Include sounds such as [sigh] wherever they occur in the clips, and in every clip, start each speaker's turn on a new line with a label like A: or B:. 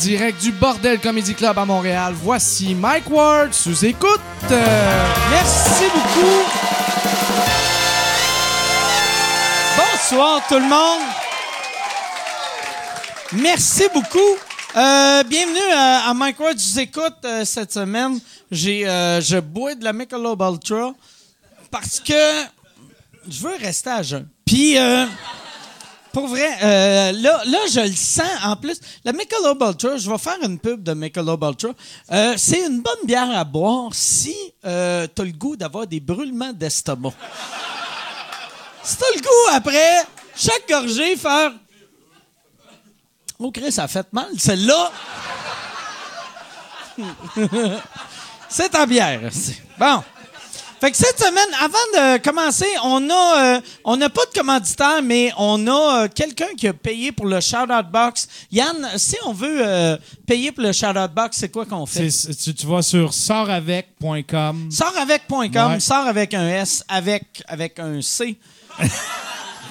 A: direct du Bordel Comedy Club à Montréal, voici Mike Ward sous écoute. Euh, merci beaucoup.
B: Bonsoir tout le monde. Merci beaucoup. Euh, bienvenue à, à Mike Ward sous écoute euh, cette semaine. J'ai, euh, je bois de la Michelob Ultra parce que je veux rester à jeun. Puis, euh, pour vrai, euh, là, là, je le sens en plus. La Michelob Ultra, je vais faire une pub de Michelob Ultra. Euh, c'est une bonne bière à boire si euh, t'as le goût d'avoir des brûlements d'estomac. si t'as le goût, après, chaque gorgée, faire... Oh, Chris, ça a fait mal, celle-là. [laughs] C'est ta bière. c'est- Bon. Fait que cette semaine, avant de commencer, on a, euh, on n'a pas de commanditaire, mais on a euh, quelqu'un qui a payé pour le shout-out box. Yann, si on veut euh, payer pour le shout-out box, c'est quoi qu'on fait?
A: C'est- tu, tu vas sur sortavec.com.
B: Sors avec.com,
A: Ouais.
B: sors avec un S, avec, avec un C.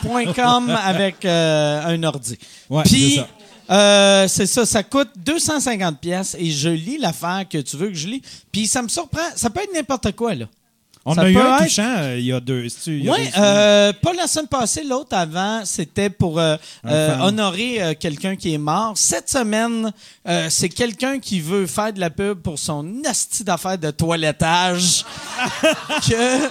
B: Point .com avec euh, un ordi.
C: Ouais,
B: Puis,
C: c'est ça.
B: euh, c'est ça, ça coûte 250 pièces et je lis l'affaire que tu veux que je lis. Puis ça me surprend, ça peut être n'importe quoi, là.
C: On
B: Ça
C: a eu
B: peut
C: un
B: être- euh,
C: touchant euh, il y a deux. c'est-tu, il y a
B: Oui,
C: deux semaines?
B: pas la semaine passée, l'autre avant, c'était pour euh,
C: Un
B: euh,
C: fan.
B: honorer euh, quelqu'un qui est mort. Cette semaine, euh, c'est quelqu'un qui veut faire de la pub pour son nasty d'affaires
C: [laughs]
B: de toilettage. que.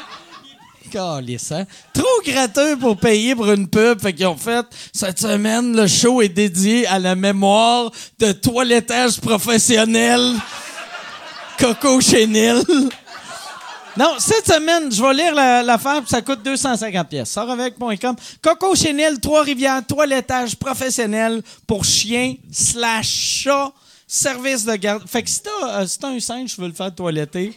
B: Calisse, hein? Trop gratteux pour payer pour une pub. Fait qu'ils ont fait cette semaine, le show est dédié à la mémoire de toilettage professionnel Coco Chenil. Non, cette semaine, je vais lire la- l'affaire, puis ça coûte 250 pièces. Sortavec.com. Coco Chanel, Trois-Rivières, toilettage professionnel pour chien slash chat, service de garde. Fait que si t'as euh, si t'as un singe, je veux le faire toiletter,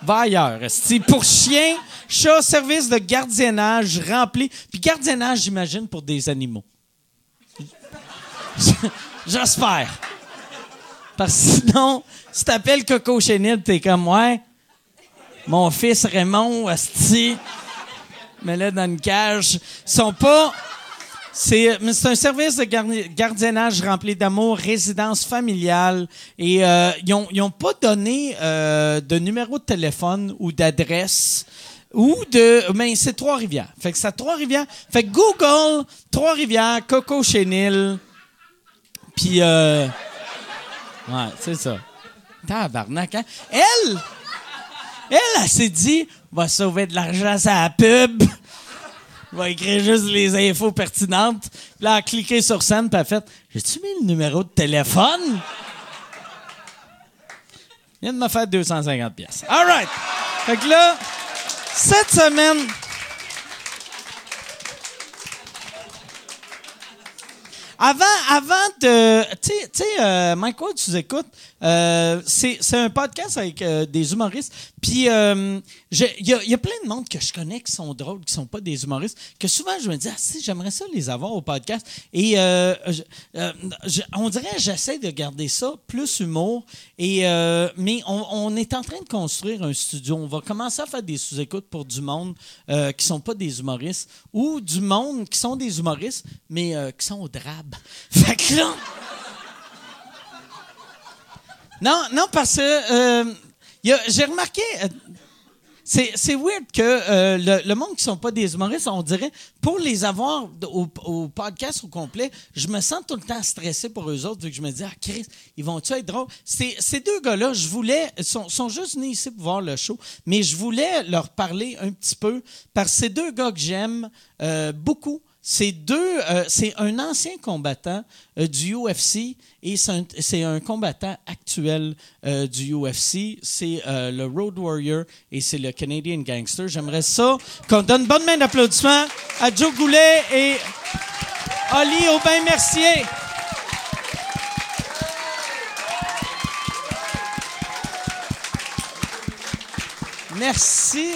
B: va ailleurs. esti. pour chien, chat, service de gardiennage rempli. Puis gardiennage, j'imagine, pour des animaux. [laughs] J'espère. Parce que sinon, si t'appelles Coco Chanel, t'es comme, ouais... Mon fils Raymond, Asti, me l'a dans une cage. Ils sont pas. C'est, mais c'est un service de garni- gardiennage rempli d'amour, résidence familiale. Et euh, ils n'ont pas donné euh, de numéro de téléphone ou d'adresse. Ou de. Mais c'est Trois-Rivières. Fait que c'est à Trois-Rivières. Fait que Google, Trois-Rivières, Coco Chenil. Puis. euh, Ouais, c'est ça. Tabarnak, hein? Elle! Elle, elle s'est dit, va sauver de l'argent à la pub. [laughs] va écrire juste les infos pertinentes. Puis là, elle a cliqué sur scène, puis elle a fait, j'ai-tu mis le numéro de téléphone? Il vient de me faire 250 pièces. All right. Fait que là, cette semaine... Avant, avant de. Tu sais- tu sais, euh, Mike Ward, tu nous écoutes. euh, c'est c'est un podcast avec euh, des humoristes. Puis, euh, je- il y, a- il y a plein de monde que je connais qui sont drôles, qui sont pas des humoristes, que souvent je me dis, ah, si, j'aimerais ça les avoir au podcast. Et euh, je- euh, je- on dirait que j'essaie de garder ça plus humour. Et, euh, mais on, on est en train de construire un studio. On va commencer à faire des sous-écoutes pour du monde euh, qui sont pas des humoristes ou du monde qui sont des humoristes, mais euh, qui sont au drabe. [laughs] Fait que là. Non, non, parce que euh, y a- j'ai remarqué. euh, c'est, c'est weird que euh, le, le monde qui sont pas des humoristes, on dirait, pour les avoir d- au, au podcast au complet, je me sens tout le temps stressé pour eux autres, vu que je me dis, ah, Chris, ils vont-tu être drôles? Ces- ces deux gars-là, je voulais, ils sont, sont juste venus ici pour voir le show, mais je voulais leur parler un petit peu, parce que ces deux gars que j'aime euh, beaucoup, c'est deux, euh, c'est un ancien combattant euh, du UFC et c'est un, c'est un combattant actuel euh, du UFC. C'est euh, le Road Warrior et c'est le Canadian Gangster. J'aimerais ça qu'on donne une bonne main d'applaudissement à Joe Goulet et Oli Aubin-Mercier. Merci.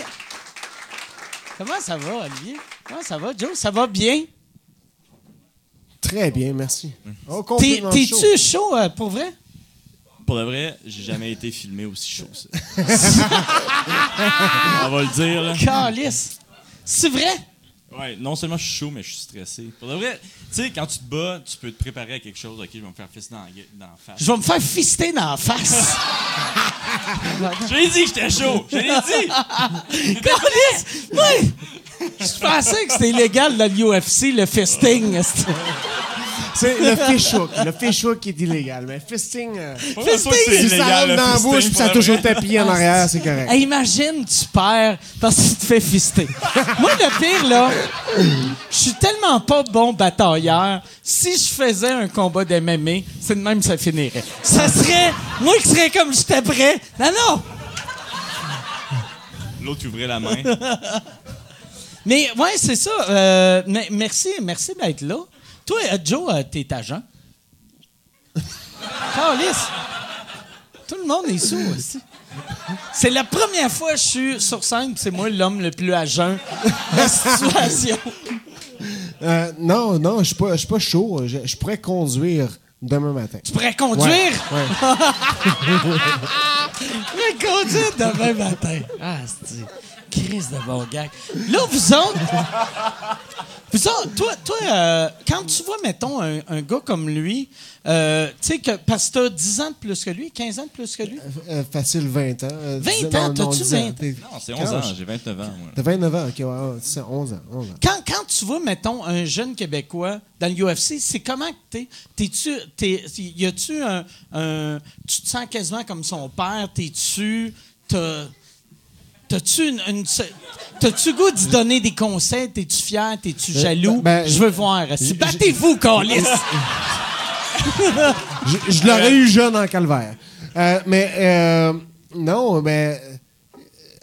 B: Comment ça va, Olivier? Comment ça va, Joe? Ça va bien?
D: Très bien, merci. Au
B: T'es-
D: compliment chaud.
B: T'es-tu chaud euh, pour vrai?
E: Pour de vrai, j'ai jamais été filmé aussi chaud. ça. On va le dire, là.
B: Calice! C'est vrai?
E: Ouais, Ouais, non seulement je suis chaud, mais je suis stressé. Pour de vrai, tu sais, quand tu te bats, tu peux te préparer à quelque chose. Ok, je vais me faire fist dans, la gue- dans la face.
B: Je vais me faire fister dans la face.
E: Je l'ai dit que j'étais chaud! Je l'ai dit!
B: Câlisse! Oui! Je pensais que c'était illégal dans l'UFC, le fisting. esti.
D: C'est le fishhook. Le fishhook est illégal. Mais fisting, euh,
E: Faut pas
B: Fisting,
E: que c'est
D: si ça
E: illégal,
D: rentre
E: le
D: dans la
E: fisting,
D: bouche puis
E: pour
D: ça
E: de
D: touche
E: vrai.
D: au tapis en arrière, c'est correct.
B: Hey, imagine, tu perds parce que tu te fais fister. Moi, le pire, là, je suis tellement pas bon batailleur. Si je faisais un combat d'MMA, c'est de même que ça finirait. Ça serait. Moi qui serais comme je taperais. Non, non!
E: L'autre qui ouvrait la main.
B: Mais ouais, c'est ça. Euh, mais- merci, merci d'être là. Toi, euh, Joe, euh, t'es agent. Carlis, tout le monde est sous aussi. C'est la première fois que je suis sur scène, puis c'est moi l'homme le plus agent de la situation.
D: Euh, non, non, je suis pas, je suis pas chaud. Je, je pourrais conduire demain matin.
B: Tu pourrais conduire?
D: Ouais,
B: [laughs]
D: ouais.
B: Mais conduire demain matin. Ah, c'est crise de bon gag. Là, vous autres. Vous autres, toi, toi euh, quand tu vois, mettons, un, un gars comme lui, euh, tu sais, que, parce que t'as 10 ans de plus que lui, 15 ans de plus que lui.
D: Euh, facile 20 ans. Euh,
B: 20
D: dix-
B: ans,
D: non, non,
B: t'as-tu
D: dix ans.
B: 20?
D: T'es-
E: Non, c'est
D: quand
E: 11 ans,
D: je-
E: j'ai 29 ans. moi.
D: T'as 29 ans, ok, ouais, ouais, c'est ça, 11 ans, 11 ans.
B: Quand, quand tu vois, mettons, un jeune Québécois dans l'UFC, c'est comment que t'es? T'es-tu. T'es, y a-tu un, un- Tu te sens quasiment comme son père? T'es-tu. T'as, t'as-tu une. une- t'as-tu goût d'y donner des conseils? T'es-tu fier? T'es-tu jaloux?
D: ben,
B: je veux voir. Si
D: je-
B: battez-vous,
D: [laughs]
B: Carlis!
D: Je, je l'aurais eu jeune en calvaire. Euh, mais euh, non, mais euh,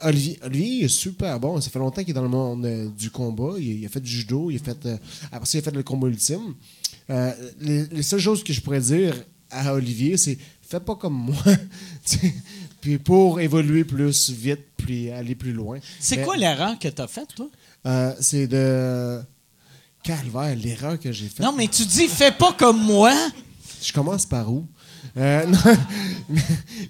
D: Olivier, Olivier il est super bon. Ça fait longtemps qu'il est dans le monde euh, du combat. Il, il a fait du judo, il a fait euh, après ça il a fait le combat ultime. Euh, les, les seules choses que je pourrais dire à Olivier, c'est fais pas comme moi. [laughs] Tu sais, puis pour évoluer plus vite, puis aller plus loin.
B: C'est
D: Mais,
B: quoi l'erreur que t'as faite, toi?
D: euh, c'est de calvaire l'erreur que j'ai faite.
B: Non, mais tu dis, fais pas comme moi!
D: Je commence par où? Euh, [laughs] non, mais-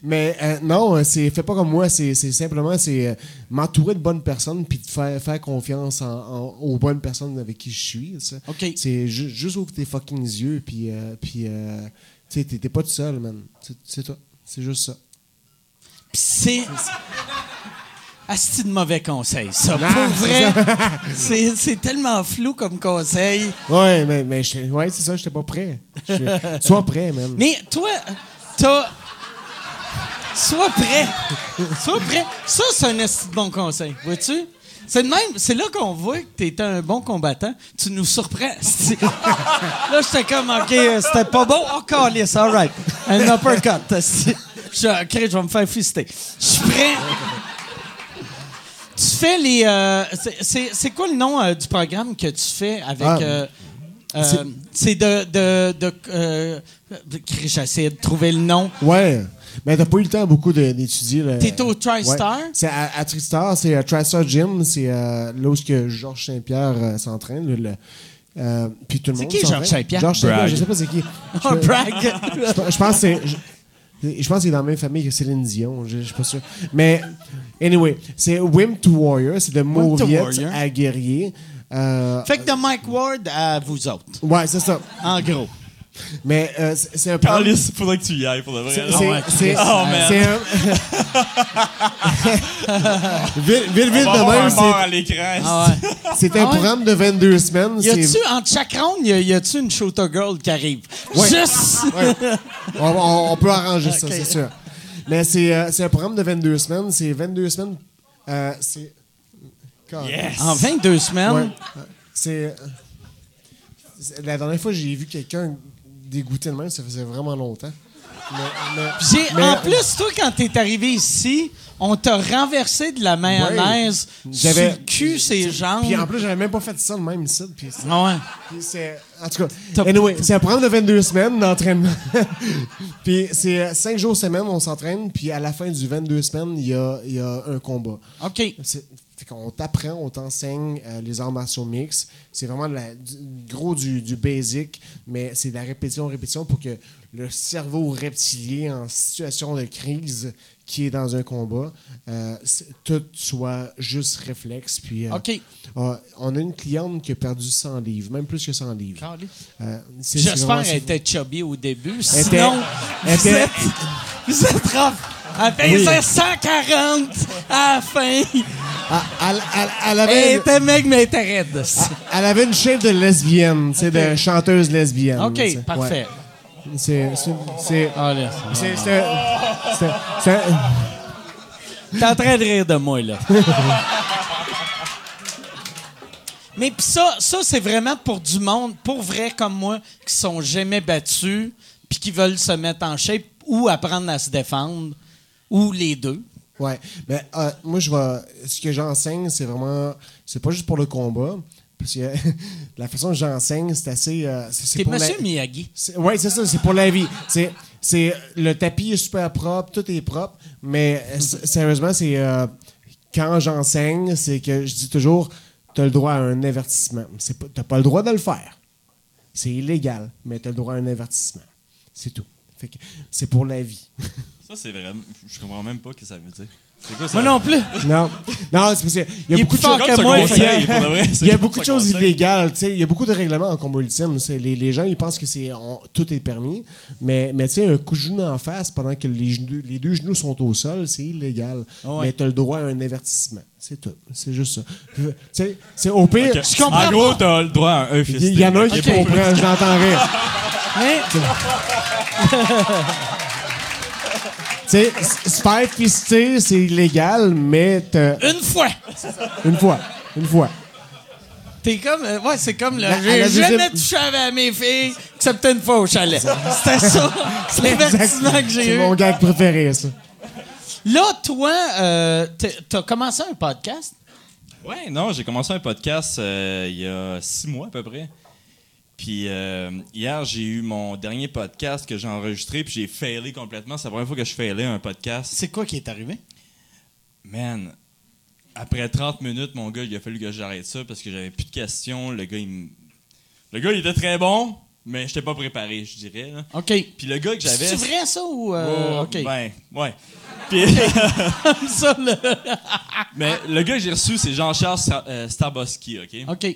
D: mais euh, non, c'est fais pas comme moi. C'est c'est simplement c'est euh, m'entourer de bonnes personnes puis de faire, faire confiance en- en- aux bonnes personnes avec qui je suis. ça.
B: OK.
D: C'est ju- juste ouvre tes fucking yeux puis euh, puis euh, tu sais, t'es t'es pas tout seul man. C'est- C'est toi. C'est juste ça.
B: Pis c'est. Asti de mauvais conseil, ça. Pour
D: Non, Ah, c'est
B: vrai, c'est c'est tellement flou comme conseil.
D: Ouais, mais, mais j'étais- ouais, c'est ça. J'étais pas prêt. Je- Sois prêt, man.
B: Mais toi, t'as. Sois prêt. Sois prêt. Ça, c'est un asti de bon conseil, vois-tu? C'est de même, c'est là qu'on voit que t'es un bon combattant. Tu nous surprends.
D: [laughs]
B: asti. là, j'étais comme, OK, euh, c'était pas bon. Oh, calice, all right. Un uppercut. asti. Je suis, OK, je vais me faire fister. Je suis prêt. Tu fais les... euh, c'est- c'est c'est quoi le nom euh, du programme que tu fais avec...
D: Ah,
B: euh, euh,
D: c'est-
B: c'est de... de, de euh, de- J'essaie de trouver le
D: [laughs]
B: nom.
D: Ouais. Mais t'as pas eu le temps beaucoup de- d'étudier. là.
B: T'es au TriStar?
D: Ouais. C'est à, à TriStar, c'est euh, TriStar Gym, c'est euh, là où ce que Georges Saint-Pierre euh, s'entraîne. le- le- euh, puis tout le
B: C'est
D: monde
B: qui, Georges
D: s'entraîne.
B: Saint-Pierre?
D: Georges Saint-Pierre,
E: Brag.
D: je sais pas c'est qui.
B: [laughs] Oh,
D: Je-
B: brag!
D: je, je pense que c'est. Je, je pense qu'il est dans la même famille que Céline Dion, je, je suis pas sûr. Mais, anyway, c'est Wim to Warrior, c'est de
B: Wim to
D: Mauriette
B: Warrior.
D: à Guerrier. Euh,
B: Fait que de Mike Ward à vous autres,
D: ouais, c'est ça.
B: en gros.
D: Mais euh, c'est c'est un peu.
E: Carlis, faudrait que tu y ailles, pour de vrai.
D: C'est-
E: là.
D: c'est-
B: ouais,
D: c'est-
E: Oh, man.
D: c'est un.
E: [laughs]
D: vite, vite, vite
E: On va
D: de
E: avoir
D: même,
E: un
D: c'est-
E: mort à l'écran.
B: ouais.
D: c'est un
B: Ah ouais?
D: programme de 22 semaines.
B: Y
D: c'est-
B: a-tu, entre chaque round, y a- y a-tu une shooter girl qui arrive?
D: Ouais.
B: Juste!
D: on, on- on peut arranger ça,
B: Ok.
D: c'est sûr. Mais c'est euh, c'est un programme de 22 semaines. C'est 22 semaines. euh, c'est. Quand-
E: Yes!
B: En 22 semaines,
D: Ouais. C'est. c'est- La dernière fois, j'ai vu quelqu'un dégoûté de même, ça faisait vraiment longtemps. Mais- mais-
B: J'ai-
D: mais- euh,
B: en plus, toi, quand t'es arrivé ici, on t'a renversé de la mayonnaise sur
D: J'avais-
B: le cul, ses jambes.
D: Puis en plus, j'avais même pas fait ça de même ici. Puis c'est-
B: Ah ouais.
D: Puis c'est- En tout cas,
B: T'as-
D: anyway, c'est un programme de 22 semaines d'entraînement. [laughs] puis c'est 5 jours semaine, on s'entraîne. Puis à la fin du 22 semaines, il y a, il y a un combat.
B: OK.
D: C'est- Fait qu'on t'apprend, on t'enseigne euh, les arts martiaux mix. C'est vraiment de la- du- gros du, du basic, mais c'est de la répétition, répétition pour que le cerveau reptilien en situation de crise qui est dans un combat, euh, c'est- tout soit juste réflexe. Puis, euh,
F: OK.
D: ah, on a une cliente qui a perdu 100 livres, même plus que 100 livres. Euh, c'est- c'est
A: J'espère
D: vraiment-
A: qu'elle était chubby au début.
D: Elle était-
A: Sinon,
D: elle
A: vous
D: était-
A: êtes, vous êtes rough. Elle pesait
D: Oui.
A: 140 à la fin.
D: Ah, elle, elle- elle avait,
A: Elle était mec, mais elle était raide.
D: elle- elle avait une shape de lesbienne, tu sais, de chanteuse lesbienne. tu sais.
A: OK, parfait.
D: Ouais. C'est- c'est- c'est- ah,
A: Allez.
D: c'est- c'est- c'est- c'est-
A: T'es en train de rire de moi,
D: [laughs]
A: là. Mais pis ça, ça c'est vraiment pour du monde, pour vrai comme moi, qui sont jamais battus, puis qui veulent se mettre en shape ou apprendre à se défendre, ou les deux.
D: Ouais, mais euh, moi je vais ce que j'enseigne, c'est vraiment c'est pas juste pour le combat parce que [laughs] la façon que j'enseigne, c'est assez euh, c'est- c'est
A: T'es
D: pour la-
A: Monsieur Miyagi.
D: C'est- Ouais, c'est ça, c'est pour la vie. C'est c'est le tapis est super propre, tout est propre, mais euh, s- sérieusement, c'est euh, quand j'enseigne, c'est que je dis toujours tu as le droit à un avertissement. C'est pas t'as pas le droit de le faire. C'est illégal, mais tu as le droit à un avertissement. C'est tout. Fait que c'est pour la vie. [laughs]
E: Ça, c'est vraiment. Je comprends même pas ce que ça veut dire. C'est quoi ça?
A: Moi non plus.
D: Non, non, c'est parce qu'il y a
A: Il est
D: beaucoup
A: plus
D: de
A: fort
D: choses.
E: C'est
A: que
E: comme
A: moi,
E: moi,
A: il fait-
D: Il y a beaucoup de choses illégales, tu sais, il y a beaucoup de règlements en combat ultime. C'est- Les, les gens, ils pensent que c'est on- tout est permis, mais, mais tu sais, un coup de genou en face pendant que les, genoux- les deux genoux sont au sol, c'est illégal.
A: Ah Ouais.
D: Mais tu as le droit à un avertissement. C'est tout. C'est juste ça. Tu sais, c'est au pire.
A: Je comprends
E: En gros,
A: pas.
E: t'as le droit à un fist.
D: Il y en a un qui
A: Ah, Ok.
D: comprend, je l'entends rire.
A: [laughs] Hein?
D: Tu sais, s- se faire fister, c'est illégal, mais t'as-
A: Une fois.
D: une fois. Une fois.
A: T'es comme. euh, Ouais, c'est comme le.
D: La-
A: J'ai
D: la deuxième-
A: jamais touché à mes filles, except une fois au chalet. C'était ça, c'est l'avertissement que j'ai
D: C'est
A: eu.
D: mon gag préféré, ça.
A: Là, toi, euh, t'es- t'as commencé un podcast?
E: Ouais, non, j'ai commencé un podcast euh, il y a six mois à peu près. Puis euh, hier, j'ai eu mon dernier podcast que j'ai enregistré, puis j'ai failé complètement. C'est la première fois que je failais un podcast.
A: C'est quoi qui est arrivé?
E: Man, après 30 minutes, mon gars, il a fallu que j'arrête ça parce que j'avais plus de questions. Le gars, il me- Le gars, il était très bon, mais j'étais pas préparé, je dirais. là.
A: OK.
E: Puis le gars que j'avais.
A: C'est vrai, ça, ou... euh,
E: Oh,
A: OK.
E: Ben,
A: [laughs]
E: ouais. Puis,
A: ça, là.
E: [laughs] mais le gars que j'ai reçu, c'est Jean-Charles Sa- euh, Staboski, OK?
A: OK.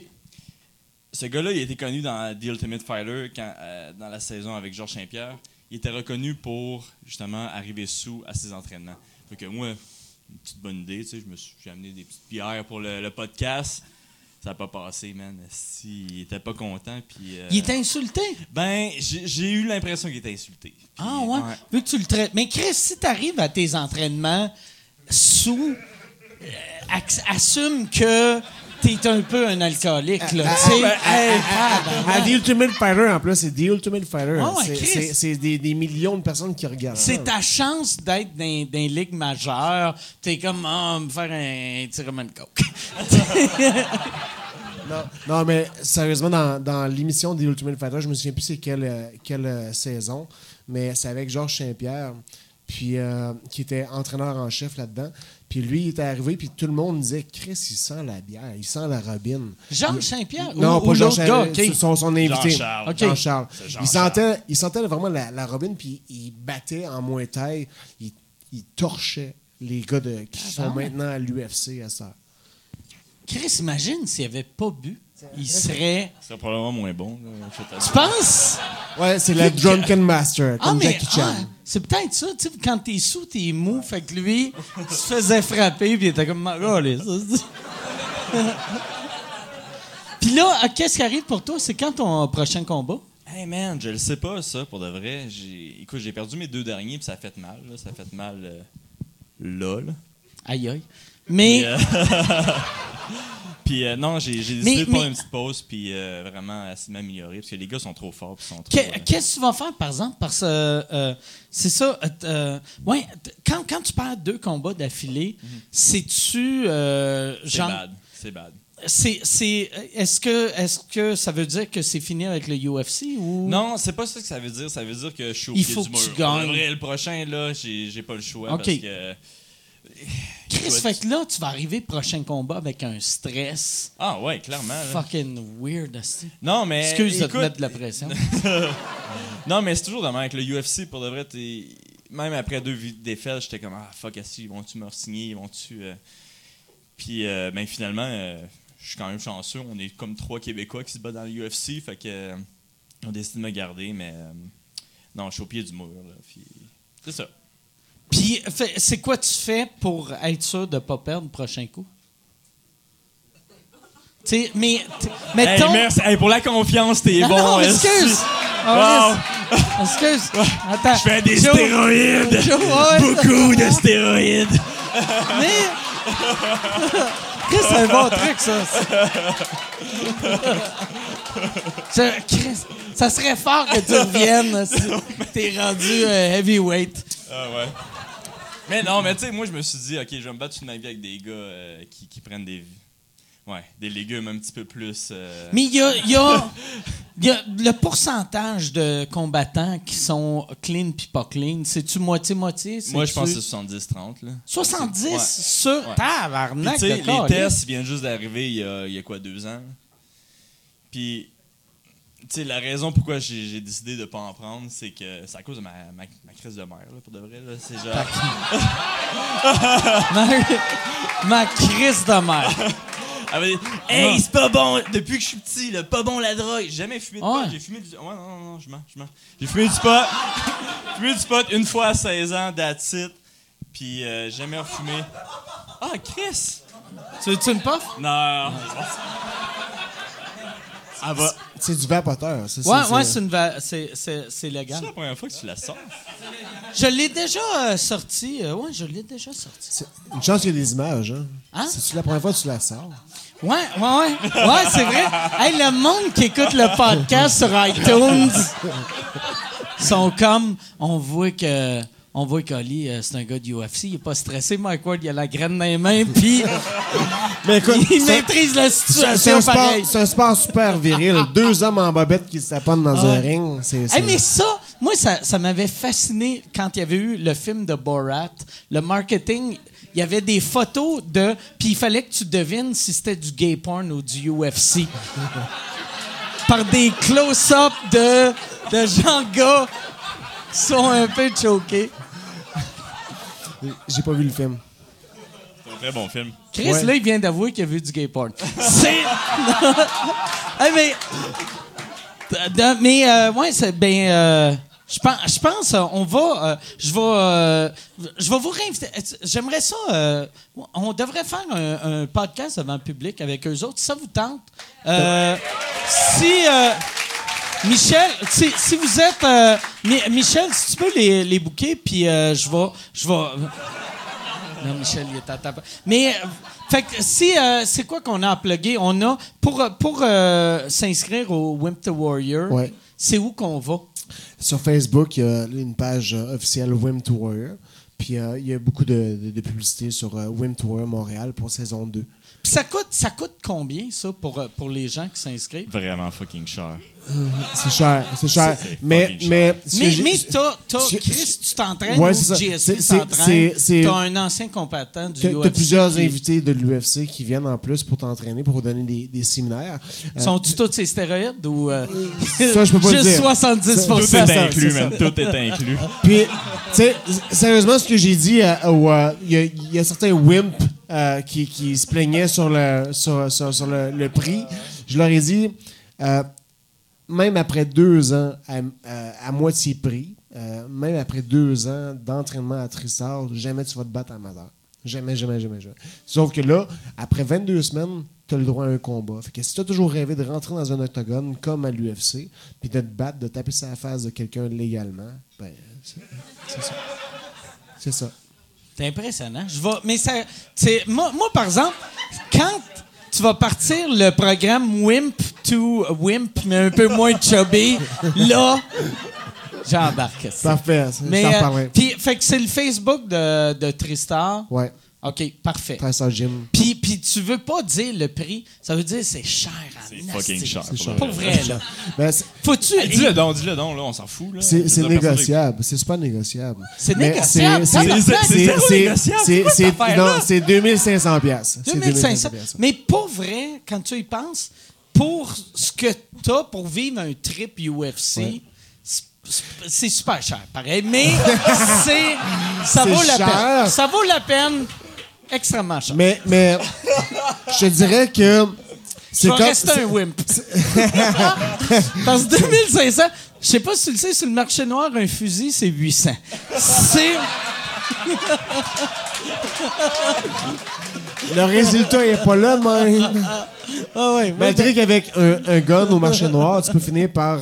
E: Ce gars-là, il était connu dans The Ultimate Fighter, quand, euh, dans la saison avec Georges Saint-Pierre. Il était reconnu pour, justement, arriver sous à ses entraînements. Fait que moi, une petite bonne idée, tu sais, je me suis j'ai amené des petites bières pour le, le podcast. Ça n'a pas passé, man. Si, il était pas content, puis... euh,
A: Il est insulté.
E: Ben, j'ai j'ai eu l'impression qu'il était insulté. Puis,
A: Ah, ouais. Vu que tu le traites... Mais Chris, si t'arrives à tes entraînements sous... euh, ac- assume que t'es un peu un alcoolique,
D: Ah,
A: là. Tu sais, Euh, Hey,
D: À Ah, The Ultimate Fighter, en plus, c'est The Ultimate Fighter.
A: Ah ouais,
D: C'est-
A: Chris.
D: c'est c'est des, des millions de personnes qui regardent.
A: C'est ta chance d'être dans, dans les ligues majeures. T'es comme, ah, me faire un petit roman de
D: [laughs]
A: coke.
D: Non, non, mais sérieusement, dans, dans l'émission The Ultimate Fighter, je me souviens plus c'est quelle, euh, quelle euh, saison, mais c'est avec Georges Saint-Pierre, puis euh, qui était entraîneur en chef là-dedans. Puis lui, il était arrivé, puis tout le monde disait Chris, il sent la bière, il sent la robine.
A: Georges Saint-Pierre ou,
D: Non,
A: ou
D: pas Georges
A: l'autre gars?
D: Saint-Pierre,
A: OK.
D: son, son invité.
E: Jean-Charles.
A: Ok.
D: Jean-Charles.
E: C'est
D: il,
E: Jean-Charles.
D: sentait, il sentait vraiment la, la robine, puis il battait en moins taille. Il, il torchait les gars de, qui
A: Ah
D: sont maintenant à l'UFC à ça.
A: Chris, imagine s'il avait pas bu, il serait.
E: C'est probablement moins bon. là, je t'avoue.
A: Tu penses?
D: Ouais, c'est le Drunken Master,
A: Ah,
D: comme
A: mais.
D: Jackie Chan.
A: ah, c'est peut-être ça, tu sais, quand t'es sous, t'es mou, fait que lui, il se faisait frapper, puis il était comme, oh, allez, ça, c'est- [laughs] Puis là, ah, qu'est-ce qui arrive pour toi? C'est quand ton prochain combat?
E: Hey man, je le sais pas ça pour de vrai. J'ai écoute, j'ai perdu mes deux derniers puis ça a fait mal, là. ça a fait mal euh, là. là.
A: Aïe, aïe. Mais.
E: Puis, euh, [laughs] Puis euh, non, j'ai j'ai
A: Mais-
E: décidé de prendre
A: mais-
E: une petite pause puis euh, vraiment essayer de m'améliorer parce que les gars sont trop forts, puis sont trop
A: Que-
E: euh,
A: Qu'est-ce que tu vas faire, par exemple? Parce que euh, euh, c'est ça. euh, t- euh, ouais, t- quand, quand tu perds deux combats d'affilée, c'est-tu. euh,
E: Mhm. c'est
A: genre-
E: bad, c'est bad.
A: c'est- c'est- euh, Est-ce que, est que ça veut dire que c'est fini avec le UFC ou.
E: Non, c'est pas ça que ça veut dire, ça veut dire que je suis au
A: Il
E: pied
A: faut
E: du
A: que
E: mur.
A: tu
E: Pour
A: gagnes.
E: de vrai, le prochain là, j'ai j'ai pas le choix
A: Ok.
E: parce que
A: Chris,
E: écoute.
A: fait que là, tu vas arriver prochain combat avec un stress
E: Ah ouais, clairement. là.
A: fucking weird. asti.
E: Non, mais
A: Excuse de te
E: écoute, [laughs]
A: mettre de la pression.
E: Non, mais c'est toujours de même avec le UFC, pour de vrai, t'es- même après deux vi- défaites, j'étais comme ah fuck assis, ils vont-tu me re-signer, ils vont-tu. euh? Puis euh, ben, finalement, euh, je suis quand même chanceux. On est comme trois Québécois qui se battent dans l'UFC, fait que euh, on décide de me garder, mais euh, non, je suis au pied du mur. là, puis c'est ça.
A: Puis, fait- c'est quoi tu fais pour être sûr de pas perdre le prochain coup? Tu sais, mais. t-
E: Hey,
A: mettons-
E: merci. Hey, pour la confiance, t'es
A: Non,
E: bon.
A: non,
E: esti.
A: excuse!
E: [laughs] Wow.
A: Oh, Excuse! Attends.
E: Je fais des
A: Joe,
E: stéroïdes.
A: Joe, ouais.
E: Beaucoup de stéroïdes.
A: Mais. Chris, c'est un bon truc,
E: [laughs]
A: ça. Ça- Chris, ça serait fort que
E: [laughs]
A: tu reviennes si t'es rendu euh, heavyweight.
E: Ah ouais. Mais non, mais tu sais, moi, je me suis dit, OK, je vais me battre toute ma vie avec des gars euh, qui, qui prennent des... Ouais, des légumes un petit peu plus... euh,
A: Mais il y a, il y a- il y a le pourcentage de combattants qui sont clean puis pas clean. C'est-tu moitié-moitié?
E: Moi, je pense que
A: C'est-tu-
E: c'est 70-30, là.
A: 70
E: Ouais.
A: sur
E: Ouais. Puis,
A: tabarnak
E: tu sais,
A: de
E: les
A: calice.
E: tests viennent juste d'arriver il y a, il y a quoi, deux ans? Puis, tu sais, la raison pourquoi j'ai j'ai décidé de pas en prendre, c'est que c'est à cause de ma, ma, ma crise de mère, là, pour de vrai, là. C'est genre...
A: Ma, ma crise de merde.
E: Elle va dire, Ah, hey, c'est pas bon, depuis que je suis petit, là, pas bon la drogue. J'ai jamais fumé de pot,
A: Ouais.
E: j'ai fumé du. Ah, Ouais, non, non, non, je mens, je mens. J'ai fumé du pot, [laughs] fumé du pot une fois à 16 ans, that's it. Puis euh, jamais refumé. Ah, Chris!
A: Tu veux-tu une puff?
E: Non! Elle va.
D: C'est du vapoteur. C'est,
A: Ouais,
D: c'est,
A: ouais, c'est une va- c'est- c'est- c'est légal.
E: C'est la première fois que tu la sors.
A: Je l'ai déjà euh, sorti. euh, ouais, je l'ai déjà sorti.
D: c'est- une chance qu'il y a des images. Hein?
A: Hein?
D: C'est-tu la première fois que tu la sors?
A: Ouais, ouais, ouais. Ouais, c'est vrai. Hey, le monde qui écoute le podcast sur iTunes sont comme on voit que on voit qu'Oli, euh, c'est un gars du UFC, il est pas stressé, Mike Ward, il a la graine dans les mains, puis
D: Mais écoute,
A: [laughs] il
D: c'est-
A: maîtrise la
D: c'est, c'est un
A: situation
D: sport,
A: pareil.
D: c'est un sport super viril. Deux hommes en bobette qui se taponnent dans un ring. C'est, c'est-
A: Ah. Hey, mais ça, moi, ça, ça m'avait fasciné quand il y avait eu le film de Borat. Le marketing, il y avait des photos de. Puis il fallait que tu devines si c'était du gay porn ou du [laughs] UFC. Par des close-up de, de gens gars qui sont un peu choqués.
D: J'ai pas vu le film.
E: C'est un très bon film.
A: Chris,
D: Ouais.
A: là, il vient d'avouer qu'il a vu du gay porn. C'est. [laughs] Hey, mais. De- mais, euh, ouais, c'est. Ben. euh, je pense, je pense, euh, on va, euh, je vais, euh, je vais vous réinviter. J'aimerais ça. euh, on devrait faire un, un podcast devant le public avec eux autres. Si ça vous tente, Euh, si euh, Michel, si, si vous êtes, euh, Mi- Michel, si tu peux les, les bouquer, puis euh, je vais, je vais. Non, Michel, il est à ta Mais, euh, fait que si, euh, c'est quoi qu'on a à plugger? On a, pour, euh, pour euh, s'inscrire au Wimp the Warrior,
D: Ouais.
A: c'est où qu'on va?
D: Sur Facebook, il y a une page euh, officielle Wim to Warrior. Puis euh, il y a beaucoup de, de, de publicité sur euh, Wim to Warrior Montréal pour saison 2.
A: Puis ça coûte, ça coûte combien, ça, pour, euh, pour les gens qui s'inscrivent?
E: Vraiment fucking cher.
D: C'est cher, c'est cher.
E: C'est- c'est
D: Mais,
E: fucking
D: mais, ce que
A: Mais,
D: j'ai-
A: mais t'as, t'as-
D: ce-
A: Chris, tu t'entraînes,
D: Ouais,
A: ou
D: c'est ça.
A: GSP
D: C'est- c'est-
A: t'entraîne,
D: c'est- c'est-
A: t'as un ancien combattant du
D: T'as
A: UFC.
D: t'as plusieurs
A: qui-
D: invités de l'UFC qui viennent en plus pour t'entraîner, pour donner des, des séminaires. Euh,
A: Sont-tu tous ces stéroïdes ou... euh,
D: Ça, je peux pas le
A: [laughs] Juste
D: dire.
A: 70
E: Tout
D: Ça,
E: est
D: ça,
E: inclus,
D: c'est
E: man. Tout est inclus.
D: Puis, tu sais, s- sérieusement, ce que j'ai dit, euh, au, euh, il y, a- il y a certains wimps euh, qui, qui se plaignaient sur le, sur, sur- sur le, le prix. Je leur ai dit, euh, même après deux ans à, à- à moitié prix, euh, même après deux ans d'entraînement à Trissard, jamais tu vas te battre amateur. Jamais, jamais, jamais, jamais. Sauf que là, après 22 semaines, tu as le droit à un combat. Fait que si tu as toujours rêvé de rentrer dans un octogone comme à l'UFC, puis de te battre, de taper sur la face de quelqu'un légalement, ben, c'est c'est ça. C'est ça.
A: C'est impressionnant. Je vais, mais ça, c'est- moi, moi, par exemple, quand tu vas partir le programme Wimp to Wimp, mais un peu moins chubby, là, j'embarque. ça.
D: Parfait. ça,
A: Mais,
D: je t'en
A: euh,
D: reparlerai.
A: puis, fait que c'est le Facebook de, de Tristar.
D: Ouais.
A: OK, parfait.
D: Trissard Gym.
A: Puis, puis tu veux pas dire le prix, ça veut dire c'est cher à
E: C'est
A: nasty.
E: fucking cher.
D: C'est cher.
E: de
A: Pas vrai, là.
D: Ben, c'est-
A: Faut-tu.
E: Hey, dis-le donc, dis-le donc, là, on s'en fout. là. Je
D: C'est
E: veux
D: c'est
E: dire, personne
D: négociable. C'est super négociable.
A: C'est
D: Mais
A: négociable,
D: c'est-
A: tabarnak,
D: c'est-
E: c'est
D: c'est-
E: zéro
D: c'est-
E: négociable,
D: c'est-
E: cette
D: c'est-
E: affaire-là.
D: Non, c'est 2500 piastres. C'est
A: 2500.
D: 2500
A: Mais pas vrai, quand tu y penses, pour ce que t'as pour vivre un trip UFC, c'est- c'est super cher, pareil,
D: [laughs]
A: mais c'est, ça
D: C'est
A: vaut la
D: cher.
A: peine. Ça vaut la peine extrêmement cher.
D: Mais, mais je te dirais que c'est
A: Je vais
D: comme.
A: rester un wimp. [laughs] Parce que 2500, je sais pas si tu le sais, sur le marché noir, un fusil, c'est 800. C'est.
D: Le résultat n'est pas là, même.
A: Ah ouais, ouais.
D: Malgré qu'avec un, un gun au marché noir, tu peux finir par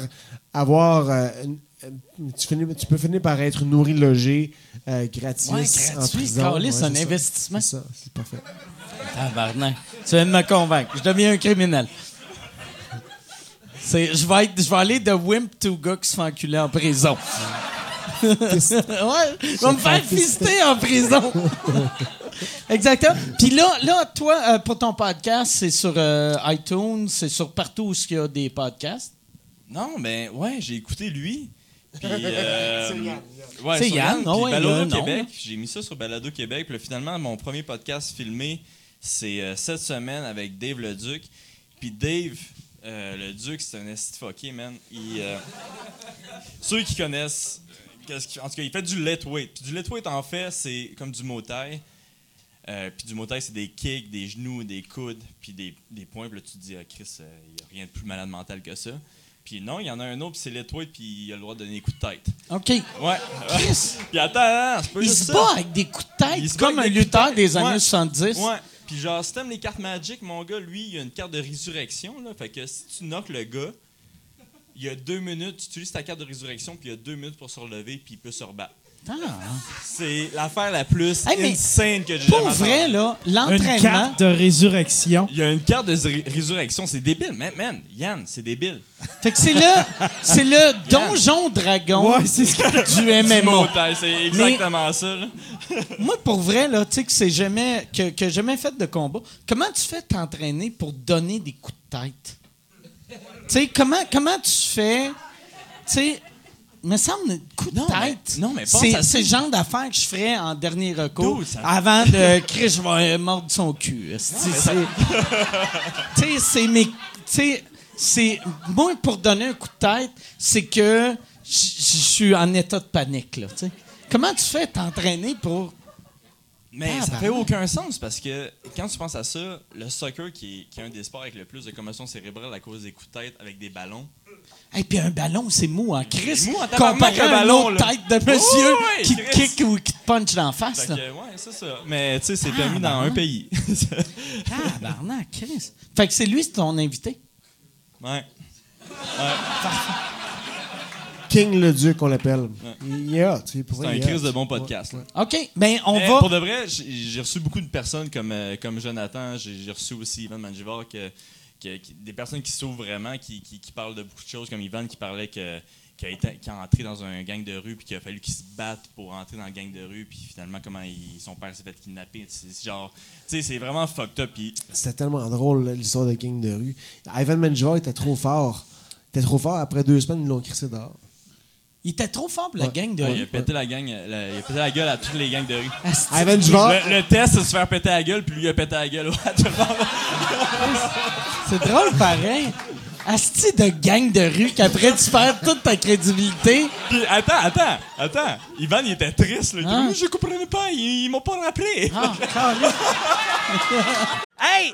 D: avoir. euh, une- euh, tu, finis- tu peux finir par être nourri, logé, euh, gratis.
A: Ouais,
D: en
A: gratuit,
D: prison.
A: câlisse,
D: Ouais,
A: c'est un
D: ça.
A: investissement.
D: C'est ça, c'est parfait.
A: Tabarnak. Tu viens de me convaincre. Je deviens un criminel. C'est, je, vais être- je vais aller de wimp to gars qui se fait enculer en prison. ouais, je vais me faire fister en prison. Exactement. Puis là, là toi, euh, pour ton podcast, c'est sur euh, iTunes, c'est sur partout où il y a des podcasts.
E: Non, mais ouais, j'ai écouté lui. Puis, euh, ouais,
A: C'est
E: sur
A: Yann, ah
E: puis
A: ouais, il y a un
E: Balado
A: nom,
E: Québec.
A: là.
E: J'ai mis ça sur Balado Québec. Puis là, finalement, mon premier podcast filmé, c'est euh, cette semaine avec Dave Leduc. Puis Dave euh, Leduc, c'est un esti fucké, man. Il, euh, ceux qui connaissent, qu'est-ce qu'il- en tout cas, il fait du let weight. Puis du let weight, en fait, c'est comme du mot taille. Euh, puis du motail, c'est des kicks, des genoux, des coudes, puis des, des points. Puis là, tu te dis, ah, Chris, il n'y a rien de plus malade mental que ça. Puis non, il y en a un autre, puis c'est l'étoile, puis il a le droit de donner des coups de tête.
A: OK.
E: Ouais.
A: Chris,
E: [laughs] puis attends, attends, c'est pas
A: il
E: juste
A: se
E: ça.
A: bat avec des coups de
E: Il
A: tête,
E: se bat
A: comme un
E: avec des coups de
A: lutteur
E: tête.
A: des années
E: Ouais.
A: 70.
E: Ouais. Puis genre, si t'aimes les cartes Magic, mon gars, lui, il a une carte de résurrection. Là. Fait que si tu knocks le gars, il y a deux minutes, tu utilises ta carte de résurrection, puis il y a deux minutes pour se relever, puis il peut se rebattre.
A: Ah.
E: C'est l'affaire la plus
A: Hey, mais
E: insane que j'ai jamais
A: Pour vrai,
E: entendue.
A: là,
G: Une
A: l'entraînement...
G: carte de résurrection.
E: Il y a une carte de zé- résurrection, c'est débile, man, man. Yann, c'est débile.
A: Fait que c'est le, c'est le donjon dragon
G: Ouais, c'est ce que
A: du MMA.
E: Motel, C'est exactement ça. là.
A: Moi, pour vrai, là, tu sais, que c'est jamais, que, que j'ai jamais fait de combat. Comment tu fais t'entraîner pour donner des coups de tête? Tu sais, comment, comment tu fais, tu sais, me semble, coup de
E: Non, mais-
A: tête.
E: non, mais pense
A: c'est,
E: à ça.
A: c'est le genre d'affaires que je ferais en dernier recours
E: Dude, ça-
A: avant de crier, je vais euh, mordre son cul. esti.
E: ça-
A: Tu sais, c'est mes. Tu sais, c'est. Moi, pour donner un coup de tête, c'est que je je suis en état de panique, là, tu sais. Comment tu fais t'entraîner pour.
E: Mais
A: Ah,
E: ça
A: bah.
E: fait aucun sens parce que quand tu penses à ça, le soccer qui est, qui est un des sports avec le plus de commotion cérébrale à cause des coups de tête avec des ballons.
A: Et puis un ballon, c'est mou en crise.
E: C'est mou en tabarnak,
A: Comparé
E: un
A: à une
E: ballon,
A: autre
E: là.
A: tête de monsieur
E: Ouais, ouais,
A: qui te
E: Chris.
A: kick ou qui te punch dans la face,
E: Fait
A: là.
E: que, ouais, c'est ça. Mais tu sais, c'est
A: Ah,
E: permis
A: bah,
E: dans
A: ouais.
E: un pays. [laughs]
A: Ah, barnac, Chris. Fait que c'est lui, c'est ton invité.
E: ouais.
D: King le Duc, on l'appelle. Yeah, tu sais, pour
E: C'est
D: vrai,
E: un
D: yeah.
E: crise de bon podcast. là.
A: OK, mais on
E: Mais
A: va.
E: Pour de vrai, j'ai j'ai reçu beaucoup de personnes comme, euh, comme Jonathan, j'ai j'ai reçu aussi Ivan Mangivar, que, que- qui- des personnes qui s'ouvrent vraiment, qui, qui- qui parlent de beaucoup de choses, comme Ivan qui parlait que qui a, été, qui a entré dans un gang de rue, puis qu'il a fallu qu'il se batte pour entrer dans le gang de rue, puis finalement, comment il- son père s'est fait kidnapper. C'est c'est genre, tu sais, c'est vraiment fucked up. Puis
D: C'était tellement drôle, là, l'histoire de King de rue. Ivan Manjor était trop fort. Il était trop fort. Après deux semaines, ils l'ont crissé dehors.
A: Il était trop fort pour la gang de.
E: ouais, il a Ah, pété la gang, euh, la- il a pété la gueule à toutes les gangs de rue.
A: Asti.
D: Ivan Manjor,
E: Le, le test, c'est de se faire péter la gueule, puis lui, il a pété la gueule [laughs] à tout le monde.
A: C'est drôle pareil. Asti de gang de rue qu'après tu perds toute ta crédibilité.
E: Puis attends, attends, attends. Ivan, il était triste. Là. Il était
A: Ah.
E: comme, Je comprenais pas, ils, ils m'ont pas rappelé.
A: Ah, carrément.
B: Hey,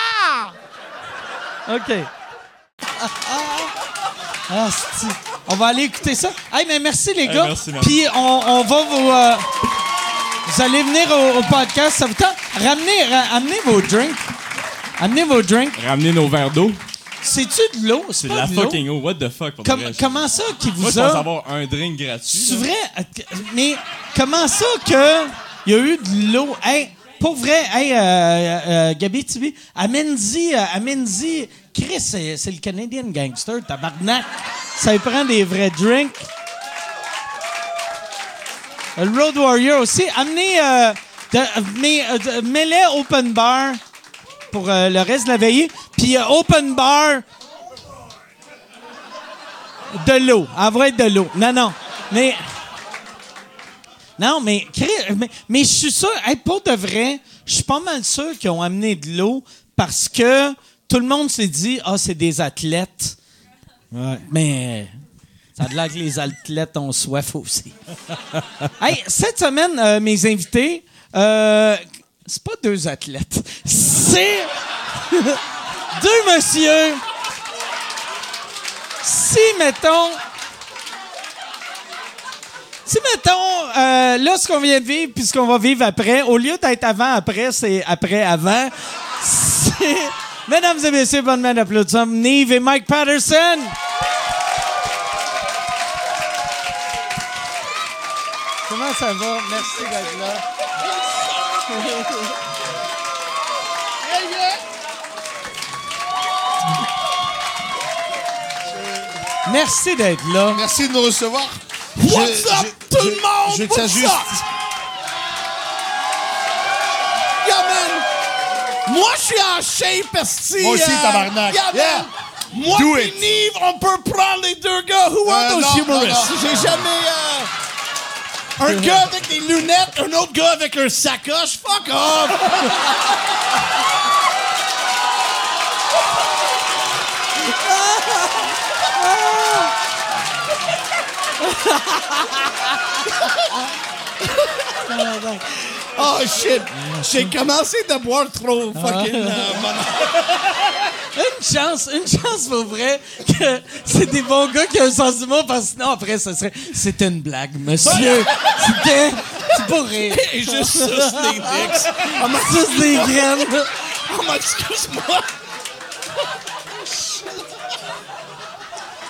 B: OK.
A: Asti. Ah, On va aller écouter ça. Hey, mais merci les gars.
E: merci, man.
A: Puis on, on va vous. euh, vous allez venir au, au podcast. Ça vous tente? Ramenez, ra- amenez vos drinks. Amenez vos drinks.
E: Ramener nos verres d'eau.
A: C'est-tu de l'eau?
E: C'est de
A: pas
E: la
A: de l'eau?
E: fucking eau. What the fuck? Pour de
A: Com-
E: vrai, je-
A: comment ça qui
E: Moi, je
A: vous
E: pense
A: a.
E: avoir un drink gratuit.
A: C'est
E: là.
A: vrai? Mais comment ça que il y a eu de l'eau? Hey, pour vrai, hey, euh, euh, Gabi Tibi, Amenzi, euh, Amenzi, Chris, c'est c'est le Canadian Gangster, tabarnak. Ça lui prend des vrais drinks. Euh, Le Road Warrior aussi. Amenez, euh, de- amenez, euh, de- mets-les open bar pour euh, le reste de la veillée. Puis euh, open bar de l'eau. Elle va être de l'eau. Non, non. Mais. Non, mais, Chris- mais, mais je suis sûr, hey, pour de vrai, je suis pas mal sûr qu'ils ont amené de l'eau parce que tout le monde s'est dit Ah, c'est des athlètes. Mais ça a de l'air que les athlètes ont soif aussi. hey, cette semaine, euh, mes invités, euh, c'est pas deux athlètes, c'est [laughs] deux messieurs. Si, mettons. Si, mettons, euh, là, ce qu'on vient de vivre puis ce qu'on va vivre après, au lieu d'être avant-après, c'est après-avant. C'est- Mesdames et messieurs, bonne main d'applaudissement. Nive et Mike Patterson. Comment ça va? Merci d'être là. Merci d'être là.
D: Merci de nous recevoir.
F: What's up, tout le monde?
D: Je tiens
F: What's
D: juste.
F: up? Yeah, man! Moi, je suis en shape, esti!
D: Moi aussi,
F: euh,
D: tabarnak.
F: Yeah, man.
D: Yeah.
F: Moi
D: Do
F: pis
D: it.
F: Nive, on peut prendre les deux gars. Who
D: Euh,
F: are
D: non,
F: those
D: non,
F: humorists?
D: non.
F: J'ai jamais... euh, un gars avec des lunettes, un autre gars avec un sacoche. Fuck off! Oh, shit! J'ai commencé de boire trop fucking... euh, mon-
A: Une chance, une chance pour vrai que c'est des bons gars qui ont un sens d'humour parce que sinon après ce serait c'était une blague, monsieur. C'était c'est pour rire.
F: [laughs]
A: Ah,
F: Et je suce les dicks.
A: On m'a tous des graines.
F: Oh, mais excuse-moi!
D: Ah,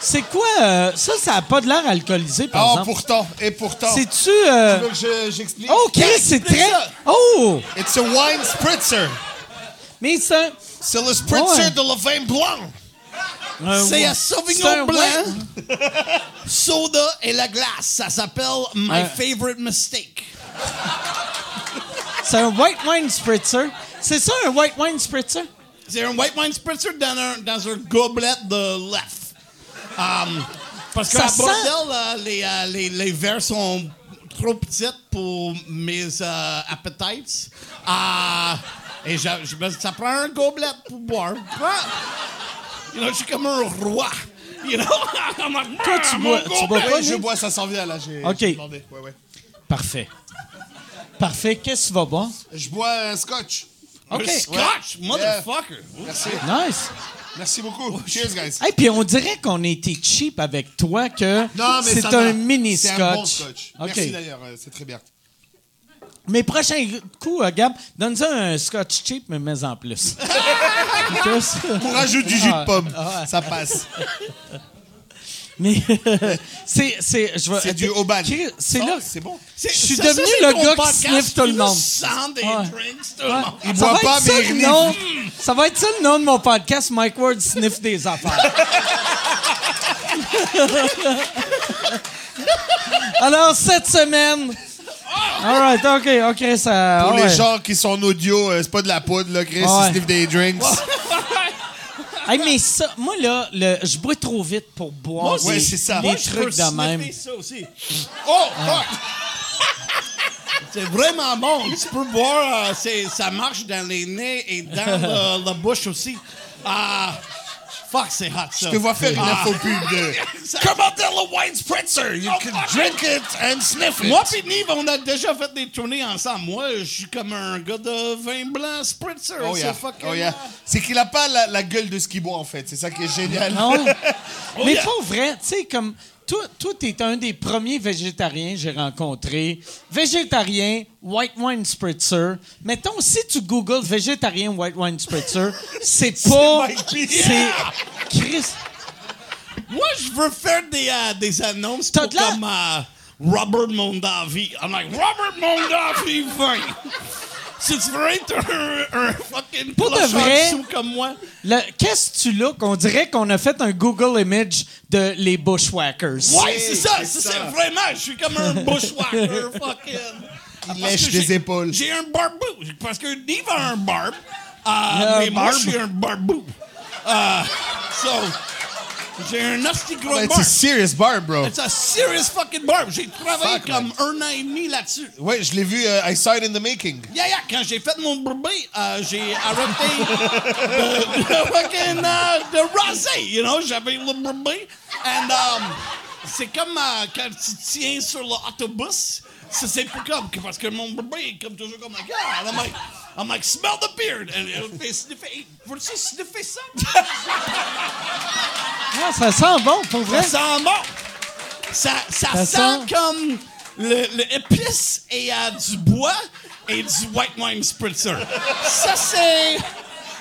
A: C'est quoi euh, ça ça a pas de l'air alcoolisé
F: Ah,
A: par
D: Oh,
A: exemple.
D: pourtant, et pourtant.
A: C'est-tu euh,
D: Donc, je- J'explique.
A: Oh Chris, c'est
D: Explique
A: très
D: ça.
A: Oh,
D: It's a wine spritzer.
A: mais ça
D: C'est le spritzer
A: Ouais.
D: de la vin blanc.
F: C'est un
A: C'est un
F: Sauvignon
A: Euh, ouais.
F: blanc, soda et la glace. Ça s'appelle My Favorite Mistake.
A: c'est un white wine spritzer. C'est ça un white wine spritzer
F: C'est un white wine spritzer dans un, dans un gobelet de Um, left. parce que
A: Ça
F: à
A: sent-
F: Bruxelles, euh, les, euh, les, les verres sont trop petites pour mes euh, appetites. Ah, et je, je me- ça prend un gobelet pour boire. Prends- You know, je suis comme un roi. You know? [laughs] I'm like,
A: Toi, tu
F: "Ah, mon
A: bois- tu bois
F: gobelet."
A: pas,
F: Je
A: Nick?
F: bois, ça s'en vient là. j'ai-
A: Ok.
F: j'ai demandé. Ouais, ouais.
A: Parfait. Parfait, qu'est-ce que tu vas boire
D: Je bois un scotch.
F: Un scotch, motherfucker.
A: Nice.
D: Merci beaucoup.
A: Oh,
D: Cheers, guys.
A: Et puis on dirait qu'on a été cheap avec toi que c'est
D: ça va.
A: un mini
D: C'est
A: scotch.
D: un bon scotch.
A: OK. Ah,
D: Merci d'ailleurs, euh, c'est très bien.
A: Mes prochains coups, euh, Gab, donne-nous un scotch cheap, mais mets en plus. [laughs] Que ça.
D: On rajoute du jus de pomme.
A: Ah,
D: Ça passe.
A: mais [laughs] c'est c'est je vais-
D: C'est du Oban.
A: Chris, C'est
D: Oh,
A: là.
D: C'est bon.
F: C'est-
A: Je suis
F: ça- ça,
A: devenu
F: c'est
A: le
F: ton
A: gars qui
F: podcast,
A: sniffe tout
F: tu
A: le
F: nous
A: monde.
F: sens des
A: Ouais. Ah,
F: drinks, tout le monde.
D: Il
A: Ça
D: boit
A: va,
D: pas,
A: être ça,
D: mais
A: le
D: il
A: nom, ça va être ça le nom de mon podcast, Mike Ward sniff des
D: [laughs]
A: affaires. Alors, cette semaine. All right, OK, OK, ça.
D: Pour
A: Ah ouais. Ah
D: les gens qui sont en audio, euh, c'est pas de la poudre, là, Chris.
A: Ouais.
D: Ils sniffent des drinks.
A: Hey, mais ça, moi, là, le- je bois trop vite pour boire
D: aussi.
A: des,
D: Ouais, c'est ça.
A: des
D: Moi,
F: Je peux
A: trucs de même.
F: sniffer ça aussi.
D: Oh, fuck!
F: C'est vraiment bon. Tu peux boire, euh, c'est- ça marche dans les nez et dans
A: [laughs]
F: le- la bouche aussi. Ah, fuck, c'est hot ça.
D: Je te vois faire une
F: Ah.
D: info pub de.
F: Come out there, the wine spritzer. You can
D: Drink it and sniff it.
F: Moi pis Nive, on a déjà fait des tournées ensemble. Moi, je suis comme un gars de vin blanc spritzer.
D: Oh yeah.
F: C'est fucking...
D: Oh yeah. C'est qu'il a pas la, la gueule de ce qu'il boit en fait. C'est ça qui est génial.
H: [laughs]
A: Non. Oh.
D: [laughs] Oh,
A: Mais
F: yeah.
A: pour vrai, tu sais, comme. Toi, toi, t'es un des premiers végétariens que j'ai rencontré. Végétarien, white wine spritzer. Mettons, si tu googles végétarien, white wine spritzer,
D: [laughs]
A: c'est pas. C'est. Chris.
F: Moi, je veux faire des, euh, des annonces
A: T'as
F: pour
A: de la-
F: comme euh, Robert Mondavi. I'm like, Robert Mondavi, vin. [laughs] Si tu veux être un, un fucking
A: Pour de
F: clochard
A: vrai.
F: sous comme moi,
A: Le- Qu'est-ce que tu look? On dirait qu'on a fait un Google image de les Bushwhackers.
F: ouais, c'est ça, c'est ça, vraiment, je suis comme un bushwhacker, fucking. Parce que
D: lèche
F: j'ai-
D: des épaules.
F: J'ai un barbou, parce que Dave a un barbe, euh,
A: a
F: mais
A: un
F: moi,
A: barbe.
F: je suis un barbou. Euh, so, j'ai un nasty gros
D: Ben,
F: barbe.
D: C'est serious bar, bro.
F: It's a serious fucking barbe. J'ai travaillé
D: Fuck,
F: comme
D: man.
F: un an et demi là-dessus.
D: Ouais, je l'ai vu, euh, I saw it in the making.
F: Yeah, yeah, quand j'ai fait mon bébé, euh, j'ai arrêté de, de fucking euh, de raser, you know, j'avais le bébé. And um, c'est comme euh, quand tu tiens sur l'autobus, ça c'est pas comme, que- parce que mon bébé est comme toujours comme, like, yeah, and I'm like, I'm like, smell the beard, and elle fait sniffer, hey, veux-tu sniffer ça?
A: Ah, ça sent bon, pour vrai.
F: Ça sent bon! Ça, ça,
A: Ça
F: sent,
A: sent-
F: comme le, le épice et euh, du bois et du white wine spritzer. ça, c'est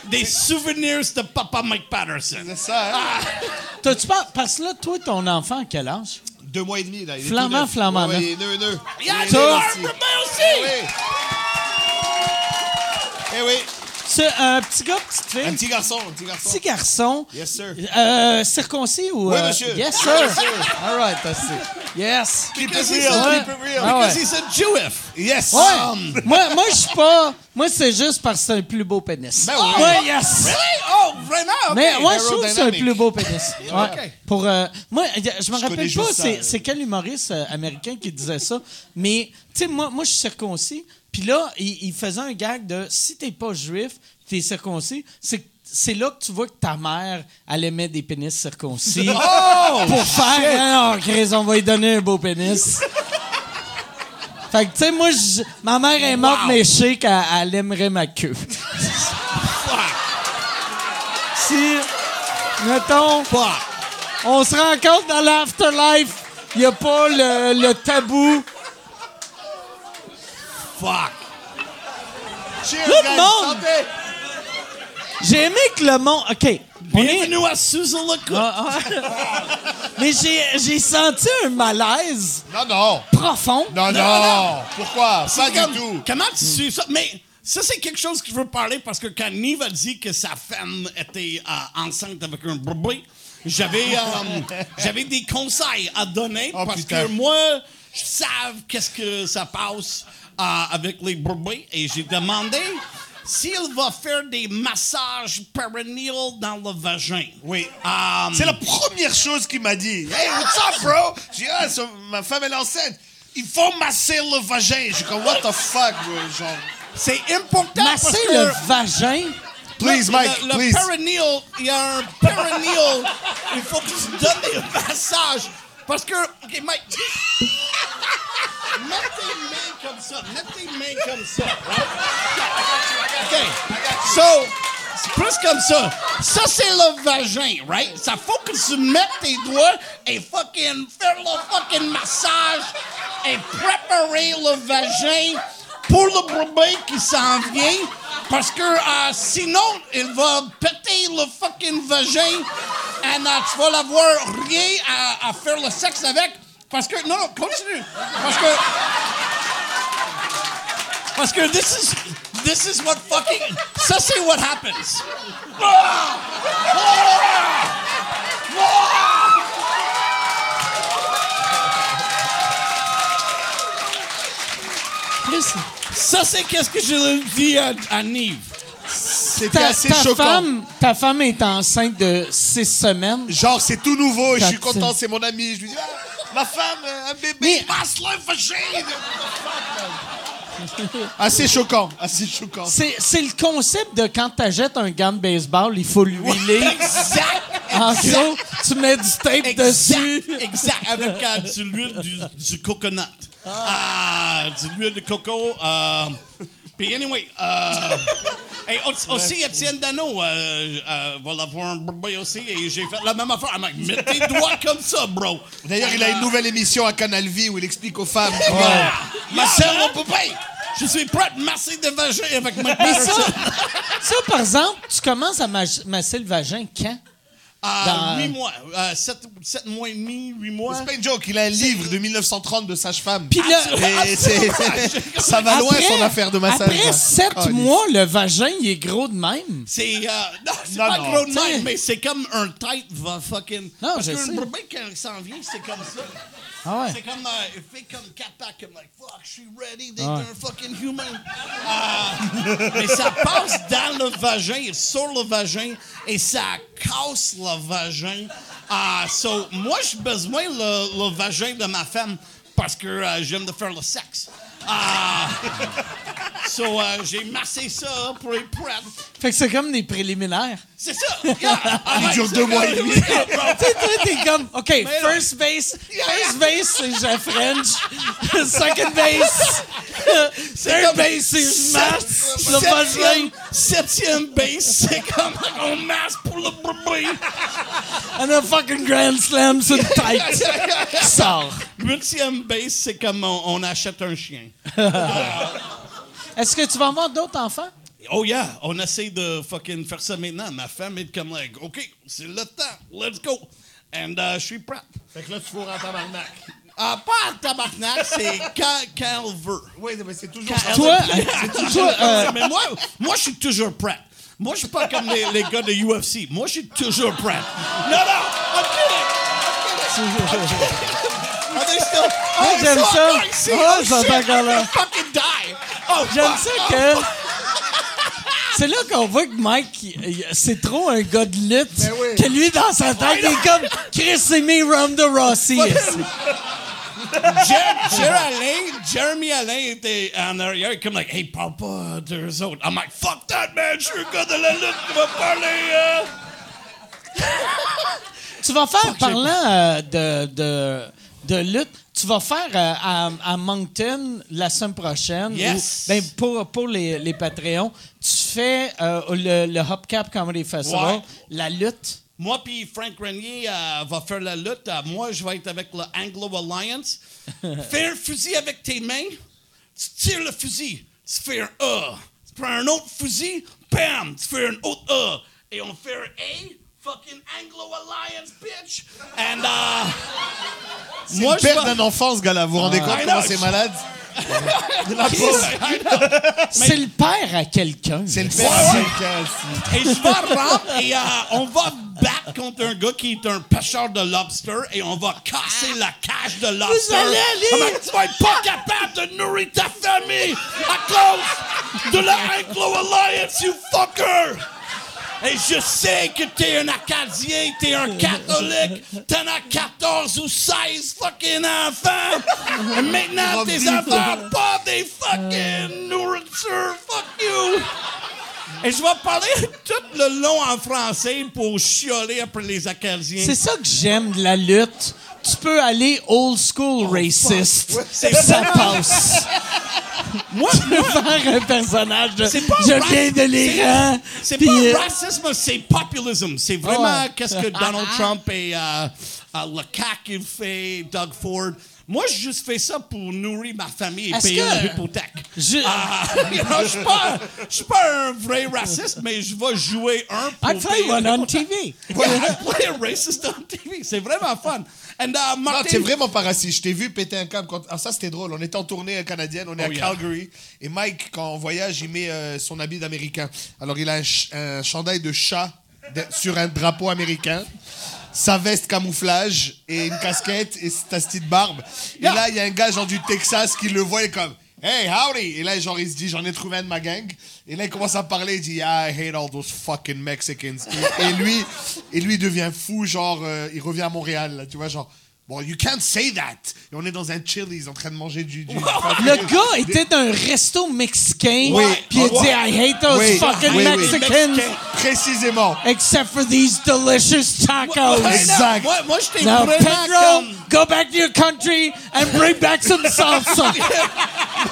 F: des souvenirs de Papa Mike Patterson.
D: C'est ça, hein?
A: T'as-tu pas... Parce que là, toi, ton enfant, quel âge?
D: Deux mois et demi, là. Il est
A: Flamand,
D: tout neuf.
A: flamand,
D: Ouais,
A: neuf.
D: ouais, il est nœud, nœud.
F: Il y a
D: Il
F: du
D: est
F: beurre
D: parti.
F: de bain
D: Eh
F: aussi!
D: oui. Eh oui.
A: C'est un petit gars, petite fille?
D: Un petit garçon, un petit garçon.
A: petit garçon.
D: Yes, sir.
A: Euh, circoncis ou.
D: Oui,
A: euh,
D: monsieur.
A: Yes,
D: Oui,
A: sir.
D: monsieur.
A: All right, that's it. Yes.
D: Keep
F: Because
D: it
F: he's
D: real,
A: a-
D: keep it real.
A: Ah ouais.
F: Because he's a Jewif.
D: Yes. Um,
A: Ouais. moi, moi, je suis pas. Moi, c'est juste parce que c'est un plus beau pénis.
D: Ben
F: Ah,
D: oui.
A: Ouais, yes.
F: Really? Oh, vraiment? Ok.
A: Mais moi, je trouve que c'est un
D: Aerodynamic.
A: plus beau
D: [laughs]
A: pénis. Ouais.
D: Ok.
A: Pour, euh, moi, y a- je me
D: connais
A: rappelle
D: juste
A: pas,
D: ça,
A: c'est-
D: euh.
A: c'est quel humoriste euh, américain qui disait ça, mais tu sais, moi, moi je suis circoncis, puis là, il, il faisait un gag de si t'es pas juif, t'es circoncis, c'est c'est là que tu vois que ta mère, elle aimait des pénis circoncis.
D: [laughs]
A: pour faire. Alors, Chris, on va lui donner un beau pénis. fait que, tu sais, moi, je- ma mère est morte, mais je sais qu'elle elle aimerait ma
D: [laughs]
A: queue. si, mettons, on se rencontre dans l'afterlife, il n'y a pas le, le tabou.
F: Fuck.
D: Cheers,
A: Tout le
D: guys.
A: monde.
D: Santé.
A: J'ai aimé que le monde. OK. on est-
F: Bienvenue à Suzanne
A: Ah, ah. mais j'ai j'ai senti un malaise
D: Non, non.
A: profond.
D: Non, non. Pourquoi? Pas
F: Comme-
D: du tout.
F: Comment tu suis ça? Mais ça, c'est quelque chose que je veux parler parce que quand Nive a dit que sa femme était euh, enceinte avec un bébé,
D: [laughs]
F: j'avais euh, j'avais des conseils à donner
D: Oh,
F: parce
D: putain.
F: que moi, je savais qu'est-ce que ça passe euh, avec les bébés et j'ai demandé s'il va faire des massages perineal dans le vagin.
D: Oui.
F: Euh,
D: C'est la première chose qu'il m'a dit. Hey, what's up, bro? J'ai dit, ah, so- ma femme elle est enceinte. Il faut masser le vagin. Je suis comme, what the fuck, bro? Genre.
F: c'est important
A: Masser
F: parce que...
A: le vagin.
D: Please,
F: Le-
D: Mike,
F: le, le
D: please.
F: perineal, il y a un perineal. il faut que tu donnes des massages. Parce que. OK, Mike. [laughs] Mets tes mains comme ça. Mets tes mains comme ça. right? OK. So, c'est plus comme ça. Ça, c'est le vagin, right? Ça faut que tu mettes tes doigts et fucking faire le fucking massage et préparer le vagin pour le bébé qui s'en vient. Parce que euh, sinon, il va péter le fucking vagin et euh, tu vas l'avoir rien à, à faire le sexe avec. Parce que. Non, non, continue. Parce que. Parce que this is this is what fucking ça c'est what happens.
A: Chris,
F: Ça c'est qu'est-ce que je le dis à, à Nive.
D: C'était
A: ta,
D: assez
A: ta
D: choquant.
A: femme, ta femme est enceinte de six semaines.
D: Genre, c'est tout nouveau et je suis
A: Quatre-
D: content, c'est mon ami. Je lui dis, ah, ma femme, euh, un bébé,
A: Mais-
D: passe le vagin. assez choquant, assez choquant.
A: C'est c'est le concept de quand t'achètes un gant de baseball, il faut l'huiler.
F: Exact.
A: En gros, tu mets du tape dessus.
F: Exact, exact, avec euh, de l'huile du, du coconut. Ah, de l'huile de coco. Euh, Puis anyway, euh, et au- aussi Étienne Dano euh, euh, va l'avoir un bébé aussi et j'ai fait la même affaire. I'm like, mets tes doigts comme ça, bro.
D: D'ailleurs, il a une nouvelle émission à Canal Vie où il explique aux femmes.
F: Yeah. Ma sœur,
D: hein?
F: mon papa, je suis prêt à masser de vagin avec ma
A: Mais ça,
F: personne.
A: ça, par exemple, tu commences à mas- masser le vagin quand?
F: Euh,
A: Dans-
F: Huit mois. Euh, sept, sept mois et demi, huit mois.
H: C'est pas une joke, il a un livre de 1930 de sage-femme.
A: Puis là-
H: Et [laughs] c'est- ça va loin
A: Après-
H: son affaire de massage.
A: Après
H: là.
A: sept
H: Ah, les-
A: mois, le vagin, il est gros de même.
F: C'est. euh, non, c'est pas
A: non.
F: gros de
A: T'sais-
F: même, mais c'est comme un tête va fucking.
A: Non,
F: parce
A: je
F: qu'une
A: sais.
F: brebis, quand elle s'en vient, c'est comme ça.
A: Ah ouais.
F: C'est comme. euh, elle fait comme quatre packs, comme like, fuck, je suis ready
A: Ah
F: d'être un fucking human. Euh, mais ça passe dans le vagin, sur le vagin, et ça casse le vagin. Ah, so, moi, j'ai besoin le, le vagin de ma femme parce que euh, j'aime de faire le sexe. Ah. so, euh, j'ai massé ça pour les prêtres.
A: Fait que c'est comme des préliminaires.
F: C'est ça! Yeah.
H: [laughs] Il dure deux mois et
F: [laughs]
H: demi.
A: tu sais, toi, t'es comme, OK, first
H: [laughs]
A: base, first base, c'est je French. [laughs] Second
H: [laughs]
A: base, third base, c'est je masse. Le vagin.
F: Septième, septième base, c'est comme on masse pour le bébé.
A: And a fucking grand slam,
H: [laughs]
A: c'est une tête qui sort.
F: Huitième base, c'est comme on, on achète un chien.
A: Est-ce que tu vas avoir d'autres enfants?
F: Oh yeah, on essaie de fucking faire ça maintenant. Ma femme est comme like, OK, c'est le temps, let's go. And euh, je suis prêt.
H: Fait que là, tu fourres en tabarnak.
F: Ah, pas en tabarnak, c'est quand, quand elle veut.
H: Oui, mais c'est toujours
F: Quand elle
A: Toi, [laughs]
F: veut.
A: toi, euh,
F: Mais moi, moi je suis toujours prêt. Moi, je suis pas comme les, les gars de UFC. Moi, je suis toujours prêt. Non, non, I'm kidding. Are they still? Oh,
A: j'aime
F: so
A: ça.
F: I see.
A: Oh,
F: shit,
A: j'entends
F: I'm
A: qu'elle a-
F: gonna fucking die. Oh,
A: J'aime
F: fuck.
A: ça
F: Oh,
A: que. C'est là qu'on voit que Mike, il- il- c'est trop un gars de lutte.
H: Ben
A: Que lui, dans sa tête, il est comme Chris et me, Ronda Rossi.
F: Jer- Jer Alain, Jeremy Alain um, était en arrière, comme like, hey, parle pas d'eux autres. I'm like, fuck that, man, je suis le gars de la lutte qui va parler. euh.
A: Tu vas faire, parlant euh, de, de, de lutte, tu vas faire euh, à, à Moncton la semaine prochaine.
F: Yes.
A: ou- ben, pour pour les, les Patreons, tu fais euh, le, le Hopcap Comedy Festival,
F: Ouais.
A: la lutte.
F: Moi puis Frank Grenier euh, va faire la lutte. Euh, moi, je vais être avec le Anglo Alliance. fais un fusil avec tes mains. Tu tires le fusil. Tu fais un A. Tu prends un autre fusil. Bam! Tu fais un autre A. Et on fait un A. Fucking Anglo Alliance, bitch! And, euh, moi, je
H: Père
F: vais...
H: d'un enfant, ce gars-là, vous vous rendez compte
F: I know.
H: comment c'est malade? La pauvre.
A: C'est le père à quelqu'un.
H: C'est le père.
F: Et je vais rentrer et euh, on va battre contre un gars qui est un pêcheur de lobster et on va casser la cage de lobster.
A: allez aller-
F: Ah ben, tu vas être pas capable de nourrir ta famille à cause de la Anglo Alliance, you fucker! Et je sais que t'es un Acadien, t'es un catholique, t'en as 14 ou 16 fucking enfants! Et maintenant, tes enfants pas des fucking nourritures, fuck you! Et je vais parler [laughs] tout le long en français pour chioler après les Acadiens.
A: C'est ça que j'aime de la lutte. Tu peux aller old
F: Oh,
A: school racist. ça passe.
F: Moi,
A: [laughs] Tu peux faire un personnage de
F: C'est pas
A: je
F: rac-
A: viens de l'Iran.
F: c'est
A: puis,
F: pas
A: euh,
F: racisme, c'est populisme. C'est vraiment
A: Ouais.
F: qu'est-ce
A: [laughs]
F: que Donald Trump et euh, euh, le CAC il fait, Doug Ford. Moi, je juste fais ça pour nourrir ma famille et
A: Est-ce
F: payer
A: que-
F: l'hypothèque.
A: Je-
F: Ah, [laughs] you know, Je suis pas, je suis pas un vrai raciste, mais je vais jouer un pour
A: I play
F: payer
A: one on
F: l'hypothèque.
A: TV.
F: [laughs] Ouais, I play a racist on TV. C'est vraiment fun. And, uh,
H: Non,
F: Martin-
H: t'es Ah, vraiment pas raciste. Je t'ai vu péter un câble. Quand... Ah, ça, c'était drôle. On était en tournée canadienne, on est
F: Oh,
H: à
F: yeah.
H: Calgary. Et Mike, quand on voyage, il met euh, son habit d'américain. Alors, il a un, ch- un chandail de chat de- sur un drapeau américain, sa veste camouflage et une casquette et sa petite barbe. Et là, il y a un gars, genre du Texas, qui le voit et comme. Hey, howdy! Et là, genre, il se dit, j'en ai trouvé un de ma gang. Et là, il commence à parler, il dit, yeah, I hate all those fucking Mexicans. Et, et lui, et lui il devient fou, genre, euh, il revient à Montréal, là, tu vois, genre, Bon, you can't say that. Et on est dans un Chili's en train de manger du. du
A: Le gars était d'un resto mexicain.
H: Oui.
A: Puis il dit I hate those
H: Oui.
A: fucking
H: Oui, oui.
A: Mexicans
H: Précisément.
A: except for these delicious tacos.
F: Ouais, non,
H: Exact.
F: Moi, moi j'étais
A: Now,
F: vraiment
A: Pedro,
F: comme-
A: go back to your country and bring back
F: [laughs]
A: some salsa.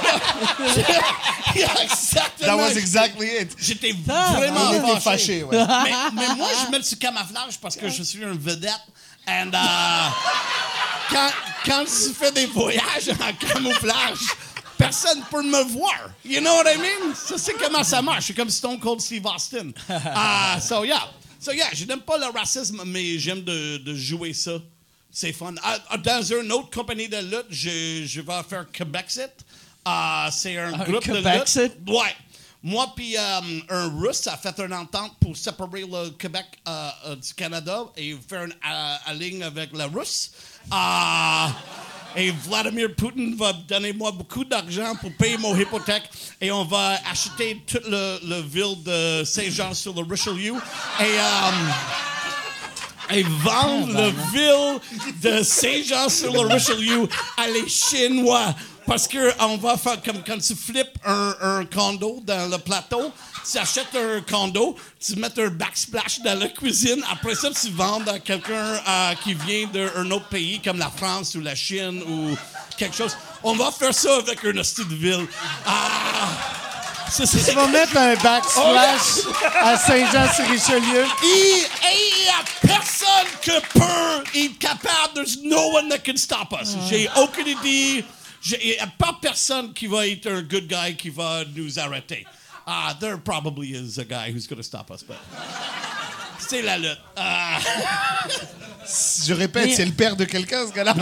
F: Yeah, [laughs] exactement.
H: That was exactly it.
F: J'étais
A: Ah,
F: vraiment
H: On
F: fâché. Ah.
H: était fâchés, ouais.
F: mais, mais moi, je mets du camouflage parce que je suis un vedette. And, euh, quand, quand tu fais des voyages en camouflage, personne peut me voir. [laughs] You know what I mean? Ça, c'est comment ça marche. C'est comme Stone Cold Steve Austin. Ah, so, yeah. So, yeah, je n'aime pas le racisme, mais j'aime de, de jouer ça. C'est fun. Ah, ah, Dans une autre compagnie de lutte, je, je vais faire Quebecsit. Ah, c'est un
A: Un
F: groupe de
A: Quebecsit?
F: lutte. Ouais. Moi puis euh, un Russe a fait une entente pour séparer le Québec euh, euh, du Canada et faire une euh, aligne avec la Russe. Ah, et Vladimir Poutine va donner moi beaucoup d'argent pour payer mon hypothèque et on va acheter toute le, le ville de Saint-Jean sur le Richelieu et euh, et vendre le ville de Saint-Jean sur le Richelieu à les Chinois. Parce que on va faire comme quand tu flippes un, un condo dans le plateau, tu achètes un condo, tu mets un backsplash dans la cuisine, après ça tu vends à quelqu'un euh, qui vient d'un autre pays comme la France ou la Chine ou quelque chose. On va faire ça avec un hostie de ville. Ah! Ça, c'est-
D: Tu vas mettre un backslash à Saint-Jean-sur-Richelieu.
F: Il n'y a personne que peut est capable. There's no one that can stop us. J'ai aucune idée. J'ai- Il n'y a pas personne qui va être un good guy qui va nous arrêter. Ah, there probably is a guy who's going to stop us, but... C'est la lutte. Ah,
H: Je répète,
A: Mais-
H: c'est le père de quelqu'un, ce gars-là.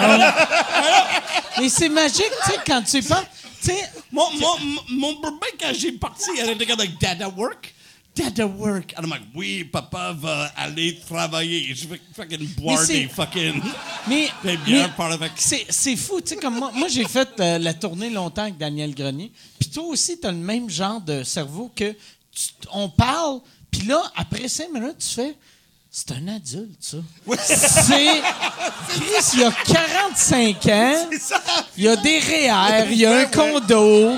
A: Mais c'est magique, tu sais, quand tu y penses. Tu sais,
F: mon, mon, mon- mon bébé, quand j'ai parti, elle était comme, like, Dada work? Dada work. And I'm like, oui, papa va aller travailler. Je vais fucking boire
A: c'est-
F: des fucking...
A: mais.
F: T'es bien
A: mais-
F: par avec...
A: C'est, c'est fou, tu sais, comme moi, moi j'ai fait euh, la tournée longtemps avec Daniel Grenier. Puis toi aussi, t'as le même genre de cerveau que tu- on parle, puis là, après cinq minutes, tu fais c'est un adulte, ça. C'est. Chris, il y a 45 ans, il y a des REER, il y a un condo,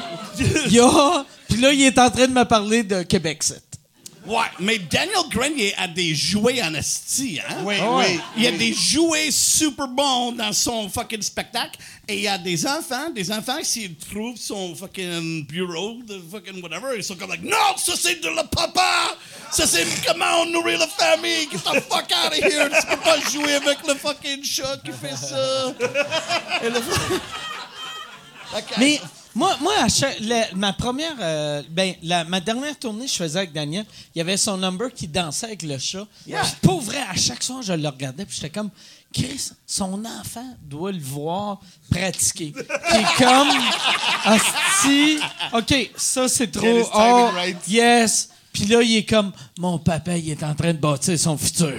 A: il y a. Puis là, il est en train de me parler de Québec 7.
F: Ouais, mais Daniel Grenier a des jouets en esti, hein?
H: Oui, oui.
F: Il y a des jouets super bons dans son fucking spectacle. Et il y a des enfants, des enfants, s'ils trouvent son fucking bureau de fucking whatever, ils sont comme like, non, ça c'est de la papa! Ça c'est comment on nourrit la famille! Get the fuck out of here! Tu peux pas jouer avec le fucking chat qui fait ça! Et le- [laughs] Fait que-
A: Mais moi, moi à chaque- la- ma première, euh, ben, la- ma dernière tournée que je faisais avec Daniel, il y avait son number qui dansait avec le chat. Puis Pour vrai, à chaque soir, je le regardais, puis j'étais comme, Chris, son enfant doit le voir pratiquer. Puis comme, Asti, OK, ça c'est trop.
H: his timing
A: oh,
H: right.
A: Yes. Puis là, il est comme, mon papa, il est en train de bâtir son
F: [laughs]
A: futur.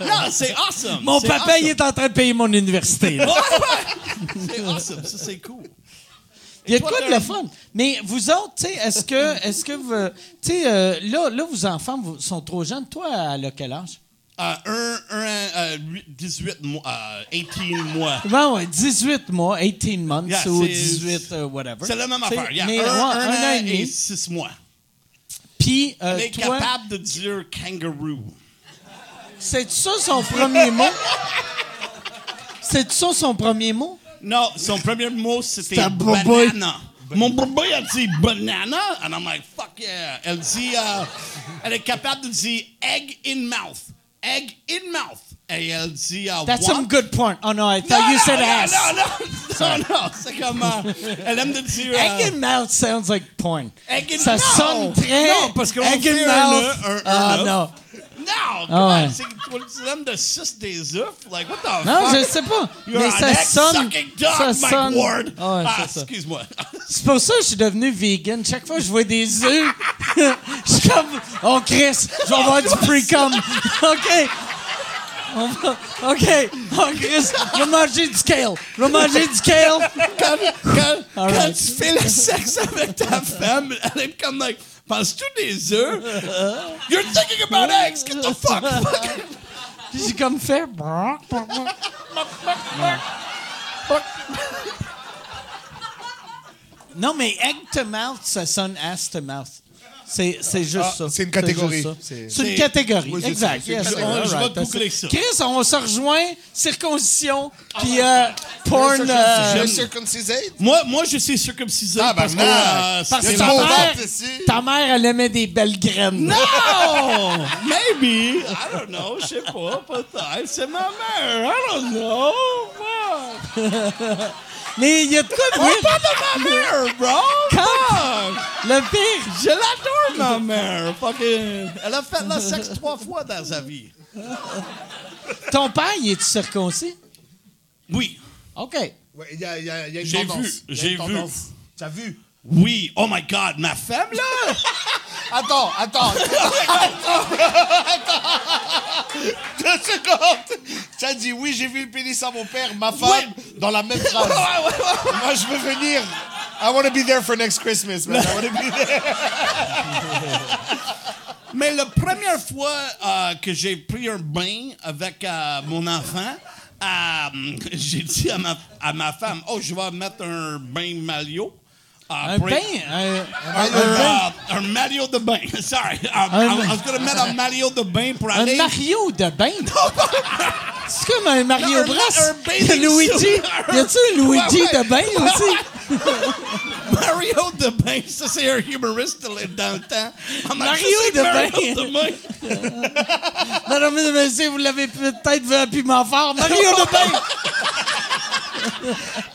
F: Non, c'est awesome!
A: Mon
F: C'est
A: papa, il est en train de payer mon université. là.
F: awesome. C'est awesome, ça c'est cool.
A: Il y a de
F: Toi,
A: quoi de
F: t'as-
A: le fun. Mais vous autres, tu sais, est-ce [laughs] que, est-ce que vous, tu sais, euh, là, là, vos enfants vous- sont trop jeunes. Toi, à le- quel âge?
F: Euh, un, un, euh, huit- 18 mois, euh, 18 mois.
A: Ben ouais, 18 mois, 18 months
F: Yeah,
A: ou
F: c'est-
A: 18, euh, whatever.
F: C'est la même
A: Tu sais,
F: affaire. Il y a
A: mais,
F: un,
A: ouais,
F: un an
A: et
F: et
A: demi.
F: six mois.
A: Puis, euh,
F: Elle est
A: toi,
F: capable de dire kangaroo.
A: c'est ça son premier [laughs] mot? C'est ça son premier mot?
F: Non, son premier mot, c'était
H: un boboy.
F: banana. Mon bébé a dit banana, and I'm like, fuck yeah. Elle dit, euh, elle est capable de dire egg in mouth. Egg in mouth. Et elle dit, euh,
A: That's
F: what?
A: some good porn. Oh no, I
F: Non,
A: thought you
F: non,
A: said
F: non,
A: ass.
F: Non, non, non, non, c'est comme, euh, elle aime de dire... euh,
A: Egg in mouth sounds like porn.
F: Egg in-
A: ça
F: non!
A: sonne très.
F: Non, parce qu'on
A: Egg in
F: fait un
A: mouth.
F: œuf, un- un
A: ah
F: œuf.
A: non.
F: Non,
A: Ah ouais.
F: comment c'est tu l'aimes de suce des œufs? Like, what the
A: Non,
F: fuck?
A: je sais pas.
F: You're
A: mais
F: an
A: ça sonne.
F: ex-sucking dog,
A: ça
F: Mike
A: sonne.
F: Ward.
A: Ah ouais,
F: ah,
A: c'est ça.
F: [laughs] excuse-moi.
A: C'est pour ça que je suis devenu vegan. Chaque fois que je vois des œufs, [laughs] je suis comme Oh Chris, je vais avoir du pre-com. [laughs] OK. On va- OK.
B: [laughs]
A: Oh Chris, je vais manger du kale. Je vais manger du kale.
F: quand, quand,
A: All
F: quand
A: right.
F: tu fais le sexe avec ta femme, elle est comme, like, penses-tu des œufs? You're thinking about eggs! Get
A: [laughs]
F: the fuck! fuck.
A: Puis j'ai comme fait. brrr, brrr, brrr. Non, mais egg to mouth, ça sonne ass to mouth. C'est, c'est juste
H: Ah,
A: ça.
H: c'est une catégorie.
A: juste ça.
H: C'est-
A: C'est, une catégorie.
H: Oui, c'est ça.
A: exact.
H: C'est une
A: Yes,
H: catégorie.
A: all
F: Je vais
A: right.
F: googler ça.
A: Chris, on se rejoint. Circoncision, puis euh, porn.
D: Ah,
A: euh,
H: Le circumcisé?
F: Moi, moi, je suis circumcisé
H: Ah,
F: parce que...
H: ben,
F: euh,
A: parce
F: c'est-
A: que
H: une
A: ta
H: grosse
A: mère,
H: vente ici.
A: ta mère, elle aimait des belles graines.
F: Oh, maybe. I don't know. Je sais pas. Peut-être. C'est ma mère. I don't know. Fuck.
A: Mais il y a de quoi de
F: On
A: weird.
F: parle de ma mère, bro!
A: Quand-
F: Fuck!
B: Le pire,
F: Je l'adore, ma mère. Fucking- Elle a fait la sexe trois fois dans sa vie.
B: ton père, il est-tu circoncis?
F: Oui.
B: OK.
D: Ouais, il y a, il y a- il y a une
F: J'ai
D: tendance.
F: vu,
D: Il y a
F: j'ai
D: une
F: vu.
D: tendance. T'as vu?
F: Oui. Oh my God, ma femme, là!
D: Attends, attends. attends. Deux secondes. T'as dit oui, j'ai vu le pénis à mon père, ma femme, dans la même phrase. Moi, je veux venir. I want to be there for next Christmas, man. I want be there.
F: Mais la première fois euh, que j'ai pris un bain avec euh, mon enfant, euh, j'ai dit à ma, à ma femme, « Oh, je vais mettre un bain maillot. euh,
B: Un
F: pour-
B: bain, un-
F: Un, euh, un maillot de bain. [laughs] Sorry. Um, I, I was going to mettre un maillot de bain pour
B: un
F: aller...
B: Mario de bain. C'est comme un Mario
F: Un-
B: Bros.
F: un
B: Il y a
F: bathing
B: [laughs] Luigi.
F: suit.
B: Y a-tu un Luigi
F: Ouais, ouais.
B: de bain aussi?
F: [laughs] Mario de bain. Ça, c'est un humoriste là, dans le temps. Ah, mais
B: Mario
F: ça, c'est
B: de
F: Mario
B: bain.
F: de bain.
B: Madame, mesdames, messieurs, vous l'avez peut-être vu à Piment Fort. Mario
H: [laughs]
B: de bain!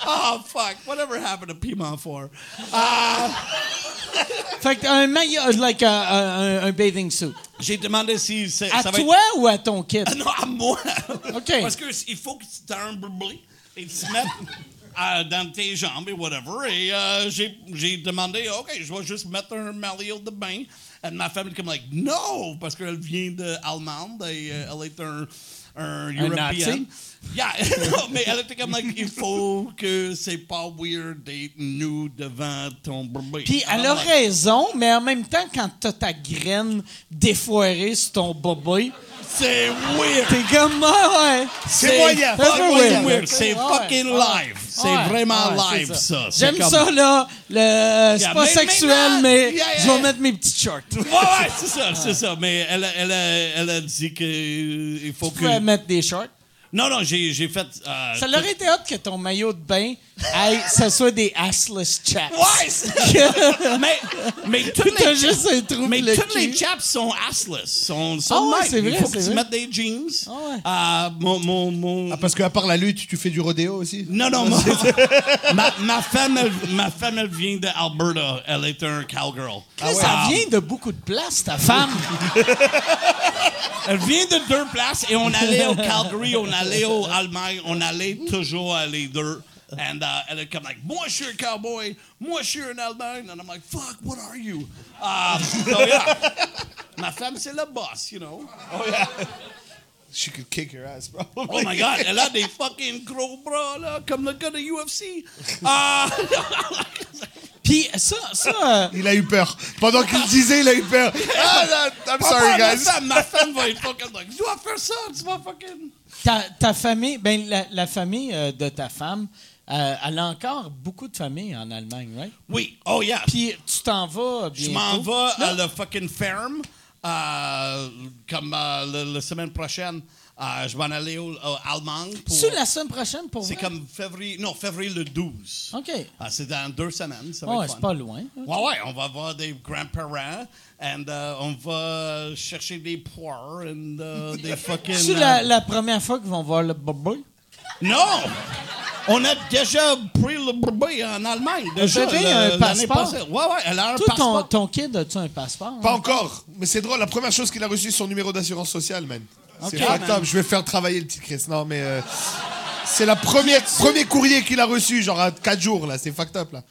F: Oh, fuck. Whatever happened to Piedmont 4?
B: Fait que un maillot, euh, like, euh, un, un bathing suit.
F: J'ai demandé si c'est-
B: À
F: ça va être-
B: toi ou à ton kid?
F: Ah [laughs] non, à moi.
B: OK.
F: Parce qu'il faut que tu t'en boublé et tu te mettes euh, dans tes jambes et whatever. Et euh, j'ai j'ai demandé, OK, je vais juste mettre un maillot de bain. Et ma femme est comme, like, no, parce qu'elle vient d'Allemande et euh, elle est un, un, European.
B: Nazi?
F: Yeah, [laughs] non, mais elle était comme, like, il faut que c'est pas weird d'être nous devant ton bébé.
B: Puis elle a
F: Alors,
B: raison, mais en même temps, quand t'as ta graine défoirée sur ton bobby,
F: C'est weird.
B: t'es comme, ah ouais.
D: C'est moyen.
B: c'est
D: fuck
B: moyen.
D: moyen.
F: Weird, C'est
B: Ouais,
F: fucking
B: ouais,
F: live. C'est
B: ouais,
F: vraiment
B: ouais,
F: live,
B: c'est
F: ça. C'est
B: J'aime
F: comme-
B: ça, là. Le, euh, c'est
F: Yeah,
B: pas
F: mais-
B: sexuel,
F: mais-
B: mais
F: yeah,
B: je vais
F: yeah.
B: mettre mes petites shorts.
F: Ouais, ouais, c'est ça, c'est ça. Mais elle, a- elle, a- elle a dit que euh, il faut
B: Tu
F: que.
B: pouvais mettre des shorts.
F: Non, non, j'ai, j'ai fait. euh,
B: Ça leur été hâte que ton maillot de bain, aille, [laughs] ça soit des assless chaps.
F: Ouais, c'est- mais, mais
B: [laughs]
F: toutes
B: T'as
F: les.
B: juste un trou
F: Mais
B: pour le
F: toutes les
B: cul.
F: chaps sont assless, sont, sont
B: Ah ouais,
F: light.
B: c'est
F: Il
B: vrai,
F: faut
B: c'est
F: que tu
B: vrai.
F: mettes des jeans.
B: Ah
F: Euh, mon, mon, mon-
D: Ah, parce qu'à part la lutte, tu fais du rodéo aussi?
F: Non,
B: [laughs]
F: non, mon- ma, ma femme, elle, ma femme, elle vient d'Alberta. Elle est un cowgirl.
B: Ça
F: Euh,
B: vient de beaucoup de place, ta femme.
F: Elle vient de deux places et on allait au Calgary, on allait au Allemagne, on allait toujours à les deux. And uh, elle est comme like, moi je suis un cowboy, moi je suis un Allemagne. And I'm like, fuck, what are you? Uh, so yeah. Ma femme, c'est la boss, you know.
D: She could kick your ass, bro.
F: Oh my God, elle a des fucking gros bras, là, comme le gars de UFC. Ah,
B: Puis ça, ça, euh,
D: Il a eu peur. Pendant qu'il le disait, il a eu peur. Ah, non, I'm
F: papa,
D: sorry,
F: ma
D: guys.
F: femme- ma femme va être fucking like, tu vas faire ça, tu vas fucking...
B: ta, ta famille, ben, la, la famille euh, de ta femme, euh, elle a encore beaucoup de familles en Allemagne, right?
F: Oui, oh yeah.
B: Puis tu t'en vas bientôt.
F: Je m'en vais à la fucking ferme euh, comme euh, le- la semaine prochaine. Euh, je vais en aller au, au Allemagne. pour-
B: C'est la semaine prochaine pour
F: C'est
B: vrai?
F: comme février. Non, février le 12.
B: OK.
F: Ah, c'est dans deux semaines. Ça va
B: Ouais,
F: être
B: c'est
F: fun.
B: pas loin. hein.
F: Ouais, ouais, on va voir des grands-parents and euh, on va chercher des poires and
B: [laughs]
F: euh, des fucking.
B: C'est
F: euh,
B: la, la première fois qu'ils vont voir le bébé.
F: Non! On a déjà pris le bébé en Allemagne. Déjà,
B: Vous avez un
F: l'année
B: passeport?
F: passée. Ouais, ouais, elle a un
B: Toi, ton,
F: passeport.
B: ton kid, as-tu un passeport?
D: Pas encore. Mais c'est drôle, la première chose qu'il a reçue, c'est son numéro d'assurance sociale, man. C'est
B: Ok,
D: fucked up. Je vais faire travailler le petit Chris. Non, mais. euh, c'est la première premier courrier qu'il a reçu, genre à 4 jours, là. C'est fucked up, là.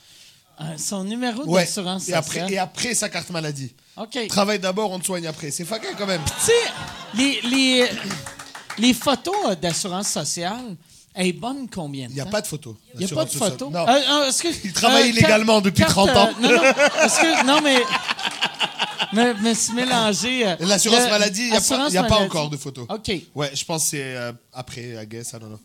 B: Euh, son numéro
D: Ouais.
B: d'assurance
D: Et après,
B: sociale.
D: et après sa carte maladie.
B: OK.
D: Travaille d'abord, on te soigne après. C'est fucké quand même.
B: Tu sais, les, les, les photos euh, d'assurance sociale, elles sont bonnes combien de
D: Il n'y a
B: temps?
D: pas de photo.
B: Il n'y a pas de
D: d'assurance
B: photo.
D: sociale. Non.
B: Euh, euh, est-ce que-
D: Il travaille
B: euh,
D: illégalement
B: carte-
D: depuis
B: carte,
D: 30 ans.
B: euh, non, non, est-ce que- non, mais. Mais, mais se mélanger. euh,
D: L'assurance
B: le-
D: maladie, il n'y a, pas-
B: assurance
D: y a pas
B: maladie.
D: encore de photo.
B: OK.
D: Ouais, je pense que c'est euh, après, I guess, I don't know.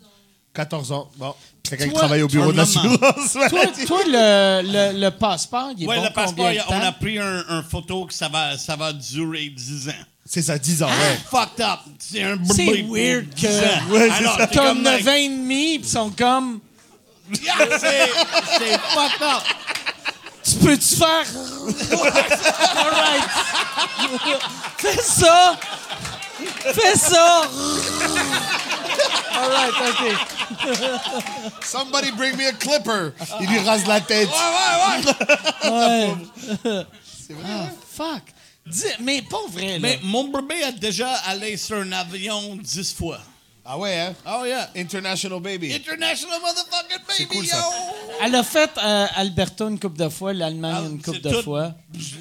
D: 14 ans. Bon, quelqu'un qui
B: toi,
D: travaille au bureau de
F: ton maman.
D: l'assurance.
B: Toi,
D: maladie.
B: toi, le, le, le passeport, il est
F: Ouais,
B: bon
F: le passeport,
B: combien de
F: on a
B: temps?
F: pris un, un photo que ça va, ça va durer 10 ans.
D: C'est ça, 10 ans, ouais.
F: Fucked up. C'est un
B: C'est
F: bruit pour
B: weird
F: 10 ans.
B: que.
F: Alors, t'es
B: Comme
F: comme
B: 9
F: like,
B: ans et demi, pis sont comme.
F: yeah, c'est c'est fucked up.
B: Tu
A: [laughs]
B: peux-tu faire. All right. Fais ça! Fais ça! All right, OK.
D: Somebody bring me a clipper. Il lui rase la tête.
A: Oh, Ouais. Ah, fuck. Dis- mais pas vrai, là.
F: Mais mon bébé a déjà allé sur un avion dix fois.
D: Ah ouais, hein?
F: Oh yeah.
D: International baby.
F: International motherfucking baby,
D: cool,
F: yo!
D: ça.
A: Elle a fait euh, Alberta une coupe de fois, l'Allemagne
F: Ah,
A: une
F: c'est
A: coupe de
F: tout
A: fois.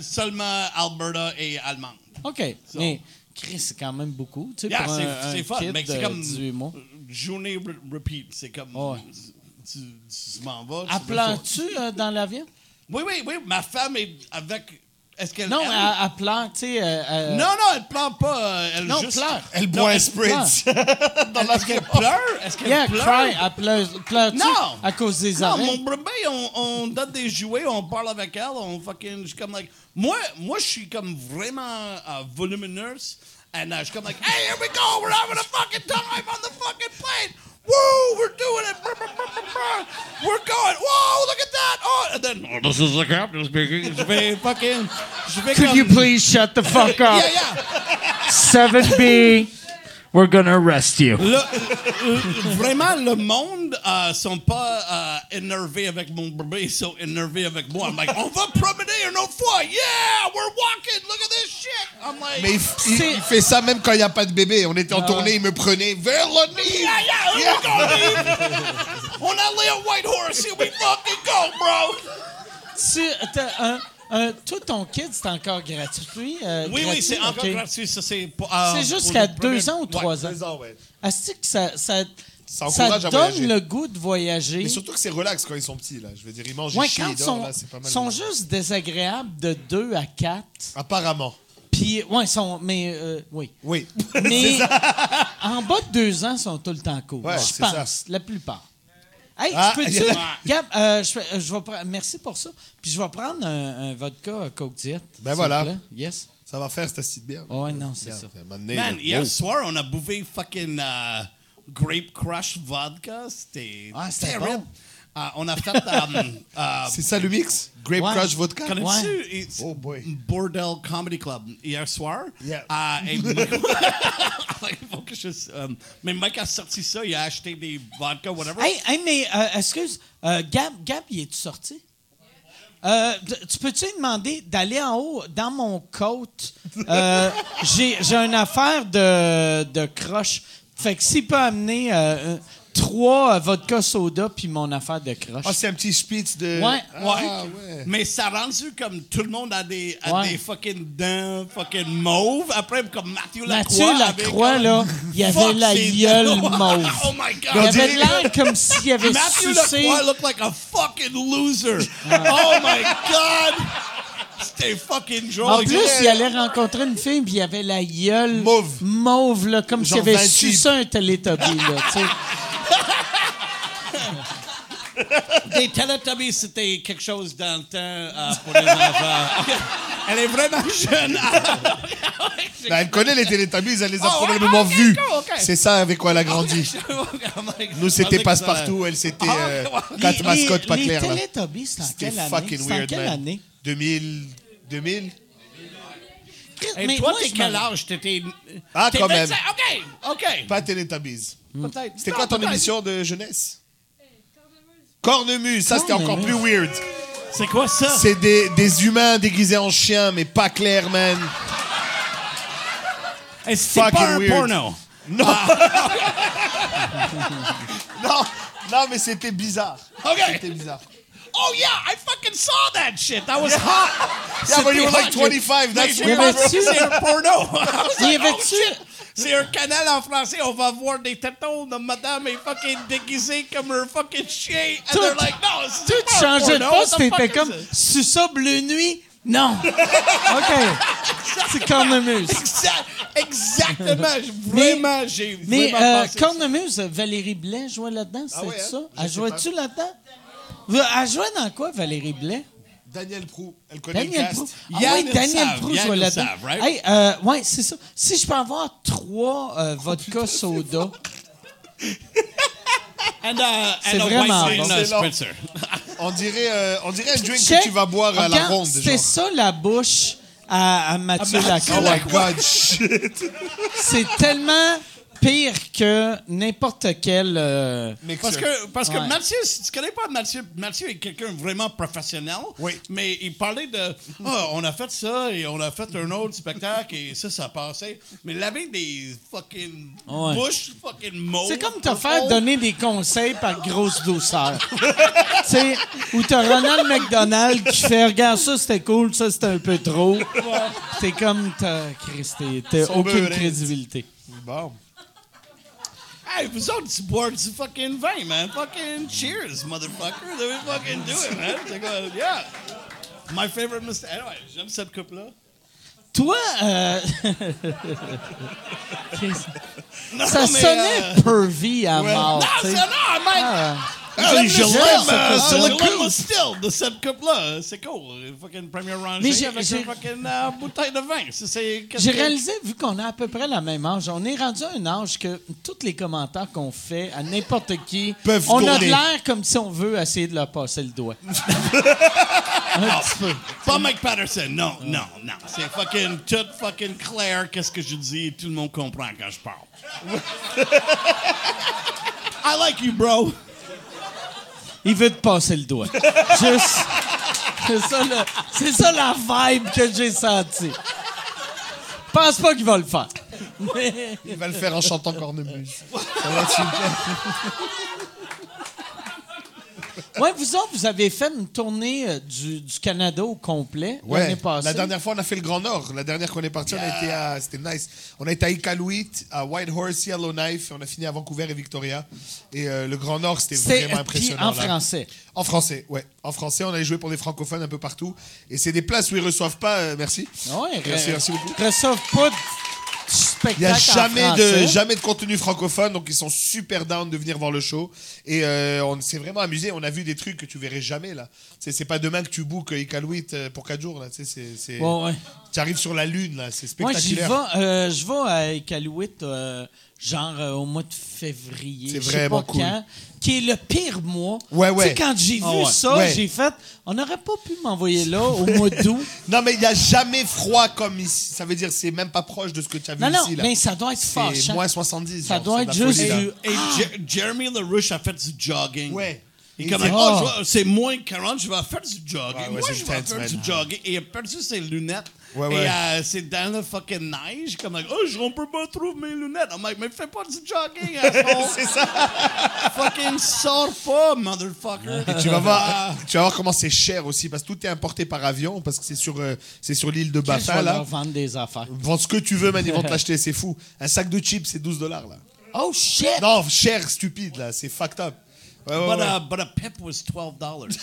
F: Seulement Alberta et Allemande.
A: OK. Mais Chris, c'est quand même beaucoup, tu sais,
F: Yeah,
A: pour
F: c'est-
A: un,
F: c'est
A: un
F: fun,
A: kid
F: mais c'est
A: de
F: comme-
A: 18 mois.
F: Journée re- repeat, c'est comme.
A: Ouais.
F: Tu, tu m'en vas. tu
A: Elle
F: fais ça.
A: pleure-tu euh, dans l'avion?
F: Oui, oui, oui. Ma femme est avec. Est-ce qu'elle.
A: Non,
F: elle-
A: elle, elle pleure, tu sais. euh, euh,
F: non, non, elle pleure pas. euh, Elle
A: non,
F: juste...
A: pleure.
D: Elle boit un spritz.
F: [laughs]
D: Dans la
F: Est-ce qu'elle pleure? Est-ce qu'elle
A: Yeah,
F: pleure?
A: cry, elle pleure, pleure-tu
F: Non!
A: à cause des
F: Non,
A: oreilles?
F: mon bébé, on, on donne des jouets, on parle avec elle, on fucking. Je suis comme, like. Moi, moi je suis comme vraiment euh, volumineuse. And uh, je suis comme, like, hey, here we go, we're having a fucking time on the fucking plane! Woo, we're doing it! Brr, brr, brr, brr, brr. We're going! Whoa, look at that! Oh, and then, oh, this is the captain speaking. Je vais fucking. Je vais
I: Could
F: comme-
I: you please shut the fuck up?
F: Yeah, yeah!
I: 7B, we're gonna arrest you.
F: Le- euh, vraiment, le monde euh, sont pas euh, énervés avec mon bébé, ils sont énervés avec moi. I'm like, on va promener une autre fois. Yeah, we're walking. Look at this shit. I'm like,
D: Mais il, il- il fait ça même quand il n'y a pas de bébé. On
A: Ah
D: était en tournée, il me prenait vers le nid.
F: yeah, yeah, here we go, dude. On allait à Whitehorse. Here we fucking go, bro.
A: Tu, t'as un, un- tout ton kid, c'est encore gratuit? euh,
F: Oui, oui,
A: gratuit,
F: c'est encore
A: ok.
F: gratuit. Ça, c'est euh,
A: C'est jusqu'à deux ans ou trois ans? Est-ce que ça, ça,
D: Ça
A: ça
D: encourage à
A: donne
D: voyager.
A: le goût de voyager?
D: Mais surtout que c'est relax quand ils sont petits, là. Je veux dire, ils mangent,
A: Ouais,
D: ils chient,
A: quand
D: ils
A: ils
D: dorment,
A: sont,
D: là, c'est pas mal.
A: sont juste désagréables de 2 à 4,
D: Apparemment.
A: puis ouais, ils sont mais euh, oui.
D: Oui.
A: Mais en bas de 2 ans, ils sont tout le temps cool.
D: Ouais,
A: je
D: c'est ça.
A: pense la plupart. Hey,
D: Ah,
A: tu peux-tu-
D: il y a-
A: Gab, euh, je, fais- je vais pre- merci pour ça. Puis je vais prendre un, un vodka Coke Diet. s'il te
D: Ben voilà.
A: plaît. Yes.
D: Ça va faire cette acide bière.
A: Oh, ouais, non, c'est ça.
F: Man, hier soir, on a bouffé fucking euh, Grape Crush Vodka. C'était
A: Ah, c'était
F: terrible.
A: bon.
F: Euh, on a fait...
D: [laughs]
F: euh, euh,
D: C'est ça le mix Grape
A: Ouais.
D: Crush Vodka
F: Connais-tu et-
D: Oh boy.
F: Bordel Comedy Club hier soir?
D: Yeah.
F: Ah,
D: [laughs]
F: et Mike- [laughs] Il faut que je- euh, mais Mike a sorti ça, il a acheté des vodka, whatever.
A: Hey, hey, mais euh, excuse, euh, Gab, Gab, il est-tu sorti? Euh, t- tu peux-tu lui demander d'aller en haut dans mon coat? Euh, J'ai j'ai une affaire de, de croche. Fait que s'il peut amener euh, un- trois euh, vodka soda puis mon affaire de croche.
D: Ah, c'est un petit spitz de.
A: Ouais.
D: Ah, ouais.
F: Mais ça a rendu comme tout le monde a des, a
A: Ouais.
F: des fucking dents, fucking mauves. Après, comme Mathieu Lacroix.
A: Mathieu
F: avait
A: Lacroix,
F: comme-
A: là, il avait
F: Fuck,
A: la
F: c'est-
A: gueule mauve.
F: [laughs] oh my
A: Il
F: god.
A: avait l'air comme s'il
D: [laughs]
A: avait
F: Matthew
A: sucé. Ah.
F: Lacroix looked like a fucking loser. oh my god. C'était fucking drôle.
A: En plus, il allait rencontrer une fille, puis il avait la gueule
D: Mauve.
A: mauve, là, comme s'il
D: Genre
A: avait
D: 20
A: sucé un Teletubby. Là, tu
D: [laughs]
A: sais.
F: Des Teletubbies, c'était quelque chose dans le temps euh, pour les enfants. [laughs] Elle est vraiment
A: [laughs]
F: jeune.
D: Bah, elle connaît les Teletubbies, elle les a
F: Oh, ouais,
D: probablement
F: ok,
D: vus.
F: cool, ok.
D: C'est ça avec quoi elle
A: [laughs]
D: a grandi.
A: Ah,
D: Nous, c'était passe-partout, elle, c'était euh, quatre mascottes pas
A: les
D: claires. là.
A: Teletubbies, c'est en
D: C'était
A: quelle année?
D: fucking
A: C'est en
D: weird,
A: quelle
D: man.
A: année?
D: 2000. 2000
F: Et
A: Mais
F: toi,
A: moi,
F: t'es
A: je
F: quel
A: me-
F: âge? T'étais.
D: Ah,
F: t'es
D: quand même.
F: 25? OK,
D: [laughs]
F: OK.
D: Pas Teletubbies.
A: Hmm.
F: Peut-être.
D: C'était
F: Non,
D: quoi ton
F: peut-être.
D: émission de jeunesse Cornemuse, ça c'était encore plus
A: Cornemuse.
D: weird.
F: C'est quoi ça?
D: C'est des, des humains déguisés en chiens, mais pas clair,
A: [laughs]
D: man.
F: Hey, C'est pas
D: fucking
F: un
D: weird.
F: porno.
D: Non, non, mais c'était bizarre.
F: Ok.
D: C'était bizarre.
F: Oh yeah, I fucking saw that shit. That was hot.
D: [laughs] Yeah, but you were like
F: C'était hot.
D: 25. That's
F: Mais
A: weird,
F: j'ai-
A: bro.
F: C'est [laughs] un porno. I was
A: Il y
F: like, oh,
A: avait-tu-
F: shit. C'est un canal en français. On va voir des tétons de madame est fucking déguisée comme un fucking chien. And
A: Tout-
F: they're like, no,
A: Toi,
D: Ah,
F: c'est
A: tu
F: pas un
D: oh,
A: changeais de
F: porno.
A: poste,
F: What the
A: t'étais
F: fuck
A: comme
F: is
A: « Suce ça, bleu nuit? »
D: [laughs]
A: Non. OK. C'est Cornemuse.
F: it? Exact-
A: [laughs]
F: Exactement. J'ai
A: Mais-
F: Vraiment, j'ai
A: Mais
F: vraiment
A: euh,
F: pensé-
A: Cornemuse, Valérie Blais jouait là-dedans, c'est
D: ouais, hein?
A: ça?
D: Je
A: Elle
D: sais
A: jouait-tu là-dedans? Elle jouait dans quoi, Valérie Blais?
D: Daniel Prou, elle connaît
A: Daniel
D: le cast.
A: Proulx. Ah
F: Yann
A: oui,
F: le
A: Daniel
F: savent,
A: Proulx
F: Yann
A: jouait
F: le
A: là-dedans.
F: savent, right?
A: Hey, euh, ouais, c'est ça. Si je peux avoir trois euh,
D: [laughs]
A: vodka soda,
F: And, uh,
A: C'est
F: and a
A: vraiment
F: white
A: bon.
F: wine, uh,
D: C'est long.
F: spritzer.
D: On dirait, euh, on dirait un drink
A: check.
D: que tu vas boire à la
A: Regarde,
D: ronde.
A: C'était
D: Genre.
A: ça la bouche à, à Mathieu
F: Mathieu
D: Oh
A: Lacroix.
D: my god, shit.
A: C'est tellement pire que n'importe quel. euh,
D: Mais
F: Parce que, parce que
A: Ouais.
F: Mathieu, si tu connais pas Mathieu, Mathieu est quelqu'un vraiment professionnel.
D: Oui.
F: Mais il
A: [laughs]
F: parlait de Ah, on a fait ça et on a fait un autre spectacle et ça, ça passait. Mais laver des fucking
A: Ouais.
F: bouches, fucking mots. Oh,
A: C'est comme te faire donner des conseils par grosse douceur. [laughs] tu sais, ou t'as Ronald McDonald qui fait Regarde, ça c'était cool, ça c'était un peu trop. T'es comme t'as Christy, t'as
D: Son
A: aucune
D: beurre, hein.
A: crédibilité.
D: Bon.
F: Hey, vous autres, tu bois du fucking vin, man. Fucking cheers, motherfucker. Let me fucking do it, man. C'est comme, yeah. My favorite mistake. Anyway, j'aime cette coupe-là.
A: Toi, euh,
F: Non,
A: ça
F: mais,
A: sonnait
F: euh,
A: pervy à mort.
F: non,
A: tu
F: c'est
A: sais.
F: non, man.
A: Ah,
F: J'aime
A: je l'aime,
F: Gillette,
A: cette
F: euh,
A: coupe-là.
F: c'est le Gillette Still de cette coupe-là. C'est cool. Fucking première rangée
A: Mais j'ai-
F: avec
A: j'ai-
F: une fucking euh, bouteille de vin. C'est- c'est- qu'est-ce
A: J'ai
F: que-
A: réalisé, vu qu'on a à peu près la même âge, on est rendu à un âge que tous les commentaires qu'on fait à n'importe qui,
D: Peuvent
A: on a de
D: tourner.
A: l'air comme si on veut essayer de leur passer le doigt. Un petit peu.
F: Pas Mike Patterson. Non, non, non. C'est fucking tout fucking clair. Qu'est-ce que je dis? Tout le monde comprend quand je parle. [laughs] I like you, bro.
A: Il veut te passer le doigt. Juste. C'est ça, le- c'est ça la vibe que j'ai sentie. Je pense pas qu'il va le faire. Mais-
D: Il va le faire en chantant cornemuse.
A: Ouais, vous autres, vous avez fait une tournée euh, du, du Canada au complet l'année
D: Ouais.
A: passée.
D: La dernière fois, on a fait le Grand Nord. La dernière qu'on est parti, on a été à. C'était nice. On a été à Iqaluit, à Whitehorse, Yellowknife. et On a fini à Vancouver et Victoria. Et euh, le Grand Nord, c'était
A: C'est
D: vraiment
A: puis
D: impressionnant.
A: en
D: là.
A: français.
D: En français, ouais. En français, on allait jouer pour des francophones un peu partout. Et c'est des places où ils reçoivent pas. euh, merci.
A: Ouais,
D: Merci,
A: re-
D: merci beaucoup.
A: Reçoivent pas de du
D: Il n'y a
A: spectacle
D: jamais
A: en
D: de,
A: français.
D: jamais de contenu francophone, donc ils sont super down de venir voir le show. Et euh, on s'est vraiment amusé. On a vu des trucs que tu verrais jamais là. C'est c'est pas demain que tu bookes Iqaluit euh, pour 4 jours là. Tu sais, c'est- c'est-
A: Ouais, ouais.
D: Tu arrives sur la lune là, c'est
A: Moi, j'y vais,
D: spectaculaire.
A: euh, je vais à Iqaluit, euh, genre euh, au mois de février.
D: C'est
A: je sais
D: vraiment
A: pas
D: cool.
A: Quand, qui est le pire mois.
D: Ouais,
A: Tu sais,
D: ouais. Ah
A: quand j'ai vu
D: ouais.
A: ça,
D: Ouais.
A: j'ai fait, on n'aurait pas pu m'envoyer là au mois
D: [laughs]
A: d'août.
D: Non mais il n'y a jamais froid comme ici. Ça veut dire c'est même pas proche de ce que tu as vu
A: non, non,
D: ici là.
A: mais ça doit être
D: c'est
A: fâchant.
D: moins 70.
A: Ça
D: genre,
A: doit
D: c'est
A: être
D: de la
A: juste
D: folie, là.
F: Et, et Jer- Jeremy LaRouche a fait du jogging.
D: Ouais.
F: Il
D: Et
F: est comme,
D: il dit,
F: oh, je vais- c'est moins 40, je vais faire du jogging.
D: Ouais, ouais,
F: Moi,
D: c'est
F: je vais
D: intense,
F: faire
D: man.
F: du jogging. Et il a perdu ses lunettes.
D: Ouais, ouais.
F: Et euh, c'est dans le fucking neige. Comme, like, oh, je- on peut pas trouver mes lunettes. I'm like, mais fais pas du
D: [laughs]
F: jogging, asshole.
D: C'est ça.
F: fucking sors pas, motherfucker.
D: Et tu vas voir, tu vas voir comment c'est cher aussi parce que tout est importé par avion parce que c'est sur euh, c'est sur l'île de
A: Je
D: Bafa
A: vais
D: là.
A: leur vendre des affaires.
D: Vends ce que tu veux, man, ils
A: [laughs]
D: vont te l'acheter, c'est fou. Un sac de chips, c'est 12 dollars, là.
A: Oh shit!
D: Non, cher, stupide, là, c'est fucked up. Ouais, ouais,
F: But,
D: ouais.
F: uh, but a pip was
D: [laughs]
F: $12.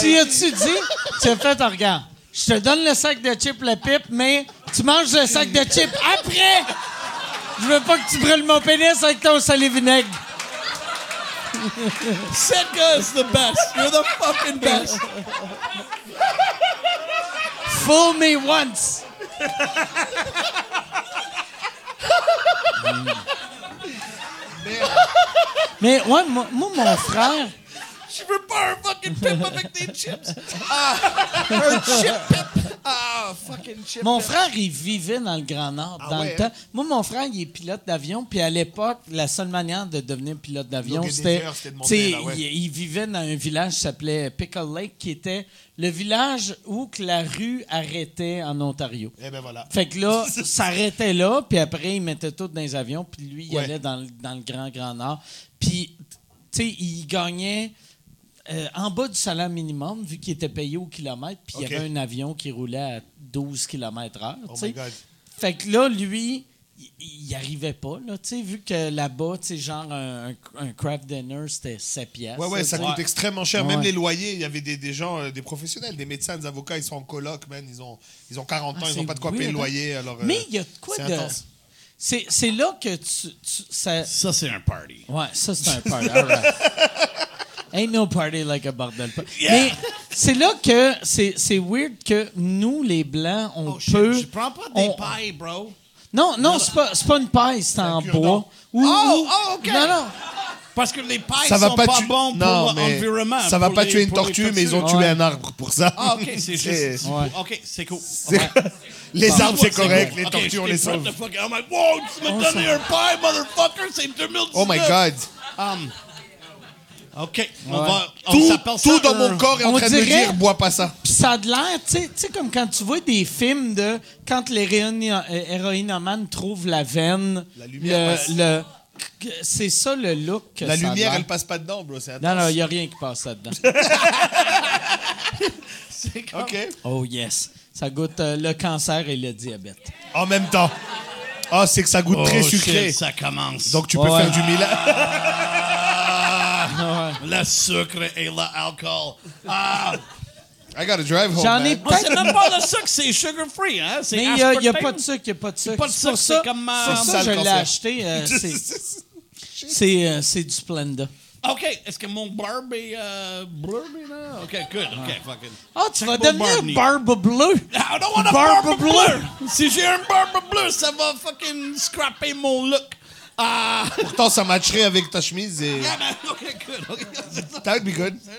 A: Tu as-tu dit, tu as fait, ah, regarde, je te donne le sac de chips, le pipe, mais tu manges le sac de chips après! Je veux pas que tu brûles mon pénis avec ton sel et vinaigre.
F: Setka is the best. You're the fucking best.
A: Fool me once! Mais ouais, moi, moi, mon frère,
F: Je veux pas un fucking pip avec des chips. Ah, un chip pip. Ah, fucking chip.
A: mon frère, il vivait dans le Grand Nord dans
D: Ah ouais, hein?
A: le temps. Moi, mon frère, il est pilote d'avion, puis à l'époque, la seule manière de devenir pilote d'avion,
D: Loguer des
A: c'était,
D: heures, c'était de
A: tu
D: monter,
A: sais,
D: là, ouais.
A: il, il vivait dans un village qui s'appelait Pickle Lake, qui était le village où que la rue arrêtait en Ontario.
D: Eh ben voilà.
A: Fait que
D: [laughs]
A: là, s'arrêtait là, puis après, il mettait tout dans les avions, puis lui, il
D: Ouais.
A: allait dans, le- dans le grand, grand nord. Puis, tu sais, il gagnait euh, en bas du salaire minimum, vu qu'il était payé au kilomètre, puis
D: Ok.
A: il y avait un avion qui roulait à 12 km heure, tu
D: Oh my
A: sais.
D: god.
A: Fait que là, lui, il- il n'y arrivait pas, là, tu sais, vu que là-bas, tu sais, genre, un, un, un craft dinner, c'était 7 pièces.
D: Ouais, ouais, ça
A: tu sais.
D: coûte extrêmement cher. Même
A: Ouais.
D: les loyers, il y avait des, des gens, euh, des professionnels, des médecins, des avocats, ils sont en coloc, man. Ils ont, ils ont 40 ans,
A: Ah,
D: ils
A: c'est
D: n'ont pas de quoi
A: weird,
D: payer le
A: hein.
D: loyer. Alors, euh,
A: Mais il y a de quoi
D: c'est
A: de.
D: intense.
A: C'est c'est là que tu. tu- ça,
F: Ça, c'est un party.
A: Ouais, ça, c'est un party. All right. Ain't no party like a bordel. party. Mais c'est là que c'est c'est weird que nous, les Blancs, on
F: Oh, shit,
A: peut.
F: Je prends pas des
A: on-
F: pailles, bro.
A: Non, non, c'est pas, c'est pas une paille, c'est en
D: cure-dent.
A: bois. Ou-
F: Oh,
A: ou-
F: oh, ok.
A: Non, non.
F: Parce que les pailles
D: Ça va
F: sont
D: pas
F: pas,
D: tuer-
F: bons
D: non,
F: pour
D: mais
F: l'environnement.
D: Ça va
F: pour
D: pas
F: les-
D: tuer une
F: pour les
D: tortue, mais ils ont
F: personnes.
D: tué un arbre pour ça.
F: Ah, ok,
D: [laughs]
F: c'est juste.
D: C'est-
F: Ok, c'est cool.
D: C'est- [laughs] Les arbres, c'est correct.
F: bon.
D: Les
F: Ok,
D: tortues, on
F: j'étais
D: les
F: prêt
D: sauve.
F: de fuck- I'm like, wow, tu m'as donné un paille, motherfucker, c'est 2019.
D: Oh my God.
F: Um, ok, on va. On
D: Tout,
F: s'appelle ça
D: tout dans
F: un- [laughs]
D: mon corps est en
A: on
D: train de me
A: dirait-
D: dire, bois pas ça.
A: Puis ça a de l'air, tu sais- tu sais, comme quand tu vois des films de quand les réuni- euh, héroïnomanes trouvent la veine.
D: La lumière passe.
A: le, le- que- C'est ça le look. que
D: La
A: ça a
D: lumière,
A: l'air.
D: elle passe pas dedans, bro. C'est
A: Non,
D: intense.
A: non, il n'y a rien qui passe là-dedans.
D: OK.
A: oh yes. Ça goûte euh, le cancer et le diabète.
D: En même temps. Ah, c'est que ça goûte
F: Oh,
D: très
F: shit,
D: sucré.
F: ça commence.
D: Donc tu peux faire du
A: [laughs]
D: milagre.
F: le sucre et l'alcool. Ah,
D: I gotta drive home.
A: J'en ai
D: man.
F: [laughs] moi, c'est
A: peut-être-
F: même pas le sucre, c'est sugar free, hein? C'est
A: Mais il n'y a, y a
F: aspartame.
A: pas de sucre, il n'y a pas de sucre.
F: pas de
A: C'est pour
F: sucre,
A: ça-
F: c'est comme, euh,
A: C'est pour ça
D: ça,
A: que je
D: le
A: l'ai
D: cancer.
A: acheté.
D: [laughs]
A: euh, c'est- c'est euh, c'est du Splenda.
F: OK, est-ce que mon barbe est... Euh, blurb est là? OK, good. OK, fucking...
A: Ah, tu vas
F: Beau
A: devenir
F: Barney.
A: barbe bleue.
F: I don't want a
A: Barbe
F: barbe,
A: bleue.
F: bleue. Si j'ai un barbe bleue, ça va fucking scraper mon look. Ah, [laughs]
D: Pourtant, ça matcherait avec ta chemise et...
F: yeah, man. OK, good. OK, [laughs] c'est ça.
D: That would be good. No,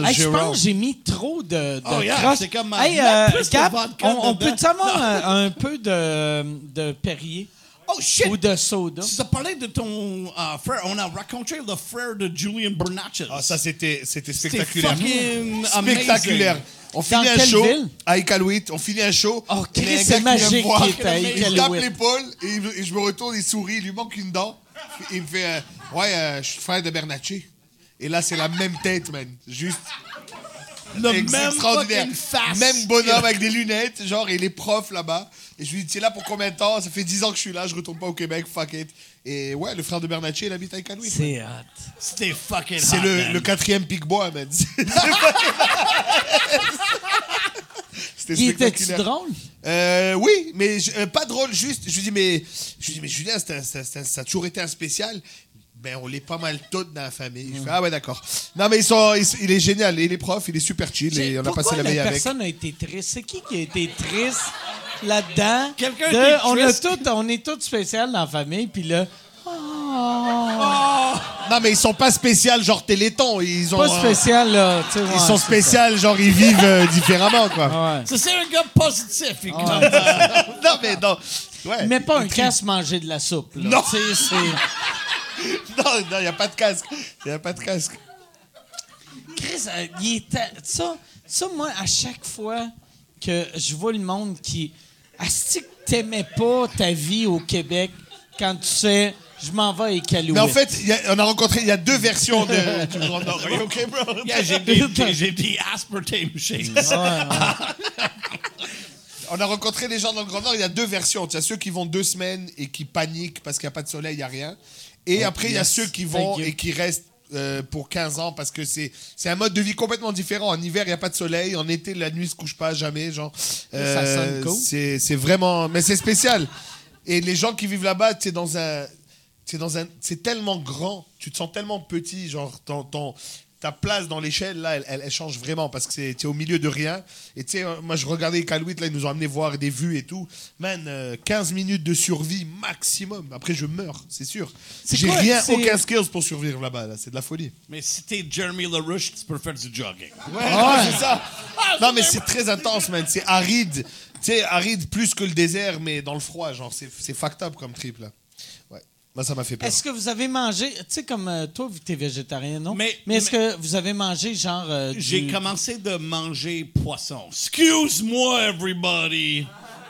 A: Hey, Ah, je
D: zero.
A: pense que j'ai mis trop de, de
F: Oh, yeah,
A: crottes.
F: c'est comme, euh,
A: Hey,
F: mets
A: euh,
F: plus de
A: Gab,
F: vodka
A: on, on
F: dedans.
A: peut-tu avoir un, un peu de, de Perrier
F: Oh, shit.
A: ou de soda?
F: Tu as parlé de ton euh, frère. On a raconté le frère de Julian Bernatchez.
D: Ah, ça, c'était c'était
F: c'est
D: spectaculaire.
F: fucking
D: Spectaculaire.
F: amazing.
D: On finit
A: quelle
D: un show
A: ville?
D: à Iqaluit. On finit un show.
A: Oh,
D: Il y a
A: Chris,
D: un
A: c'est
D: gars qui vient me
A: magique
D: voir.
A: qu'il est à
D: Il me tape
A: Iqaluit.
D: l'épaule et, il me- et je me retourne, il sourit, il lui manque une dent. Il me fait euh, Ouais, euh, je suis frère de Bernacchi. Et là, c'est la même tête, man. Juste
F: Le
D: ex-
F: même
D: extraordinaire.
F: fucking face.
A: [laughs]
D: Même bonhomme avec des lunettes, genre, et les profs là-bas. Et je lui dis T'es là pour combien de temps Ça fait 10 ans que je suis là, je retourne pas au Québec, fuck it. Et ouais, le frère de Bernacchi, il habite à Iqaluit.
A: C'est hot.
F: C'était fucking
D: C'est
F: hot,
D: le,
F: Ah, man.
D: le quatrième pic bois, man. [laughs] C'était
A: Il était-tu
D: spectaculaire.
A: drôle?
D: Euh, oui, mais je- euh, pas drôle, juste. Je lui dis, mais, je lui dis, mais Julien, c'est un- c'est un- c'est un- ça a toujours été un spécial. Ben, on l'est pas mal tôt dans la famille. Je fais, ah ouais, d'accord. Non, mais ils sont, ils- il est génial. Il est prof, il est super chill. Et on a
A: Pourquoi
D: passé la
A: la
D: veille avec.
A: personne a été triste? C'est qui qui a été triste là-dedans?
F: Quelqu'un
A: De-
F: était
A: on, a
F: triste.
A: tout, on est tous spécial dans la famille, puis là...
D: Non, mais ils sont pas spécial, genre Téléthon. Ils ont.
F: Oh.
A: Pas
D: euh,
A: spécial, Ah, là. tu sais, ouais,
D: ils sont
A: c'est
D: spécial, genre ils vivent euh, différemment,
A: ça.
D: quoi.
A: Ouais.
F: Ça, c'est un gars positif. il commence.
D: [laughs] non, mais non. Ouais.
A: Mais pas un Ah, casse manger de la soupe. Là.
D: Non.
A: Tu sais, c'est...
D: Non, il n'y a pas de casque. Il n'y a pas de casque.
A: Chris, euh, il est ta- ça, ça, moi, à chaque fois que je vois le monde qui. Asti, que t'aimais pas ta vie au Québec quand tu sais, je m'en vais à Iqaluit.
D: Mais en fait, il y a- on a rencontré, il y a deux versions de. [laughs] du Grand Nord. Are you okay, bro?
F: Yeah,
D: [laughs]
F: j'ai des, des- j'ai des aspartame shakes.
D: On a rencontré les gens dans le Grand Nord, il y a deux versions. Il y a ceux qui vont deux semaines et qui paniquent parce qu'il n'y a pas de soleil, il n'y a rien. Et après, il y a
A: yes.
D: ceux qui vont
A: Thank you.
D: et qui restent euh, pour 15 ans parce que c'est c'est un mode de vie complètement différent. En hiver, il n'y a pas de soleil. En été, la nuit ne se couche pas jamais. Genre, euh,
A: sonne cool.
D: C'est c'est vraiment. Mais c'est spécial. Et les gens qui vivent là-bas, tu es dans un. t'es dans un- C'est tellement grand, tu te sens tellement petit, genre ton, ton- ta place dans l'échelle, là, elle, elle- elle change vraiment parce que tu es au milieu de rien. Et tu sais, euh, moi je regardais Calouit, là, ils nous ont amené voir des vues et tout. Man, euh, 15 minutes de survie maximum. Après, je meurs, c'est sûr. J'ai
A: quoi,
D: rien,
A: c'est-
D: aucun skills pour survivre là-bas, là. c'est de la folie.
F: Mais si t'es Jeremy LaRouche, tu peux faire du jogging.
D: Ouais, c'est ça. Non, mais c'est très intense, man. C'est aride. Tu sais, aride plus que le désert, mais dans le froid, genre, c'est c'est fucked up comme trip, là. Ouais. Moi, ça m'a fait peur.
A: Est-ce que vous avez mangé, tu sais, comme euh, toi, tu es végétarien, non?
F: Mais-
A: est-ce que vous avez mangé, genre. euh, du-
D: Mm.
F: J'ai commencé de manger poisson. Excuse-moi, everybody.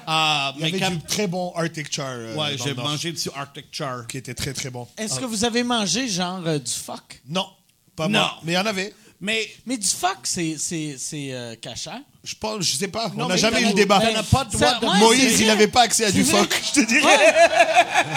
F: Ah,
D: Il y
F: mais
D: avait
F: quand...
D: du très bon Arctic Char. euh,
F: Ouais,
D: dans
F: j'ai
D: le Nord,
F: mangé du Arctic Char.
D: Qui était très très bon.
A: Est-ce que vous avez mangé, genre, euh, du phoque?
D: Non, pas
F: Non.
D: moi. Mais il y en avait.
F: Mais
A: Mais du phoque, c'est, c'est, c'est euh, cachère.
D: Je pense, je sais pas.
F: Non,
D: on n'a
F: mais
D: jamais eu
F: t'as-
D: le débat.
F: t'en as pas de
A: Ça-
F: droit de-
A: ouais, c'est
D: Moïse,
A: vrai.
D: il n'avait pas accès à du
A: C'est vrai.
D: phoque, je te dirais.
A: Ouais.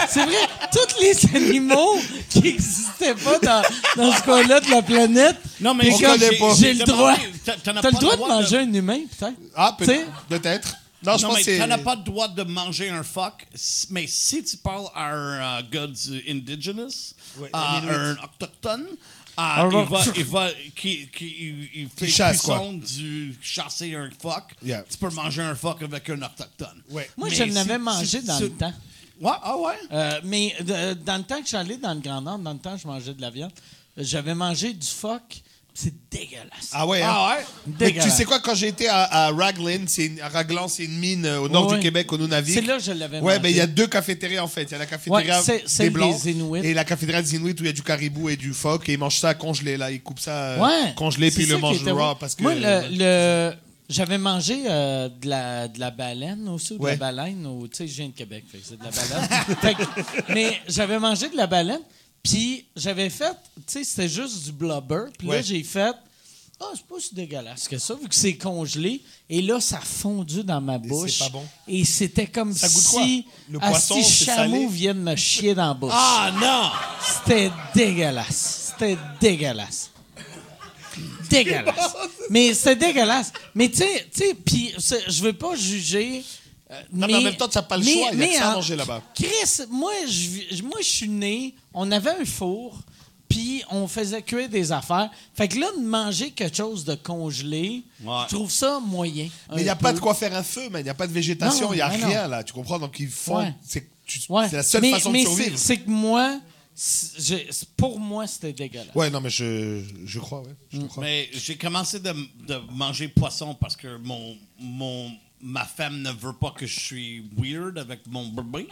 A: C'est vrai, tous les [laughs] animaux qui n'existaient pas dans, dans ce coin-là de la planète.
F: Non, mais
A: puis
F: on
A: comme
D: connaît pas.
A: J'ai le droit.
F: T'as- t'en
A: T'as
F: as pas
A: le
F: le
A: droit de
F: droit de-
A: manger un humain, peut-être.
D: Ah, peut-
A: Tu sais,
D: peut-être. Non, je
F: non,
D: pense
F: mais
D: que c'est.
F: t'en as pas le droit de manger un phoque. S- Mais si tu parles à un euh, gars du indigenous, à un autochtone, ah, il va, il va, qui, qui, il, il fait
D: chasse,
F: cuisson du chasser un phoque.
D: Yeah.
F: Tu peux manger un phoque avec un autochtone.
D: Ouais.
A: Moi,
F: Mais
A: je
F: si-
A: l'avais
F: si-
A: mangé dans
F: si-
A: le temps.
F: Ouais, ah ouais.
B: Euh, mais de- dans le temps que je suis allé dans le Grand Nord, dans le temps que je mangeais de la viande, j'avais mangé du phoque. pis C'est dégueulasse.
D: Ah ouais, hein?
F: Ah ouais.
D: Mais tu
B: Dégueulasse.
D: sais quoi, quand j'ai été à, à Raglan, c'est une, à Raglan, c'est une mine euh, au nord
B: Ouais.
D: du Québec, au Nunavik.
B: C'est là que je l'avais
D: Ouais,
B: mangé.
D: ben il y a deux cafétérias en fait. Il y a la cafétéria
B: Ouais, c'est- celle
D: des Blancs
B: des Inuits.
D: et la cafétéria des Inuits où il y a du caribou et du phoque et ils mangent ça congelé là. Ils coupent ça euh,
B: Ouais.
D: congelé
B: C'est
D: puis ils
B: ça
D: le
B: qui
D: mangent
B: était
D: raw
B: bon.
D: parce que. euh,
B: Moi, le, le- j'avais mangé euh, de, la, de la baleine aussi, ou de
D: Ouais.
B: la baleine, ou, tu sais, je viens de Québec, fait que c'est de la baleine. [laughs] Fait que- mais j'avais mangé de la baleine, puis j'avais fait, tu sais, c'était juste du blubber, puis là,
D: Ouais.
B: j'ai fait, ah, c'est pas si dégueulasse que ça, vu que c'est congelé, et là, ça a fondu dans ma bouche.
D: pas bon.
B: Et c'était comme
D: Ça goûte quoi?
B: si
D: Le
B: un
D: poisson,
B: petit
D: c'est salé?
B: chameau vient de me chier dans la bouche.
F: Ah non.
B: C'était dégueulasse. C'était dégueulasse. Dégueulasse. Mais c'était dégueulasse. Mais tu sais, tu sais, puis c'est- je veux pas juger. euh,
D: Non, mais en même temps, t'as pas le choix, il y a que ça à manger là-bas.
B: Chris, moi, je vis- moi, je suis né, on avait un four, puis on faisait cuire des affaires. Fait que là, de manger quelque chose de congelé, je trouve ça moyen.
D: Mais il n'y
B: n'y
D: a pas de quoi faire un feu, man. Il n'y a pas de végétation,
B: Non,
D: il n'y a
B: non,
D: rien là. Tu comprends? Donc ils font.
B: Ouais.
D: C'est tu-
B: Ouais.
D: c'est la seule
B: Mais-
D: façon
B: mais
D: de survivre.
B: c'est- C'est que moi, c'est- j'ai- pour moi, c'était dégueulasse.
D: Ouais, non, mais je, je crois, ouais. Je
B: Mm.
D: te crois.
F: Mais j'ai commencé de, de manger poisson parce que mon, mon, ma femme ne veut pas que je suis weird avec mon bébé.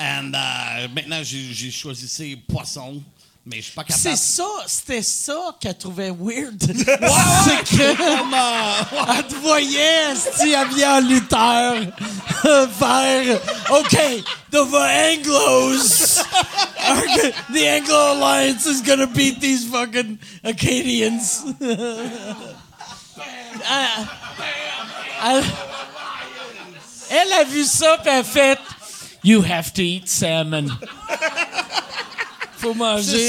F: And euh, maintenant, j'ai j'ai choisi ces poissons, mais je suis pas capable.
D: Ah.
B: C'est ça, c'était ça qu'elle trouvait weird. C'est que
F: Comme, euh,
B: elle te voyait, si habillée en lutteur, faire OK, the Anglos, are go- the Anglo Alliance is gonna beat these fucking Acadians. Elle- elle- elle a vu ça puis elle a fait You have to eat salmon. Faut manger,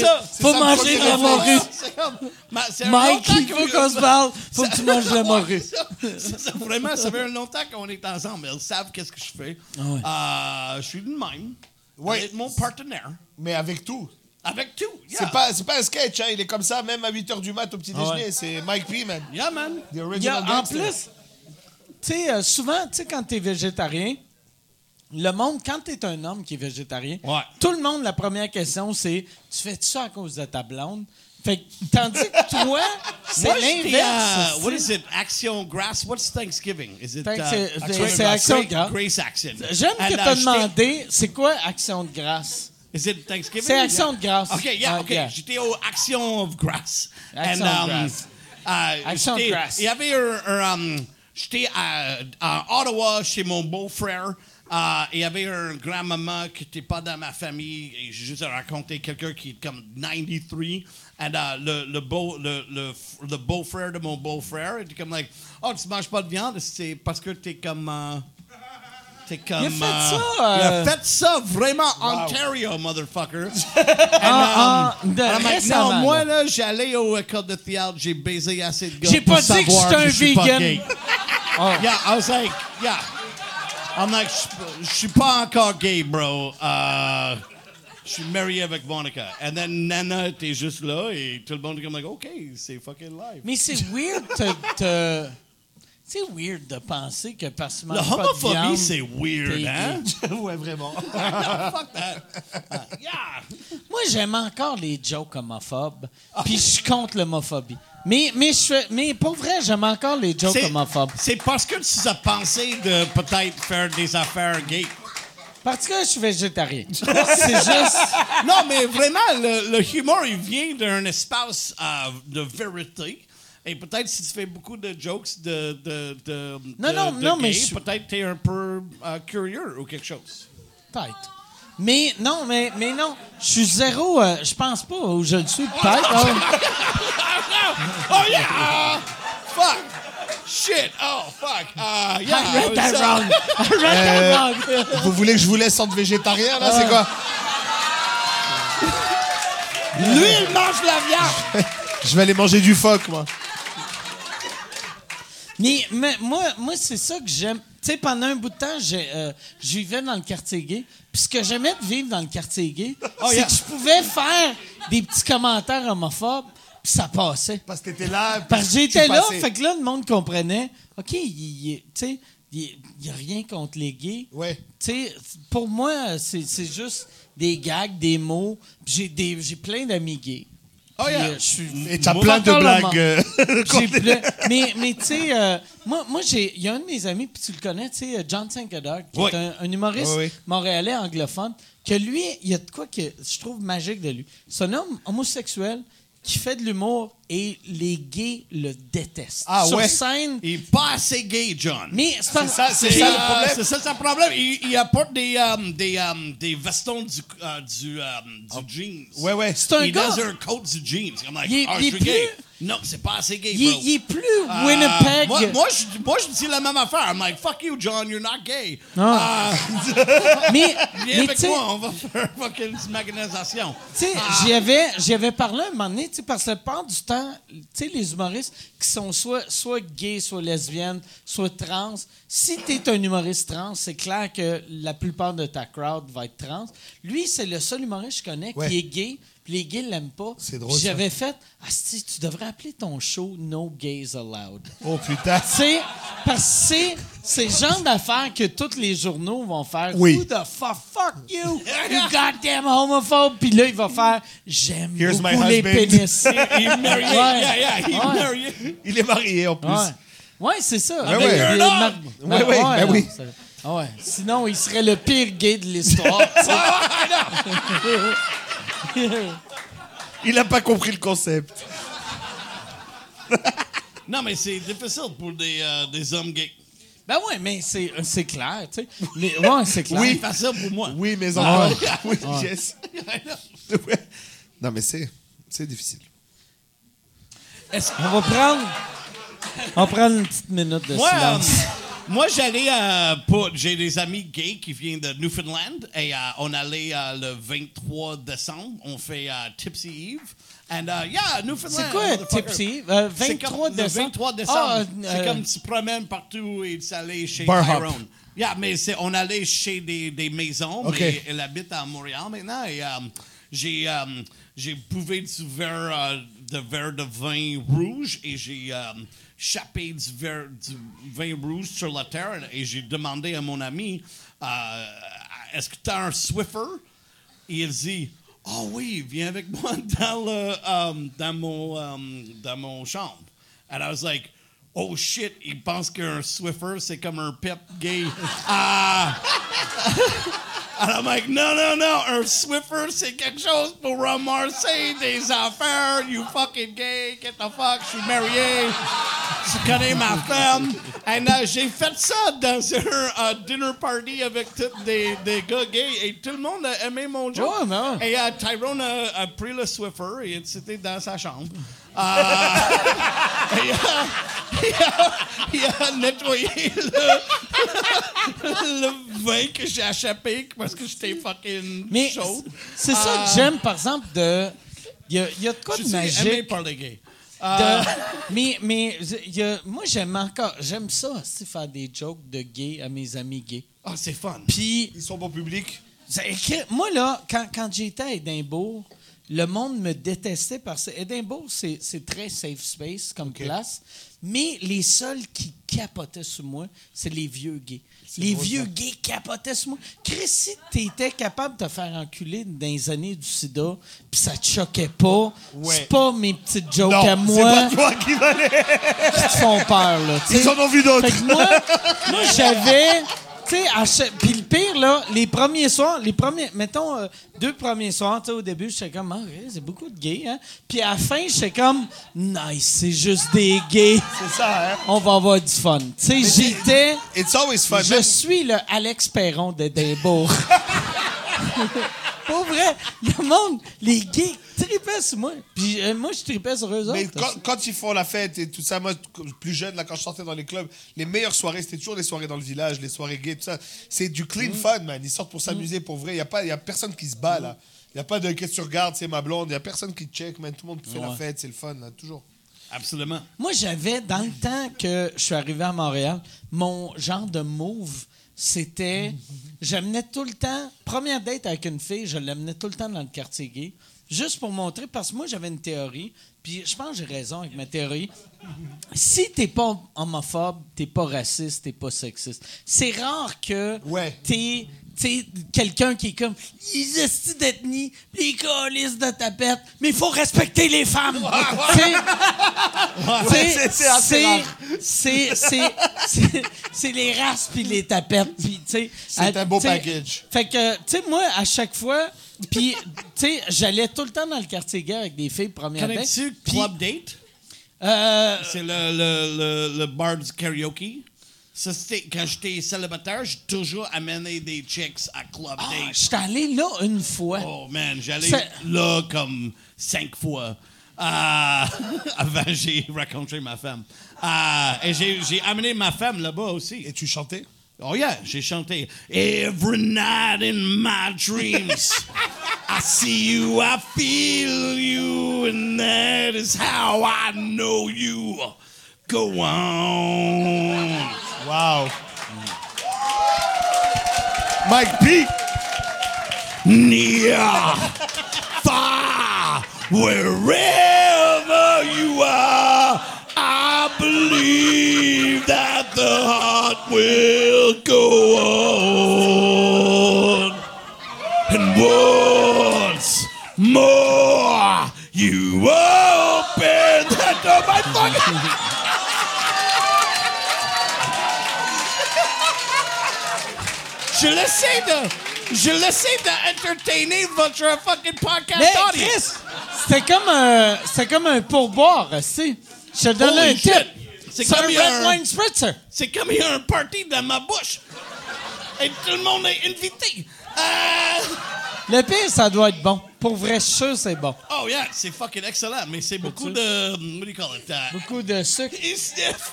J: C'est ça,
B: faut manger de la morue.
F: C'est comme- Ma- c'est un
B: Mike,
F: longtemps
B: il faut
F: que-
B: qu'on se parle. Faut que tu manges de la morue.
F: Ça, ça, vraiment, ça fait longtemps qu'on est ensemble. Ils savent qu'est-ce que je fais.
B: Ah ouais.
F: Euh, je suis le même.
D: Ouais.
F: Avec mon partenaire.
D: Mais avec tout.
F: Avec tout. Yeah.
D: C'est pas, c'est pas un sketch, hein. Il est comme ça, même à 8 h du mat au
B: Ah
D: petit déjeuner. C'est Mike P, man.
F: Yeah, man.
D: The
B: Il y a-
D: original
B: en
D: gangster.
B: plus, tu sais, euh, souvent, tu sais, quand t'es végétarien, le monde, quand t'es un homme qui est végétarien,
F: Ouais.
B: tout le monde, la première question, c'est Tu fais ça à cause de ta blonde Fait que, tandis que [laughs] toi, c'est
F: Moi, j'étais,
B: l'inverse.
F: euh, what is it? Action Grass? What's Thanksgiving? Is it,
B: Thanks-
F: uh,
B: c'est-
F: Action
B: c'est
F: Grass?
B: Action
F: Great-
B: Grass.
F: Grace Action.
B: J'aime que
F: And,
B: t'as
F: uh, j'étais-
B: demandé c'est quoi Action de grâce
F: Is it Thanksgiving?
B: C'est Action de grâce.
F: OK, yeah,
B: Ah,
F: OK.
B: yeah.
F: J'étais au Action of Grass.
B: Action of Grass.
F: euh,
B: Action of
F: j'étais-
B: Grass.
F: Il y avait un... un, um, J'étais à, à Ottawa chez mon beau-frère. euh, Il y avait un grand-maman qui n'était pas dans ma famille. Et j'ai juste raconté quelqu'un qui est comme 93. And, euh, le, le, beau, le, le, f- le beau-frère de mon beau-frère était comme like, « Oh, tu manges pas de viande? C'est parce que t'es comme... euh, T'es comme...
B: Il a fait
F: euh,
B: ça, euh,
F: Il a fait ça vraiment
B: [laughs]
F: Ontario, motherfucker.
B: Ah, ah, de-
F: Alors
B: récemment,
F: maintenant, moi,
B: là.
F: là, j'allais au école de théâtre, j'ai baisé assez de gars.
B: J'ai
F: pour
B: pas dit que
F: savoir
B: j'étais un
F: je suis pas
B: vegan. [laughs] Oh.
F: gay. Yeah, I was like, yeah. I'm like, je- je suis pas encore gay, bro. Euh, je suis marié avec Monica. And then Nana était juste là et tout le monde était comme, like, OK, c'est fucking live.
B: Mais c'est weird de te- C'est weird de penser que parce que tu
F: La
B: manges pas de viande,
F: homophobie, c'est weird,
B: t'es [laughs]
F: hein?
D: ouais,
F: [laughs]
D: vraiment.
F: Fuck that. Yeah.
B: Moi, j'aime encore les jokes homophobes.
F: Ah.
B: Puis je suis contre l'homophobie. Mais, mais, je fais- mais pour vrai, j'aime encore les jokes
F: C'est-
B: homophobes.
F: C'est parce que tu as pensé de peut-être faire des affaires
B: [laughs]
F: gays.
B: Parce que je suis végétarien. c'est juste.
F: Non, mais vraiment, le, le humour, il vient d'un espace euh, de vérité. Et peut-être si tu fais beaucoup de jokes de. de, de
B: Non,
F: de-
B: non,
F: de
B: non,
F: gays,
B: mais je-
F: Peut-être t'es un peu euh, curieux ou
B: [laughs]
F: quelque chose.
B: Peut-être. Mais non, mais, mais non. Je suis zéro. euh, je pense pas où je le suis.
F: Ah,
B: Peut-être. hein.
F: Oh, yeah! ah, fuck! Shit! Oh, fuck! Ah, yeah!
B: I read that
F: ça-
B: wrong. I read
H: Euh,
B: that wrong.
D: Vous voulez que je vous laisse entre végétarien, là? C'est
F: Ah.
D: quoi?
F: Lui, il mange la viande!
H: [laughs]
D: Je vais aller manger du phoque, moi.
B: Mais, mais moi, moi c'est ça que j'aime. Tu sais, pendant un bout de temps, j'ai, euh, je vivais dans le quartier gay. Puis ce que j'aimais de vivre dans le quartier gay,
D: Oh,
B: c'est que je pouvais faire des petits commentaires homophobes, puis ça passait.
D: Parce que t'étais là.
B: Parce que
D: tu
B: j'étais là,
D: passais.
B: fait que là, le monde comprenait. OK, il- il- tu sais, il- il n'y a rien contre les gays.
H: Ouais.
B: Tu sais, pour moi, c'est c'est juste des gags, des mots. Puis J'ai des- j'ai plein d'amis gays. Puis, euh, je suis-
H: Oh, Et t'as
B: moi,
H: plein de
B: encore le
H: blagues.
B: mo-
H: euh, [laughs]
B: J'ai plein- mais mais tu sais, euh, moi, moi j'ai- il y a un de mes amis, puis tu le connais, tu sais, euh, John Sinkadog, qui
H: Oui.
B: est un, un humoriste
H: Oui, oui.
B: montréalais anglophone, que lui, il y a de quoi que je trouve magique de lui. C'est un homme homosexuel qui fait de l'humour et les gays le détestent.
H: Ah,
B: Sur
H: ouais.
B: scène,
F: Il est pas assez gay, John.
B: mais c'est pas-
H: ça, c'est
F: Puis,
H: ça,
F: euh,
H: le problème.
F: C'est ça, c'est le problème. Il, il apporte des, euh, des, euh, des vestons du, euh, du, euh, du jeans.
H: Ah. Ouais, ouais.
B: c'est un
F: il
B: gars.
F: a un coat du jeans. Comme like,
B: Il est-
F: ah,
B: il
F: je
B: est
F: suis
B: plus-
F: gay. Non, c'est pas assez gay,
B: Il, est-
F: bro.
B: il est plus
F: Ah,
B: Winnipeg.
F: moi, moi, je, moi, je dis la même affaire. I'm like, fuck you, John, you're not gay. Euh,
B: Ah. mais
F: Viens
B: mais
F: avec
B: tu sais,
F: moi, Ah. on va faire fucking une maganisation.
B: Tu sais, j'y avais, j'y avais parlé un moment donné, tu sais, parce que la part du temps, tu sais, les humoristes qui sont soit, soit gays, soit lesbiennes, soit trans, si tu es un humoriste trans, c'est clair que la plupart de ta crowd va être trans. Lui, c'est le seul humoriste que je connais
H: Ouais.
B: qui est gay, puis les gays l'aiment pas.
H: C'est drôle,
B: Puis
H: ça.
B: J'avais fait, ah, si, tu devrais appeler ton show No Gays Allowed.
H: Oh putain.
B: Tu sais, parce que c'est- c'est le genre d'affaires que tous les journaux vont faire.
H: Oui.
B: Who the fuck, fuck you, you goddamn homophobe. Puis là, il va faire J'aime
H: Here's my
B: beaucoup les
H: husband.
B: pénis. il est
F: Marié, yeah, yeah, he's
B: Ouais.
F: marié.
H: Il est marié en plus.
B: Ouais, ouais c'est ça. Ah,
H: Ben ouais.
B: Il est
F: You're
B: mar-
H: Ouais, ouais, ben
B: non,
H: oui.
B: ça- ah ouais. Sinon, il serait le pire gay de l'histoire. tu
F: [laughs]
B: sais.
H: Il a pas compris le concept.
F: Non, mais c'est difficile pour des, euh, des hommes gays.
B: ben ouais, mais c'est c'est clair, tu sais. Mais ouais, c'est clair.
F: Oui. C'est facile pour moi. Ah.
H: Oui, mais encore. [laughs]
F: [laughs]
H: Oui, yes. [laughs] Ouais. Non, mais c'est c'est difficile.
F: Ah.
B: On va prendre. On va prendre une petite minute de
F: Moi, euh,
B: silence.
F: moi j'allais euh, pour- J'ai des amis gays qui viennent de Newfoundland et euh, on allait euh, le 23 décembre. On fait euh, Tipsy Eve. And uh, yeah, Newfoundland.
B: C'est quoi,
F: motherfucker.
B: Tipsy? Euh, 23
F: C'est comme- le
B: décembre.
F: 23 décembre.
B: Ah, euh,
F: c'est
B: euh,
F: comme tu te promènes partout et tu allais chez
H: Bar hop.
F: Tyrone. Yeah, mais c'est, on allait chez des, des maisons,
H: Ok.
F: mais elle habite à Montréal maintenant. Et euh, j'ai, euh, j'ai bouvé du verre, euh, de verre de vin rouge et j'ai euh, chapé du verre du vin rouge sur la terre. Et j'ai demandé à mon ami, euh, est-ce que tu as un Swiffer? Et il dit, oh oui, viens avec moi dans, le, euh, dans, mon, euh, dans mon chambre. And I was like, oh shit, il pense qu'un Swiffer, c'est comme un pep gay. Ah! And I'm like, non, non, non, un Swiffer, c'est quelque chose pour ramasser des affaires, you fucking gay, get the fuck, je suis marié, je connais ma femme. And euh, j'ai fait ça dans un euh, dinner party avec tous des, des gars gays et tout le monde a aimé mon joke.
B: Ouais, ben
F: Et euh, Tyrone a, a pris le Swiffer et c'était dans sa chambre. [laughs] Euh, et, euh, il, a, il a nettoyé le, le [laughs] vin que j'ai échappé parce que j'étais fucking
B: Mais
F: chaude.
B: c'est ça que j'aime, par exemple, de. Il y a, il y a de quoi
F: ah. Je
B: de
F: suis
B: magique.
F: aimé par les gays.
B: de- mais mais il y a- moi, j'aime encore. J'aime ça aussi, faire des jokes de gays à mes amis gays.
F: Ah, c'est fun.
B: Puis,
H: Ils sont bon public.
B: c'est écrit- moi, là, quand, quand j'étais à Édimbourg, le monde me détestait parce que Édimbourg, c'est c'est très safe space comme place. Mais les seuls qui capotaient sur moi, c'est les vieux gays. Les vieux gays capotaient sur moi. Chris, si t'étais capable de te faire enculer dans les années du sida, puis ça te choquait pas, c'est pas mes petites jokes à
H: Non, c'est
B: moi
H: pas toi
B: [laughs]
H: qui va aller.
B: qui te font peur, là. tu sais.
H: Ils en ont vu d'autres.
B: Fait que moi, moi j'avais. Tu sais, à chaque- puis le pire, là, les premiers soirs, les premiers, mettons, euh, deux premiers soirs, tu sais, au début, j'étais comme, ah, ouais, c'est beaucoup de gays, hein. Puis à la fin, j'étais comme, nice, c'est juste des gays,
H: [laughs] C'est ça, hein.
B: on va avoir du fun. Tu sais, j'étais,
H: It's always fun.
B: je
H: Même-
B: suis le Alex Perron
H: [laughs]
B: d'Édimbourg. Pour vrai, le monde, les gays tripaient sur moi. Puis euh, moi, je tripais sur eux autres.
H: Mais quand, quand ils font la fête et tout ça, moi, plus jeune, là, quand je sortais dans les clubs, les meilleures soirées, c'était toujours les soirées dans le village, les soirées gays, tout ça. C'est du clean fun, man. Ils sortent pour s'amuser, pour vrai. Il n'y a, pas- y a personne qui se bat, là. Il n'y a pas de qu'est-ce que tu regardes, c'est ma blonde. Il n'y a personne qui check, man. Tout le monde fait la fête, c'est le fun, là, toujours.
F: Absolument.
B: Moi, j'avais, dans le temps que je suis arrivé à Montréal, mon genre de move, c'était. J'amenais tout le temps. Première date avec une fille, je l'amenais tout le temps dans le quartier gay.
A: juste pour montrer, parce que moi, j'avais une théorie, puis je pense que j'ai raison avec ma théorie. Si t'es pas homophobe, t'es pas raciste, t'es pas sexiste. C'est rare que
H: Ouais.
A: t'es t'sais, quelqu'un qui est comme ils estis d'ethnie, les colis de tapette, mais il faut respecter les femmes. T'sais, t'sais,
H: c'est- c'est assez rare.
A: c'est- c'est- c'est- c'est les races puis les tapettes. puis, t'sais,
H: C'est
A: à-
H: un beau
A: t'sais,
H: package.
A: Fait que, tu sais, moi, à chaque fois, puis, tu sais, j'allais tout le temps dans le quartier gay avec des filles première date.
F: Connais-tu
A: puis,
F: Club Date?
A: euh,
F: C'est le, le, le, le bar du karaoke. Ça, c'était quand j'étais célibataire, j'ai toujours amené des chicks à Club
A: ah,
F: Date.
A: je suis allé là une fois.
F: Oh man, j'allais
A: C'est-
F: là comme cinq fois. Euh, [laughs] avant, j'ai rencontré ma femme. Euh, et j'ai j'ai amené ma femme là-bas aussi.
H: Et tu chantais
F: Oh yeah, j'ai chanté. Every night in my dreams, I see you, I feel you, and that is how I know you. Go on.
H: Wow. Mike P.
F: near, far, wherever you are. I believe that the heart will go on. And once more, you open the door. My fucking. Je l'essaie de. Je l'essaie d'entertainer votre fucking podcast
A: Mais
F: audience.
A: Chris, c'était comme, un- c'était comme un pourboire, aussi. Je te donne
F: Holy
A: un
F: shit.
A: tip.
F: C'est
A: C'est un
F: comme il y a
A: red
F: un-
A: wine spritzer.
F: C'est comme il y a un party dans ma bouche. Et tout le monde est invité. Euh,
A: Le pire, ça doit être bon. Pour vrai, je suis sûr, c'est bon.
F: Oh yeah, c'est fucking excellent, mais c'est beaucoup de... What do you call it? Uh,
A: Beaucoup de sucre.
F: he sniff.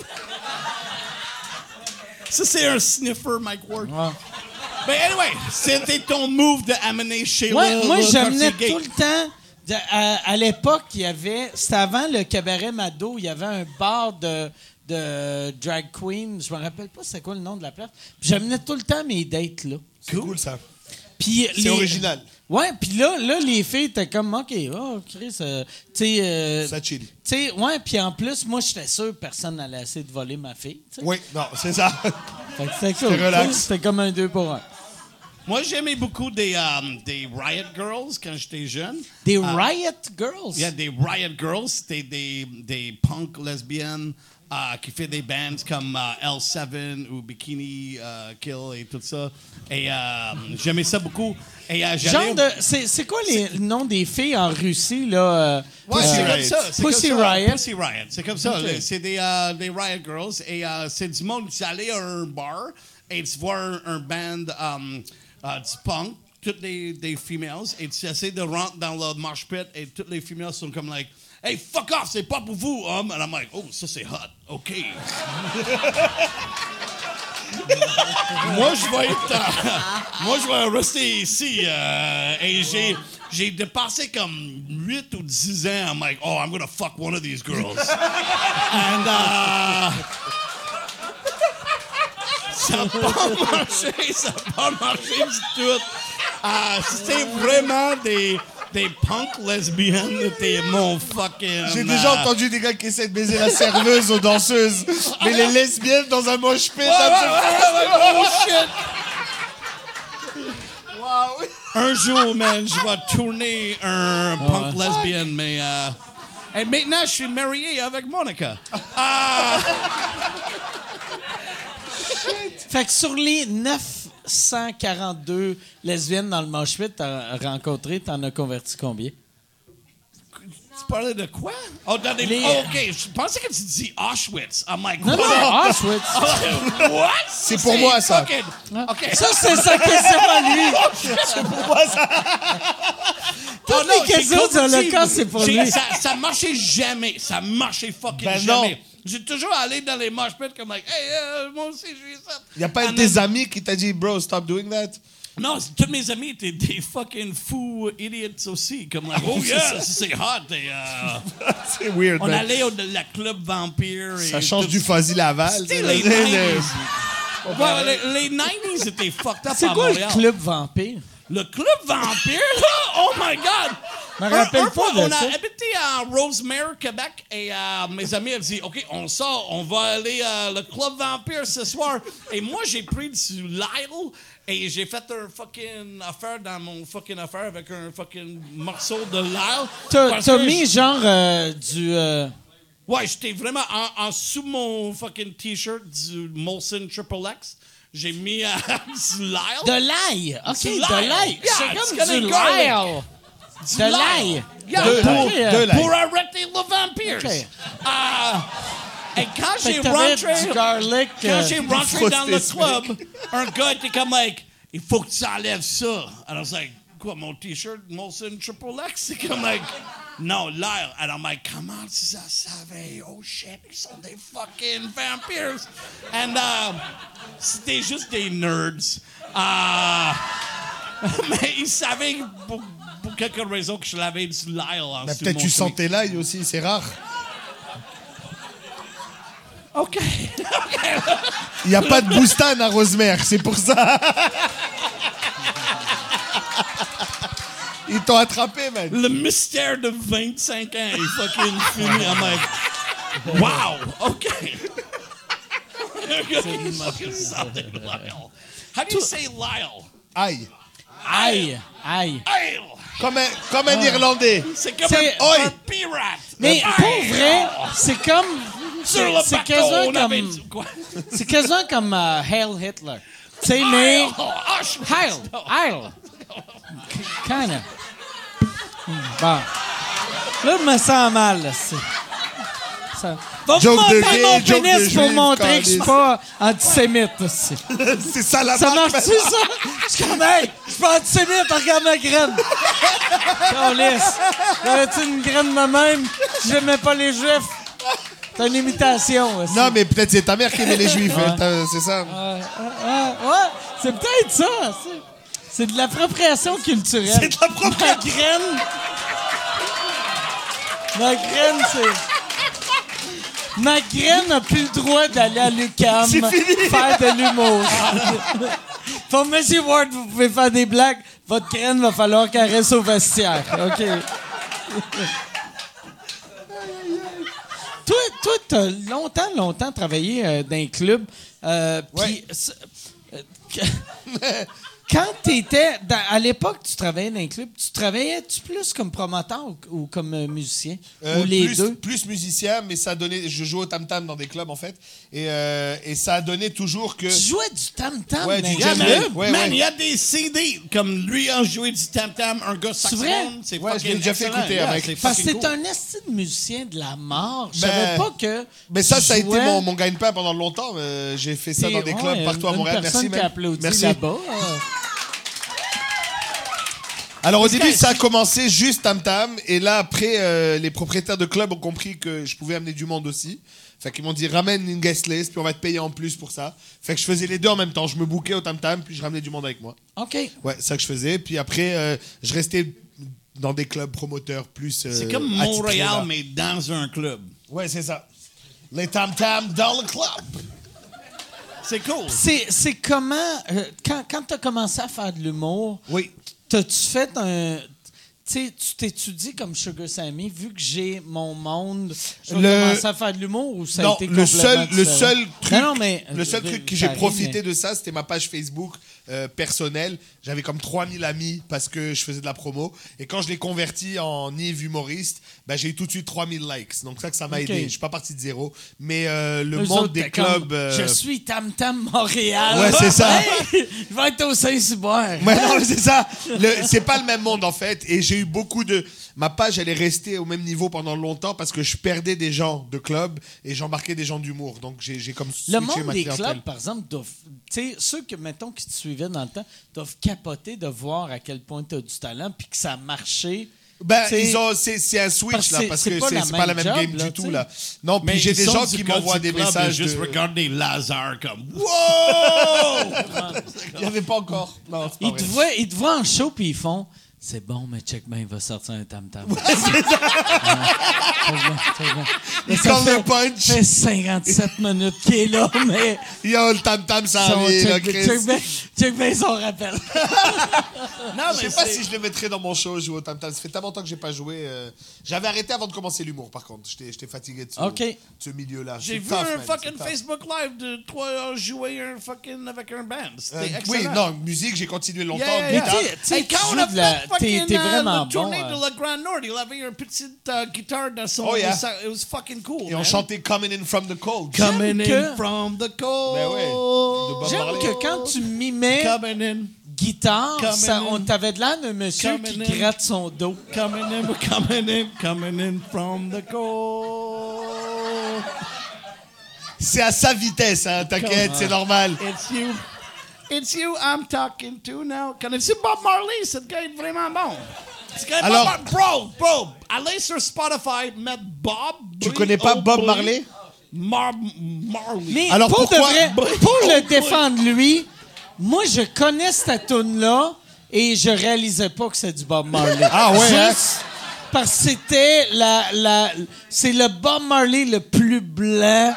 F: Ça, c'est un sniffer, Mike Ward.
A: Ouais.
F: Mais anyway, c'était ton move de amener chez
A: Moi, moi j'amenais
F: quartier gay.
A: tout le temps. de- à à l'époque, il y avait. C'était avant le cabaret Mado, il y avait un bar de, de drag queen. Je me rappelle pas c'est quoi le nom de la place. Puis J'amenais tout le temps mes dates, là.
H: C'est cool ça.
A: Puis les-
H: original.
A: Ouais, puis là, là, les filles étaient comme, OK, oh, Chris, euh, tu sais. euh,
H: Ça chill.
A: tu sais, ouais, puis en plus, moi, j'étais sûr que personne n'allait essayer de voler ma fille. tu sais.
H: Oui, non, c'est ça.
A: Fait que c'était cool.
H: relax.
A: C'était comme un deux pour un.
F: Moi, j'aimais beaucoup des, euh, des Riot Girls quand j'étais jeune.
A: Des
F: Ah.
A: Riot Girls.
F: Il y a des Riot Girls, c'était des, des punk lesbiennes euh, qui fait des bands comme euh, L7 ou Bikini euh, Kill et tout ça. Et euh, j'aimais ça beaucoup. Et euh, j'allais-
A: Genre de. C'est, c'est quoi les le nom des filles en Russie, là? euh,
F: Ouais,
A: euh,
F: c'est comme ça. c'est comme
A: Pussy
F: ça,
A: Riot.
F: uh, Pussy Riot. C'est comme ça.
A: Ok.
F: le- C'est des, euh, des Riot Girls. Et euh, c'est du monde. Tu allais à un bar et tu vois un, un band um, euh, du punk, toutes les des females, et tu essaies de rentrer dans le mosh pit et toutes les females sont comme like. Hey, fuck off, c'est pas pour vous, homme. And I'm like, oh, ça c'est hot, ok. [laughs] moi, je vais être, euh, moi, je vais rester ici. euh, et j'ai, j'ai dépassé comme 8 ou 10 ans. I'm like, oh, I'm gonna fuck one of these girls. And, euh, ça n'a pas marché, ça n'a pas marché du tout. Euh, C'était vraiment des, des punks lesbiennes. C'était mon fucking.
H: J'ai déjà
F: euh,
H: entendu des gars qui essaient de baiser la serveuse aux danseuses, mais les lesbiennes dans un moche pit.
F: Un jour, man, je vais tourner un punk lesbienne, mais. euh, Et maintenant, je suis marié avec Monica.
A: Fait que sur les 942 lesbiennes dans le mosh pit t'as rencontré, t'en as converti combien?
F: Tu parlais de quoi? Oh, dans des...
A: Les-
F: oh, ok, je pensais que tu dis Auschwitz. I'm like,
A: Non,
F: what?
A: non, Auschwitz.
F: [laughs] What?
H: C'est pour moi, ça.
F: fucking- Ok.
A: Ça, c'est sa question à lui.
F: Oh,
A: Toutes les
F: j'ai
A: questions
F: compris.
A: sur le cas, c'est pour
F: J'ai-
A: lui.
F: Ça, ça marchait jamais. Ça marchait fucking
H: Ben non.
F: jamais. J'ai toujours allé dans les mosh pits comme like, hey, euh, moi aussi, je suis ça.
H: Y a pas
F: And then-
H: des amis qui t'a dit, bro, stop doing that?
F: Non, c'est- tous mes amis étaient des fucking fous idiots aussi. Comme
H: Ah,
F: like, oh yeah, c'est hot. Et, euh,
H: [laughs] C'est weird,
F: on
H: man.
F: allait au de la club vampire. Et
H: Ben- Ça change
F: tout-
H: du Fazi Laval.
F: C'était les 90s. Ouais, les, les 90s étaient fucked up
A: C'est
F: à
A: quoi
F: Montréal.
A: le club vampire?
F: Le club vampire, là? Oh my God!
A: me rappelle
F: Un- un
A: pas
F: fois,
A: de
F: on
A: ça.
F: a habité à Rosemary, Québec, et euh, mes amis ont dit OK, on sort, on va aller euh, le club vampire ce soir. Et moi, j'ai pris du Lyle et j'ai fait un fucking affaire dans mon fucking affaire avec un fucking morceau de Lyle.
A: T'as
F: Parce
A: t'as
F: que
A: mis
F: je-
A: genre euh, du. euh,
F: Ouais, j'étais vraiment en, en sous mon fucking t-shirt du Molson Triple X. J'ai mis euh, [laughs] du Lyle.
A: de l'ail. OK,
F: Du
A: de
F: l'ail.
A: l'ail.
F: Yeah,
A: C'est
F: tu
A: comme
F: connais
A: du
F: le garlic.
A: l'ail.
F: Du
A: De l'ail.
F: Yeah.
A: De
F: Pour-
A: l'ail.
H: de l'ail.
F: Pour arrêter le vampire.
A: Ok.
F: Ah, et quand
A: Fait
F: j'ai
A: que t'avais
F: rentré,
A: du garlic.
F: quand
A: euh,
F: j'ai rentré dans le club, [laughs] un gars était comme like, il faut que tu enlèves ça. And I was like, quoi, mon t-shirt Molson Triple X? [laughs] C'est comme like, non, l'air. And I'm like, comment tu ça savais? Oh shit, ils sont des fucking vampires. And um, c'était juste des nerds. Ah, [laughs] mais ils savaient pour, pour quelque raison que je l'avais du Lyle. en
H: Mais
F: sous
H: peut-être
F: mon
H: tu
F: tweet.
H: sentais l'ail aussi, c'est rare.
F: OK.
H: Il n'y a pas de boustane à Rosemère, c'est pour ça. Ils t'ont attrapé, man.
F: Le mystère de 25 ans est fucking fini. I'm like, wow, OK. [laughs] He's fucking something, Lyle. How do you say Lyle?
H: Aïe.
A: Aïe. Aïe.
F: Lyle.
H: Comme un, comme un Irlandais.
F: C'est comme
A: C'est-
F: un, un
H: Oi.
F: pirate.
A: Mais
F: Lyle.
A: pour vrai, c'est comme.
F: ben, Sur le
A: C'est c'est
F: bateau,
A: quasiment
F: on avait
A: comme.
F: dit
H: [laughs]
F: quoi?
A: C'est quasiment comme euh, Hail Hitler. Tu sais, mais.
F: Lyle. Ah, je-
A: Hail! Hail! Kinda. Bon. Là, je me sens mal, là. c'est- Ça... Va
H: Joke
A: monter
H: de gay,
A: mon
H: joke de
A: pénis pour
H: juif,
A: montrer que je suis
H: calice.
A: pas antisémite, là, c'est-
H: [laughs] C'est ça la
A: Ça
H: marque,
A: marche-tu,
H: maintenant.
A: ça? Je suis comme, hey, je suis pas antisémite, regarde ma graine. Calice. J'avais-tu une graine de même? J'aimais pas les juifs. C'est une imitation, là, c'est-
H: Non, mais peut-être c'est ta mère qui aimait les juifs, hein, t'as- c'est ça.
A: Ouais, ouais, Ah, ouais, c'est peut-être ça. c'est- C'est de l'appropriation culturelle.
H: C'est de l'appropriation.
A: Ma graine. Ma graine, c'est. Ma graine n'a plus le droit d'aller à l'UCAM faire de l'humour. Pour Monsieur Ward, vous pouvez faire des blagues. Votre graine va falloir qu'elle reste au vestiaire. OK. Toi, toi, t'as longtemps, longtemps travaillé euh, dans un club. euh, Puis, c- euh, que- quand t'étais, dans- à l'époque, tu travaillais dans un club. Tu travaillais, tu plus comme promoteur ou, ou comme euh, musicien
H: Euh,
A: ou les
H: plus,
A: deux.
H: plus musicien, mais ça a donné. Je jouais au tam tam dans des clubs en fait, et, euh, et ça a donné toujours que.
A: Tu jouais du tam tam.
H: Ouais, du
F: Yeah,
H: jazz.
F: man,
H: Ouais,
F: man,
H: ouais.
F: il y a des CD comme lui a joué du tam-tam, un gars
A: vrai?
F: saxophone. C'est
H: Ouais, je
F: fucking
H: l'ai déjà fait
F: excellent.
H: écouter,
F: Yeah,
H: avec.
F: c'est
A: Parce que
F: fucking
A: c'est
F: cool.
A: un esti de musicien de la mort. Je savais
H: Ben,
A: pas que.
H: Mais ça,
A: tu
H: ça a été
A: jouais-
H: mon, mon gagne-pain pendant longtemps. euh, J'ai fait ça dans des
A: Ouais,
H: clubs partout à
A: une
H: Montréal. Merci,
A: personne qui
H: man.
A: applaudit
H: Merci.
A: là-bas. euh,
H: [laughs] Alors au début, ça a commencé juste tam tam, et là après, euh, les propriétaires de clubs ont compris que je pouvais amener du monde aussi. Fait qu'ils m'ont dit ramène une guest list, puis on va te payer en plus pour ça. Fait que je faisais les deux en même temps. Je me bouquais au tam tam, puis je ramenais du monde avec moi.
A: OK.
H: Ouais, c'est ça que je faisais. Puis après, euh, je restais dans des clubs promoteurs plus. euh,
F: C'est comme
H: attitrés,
F: Montréal,
H: là.
F: mais dans un club.
H: Ouais, c'est ça. Les tam tam dans le club.
F: C'est cool.
A: C'est, c'est comment. euh, quand quand tu as commencé à faire de l'humour,
H: Oui.
A: t'as-tu fait un. Tu sais, tu t'étudies comme Sugar Sammy, vu que j'ai mon monde. Tu
H: Le-
A: as commencé à faire de l'humour ou ça a
H: non,
A: été
H: le
A: complètement
H: seul, le
A: différent?
H: seul truc,
A: Non, non, mais,
H: le seul
A: euh,
H: truc que
A: ça
H: j'ai
A: arrive,
H: profité
A: mais-
H: de ça, c'était ma page Facebook euh, personnelle. J'avais comme 3000 amis parce que je faisais de la promo. Et quand je l'ai converti en Yves humoriste, bah, j'ai eu tout de suite 3000 likes. Donc ça que ça m'a
A: Ok.
H: aidé. Je suis pas parti de zéro. Mais euh, le
A: Eux
H: monde
A: autres,
H: des
A: t'es comme,
H: clubs... euh,
A: Je suis Tam Tam Montréal.
H: Ouais, c'est ça. Ah
A: Hey, je vais être au Saint-Cyboire.
H: [laughs] Ouais, non, mais c'est ça. Le- C'est pas le même monde en fait. Et j'ai eu beaucoup de. Ma page, elle est restée au même niveau pendant longtemps parce que je perdais des gens de club et j'embarquais des gens d'humour. Donc j'ai j'ai comme.
A: Le
H: switché
A: monde
H: ma
A: des
H: clientèle.
A: clubs, par exemple, doivent. Tu sais, ceux que, mettons, qui te suivaient dans le temps, doivent capoter de voir à quel point tu as du talent puis que ça a marché.
H: Ben,
A: Tu sais,
H: ils ont- c'est c'est un switch
A: parce que
H: là
A: c'est-
H: parce
A: c'est
H: que
A: pas
H: c'est
A: la
H: c'est pas la
A: même
H: même
A: job,
H: game
A: là,
H: du
A: tu
H: tout
A: sais.
H: là. Non, puis j'ai des gens qui m'envoient des messages.
F: Juste
H: de-
F: regarder Lazare comme.
H: Wow Il y avait pas encore. Non, c'est pas
A: Ils te,
H: vrai.
A: voient, ils te voient en show puis ils font C'est bon, mais check ben, il va sortir un tam-tam. Ouais, c'est bon, c'est bon. Mais ça
H: Comme
A: fait-
H: le punch.
A: fait 57 minutes qu'il est là, mais
H: Yo, le tam-tam, ça
A: son-
H: arrive, là,
A: check,
H: Chris.
A: check ben- check ben son rappel.
H: Non, mais je sais pas si je le mettrais dans mon show, jouer au tam-tam. Ça fait tellement longtemps que j'ai pas joué. euh, J'avais arrêté avant de commencer l'humour, par contre. J'étais j'étais fatigué de ce,
A: Ok.
H: de ce milieu-là.
F: J'ai
H: C'est
F: vu
H: tough,
F: un
H: man,
F: fucking
H: c'est tough.
F: Facebook Live de toi jouer un fucking avec un band. C'était
H: Euh,
F: excellent.
H: oui, non, musique, j'ai continué longtemps.
F: Yeah, yeah,
H: guitare.
F: yeah.
A: tu sais,
F: Hey,
A: tu
F: quand
A: joues
F: on a
A: de la-
F: fait
A: t'es-
F: fucking
A: t'es
F: euh,
A: vraiment
F: le tournée
A: bon, hein.
F: de la Grand Nord, il avait une petite euh, guitare dans son...
H: Oh, yeah.
F: ça- it was fucking cool,
H: Et on
F: man.
H: chantait Coming in from the cold.
F: Coming in
A: que-
F: from the cold.
H: Ben ouais, de Bob
A: J'aime
H: Marley.
A: que quand tu mimais
F: Coming in,
A: guitare,
F: Comme
A: ça,
F: une-
A: on t'avait de l'air d'un monsieur
F: comme
A: qui
F: une-
A: gratte son dos.
F: coming in, coming in, coming in from the cold.
H: C'est à sa vitesse, hein, t'inquiète, c'est normal.
F: It's you. It's you I'm talking to now. Connais-tu Bob Marley? Ce gars est vraiment bon. Ce gars est
H: Alors-
F: Bob Mar- Bro, bro, allez sur Spotify, mettre Bob.
H: Tu connais pas Bob
F: B-O-B,
H: Marley?
F: Mar- Marley.
A: Mais
H: Alors
A: pour, de
H: pourquoi-
A: vrai, pour le défendre, lui, moi, je connais cette tune-là et je réalisais pas que c'est du Bob Marley.
H: Ah ouais, hein?
A: Juste parce que c'était la, la, c'est le Bob Marley le plus blanc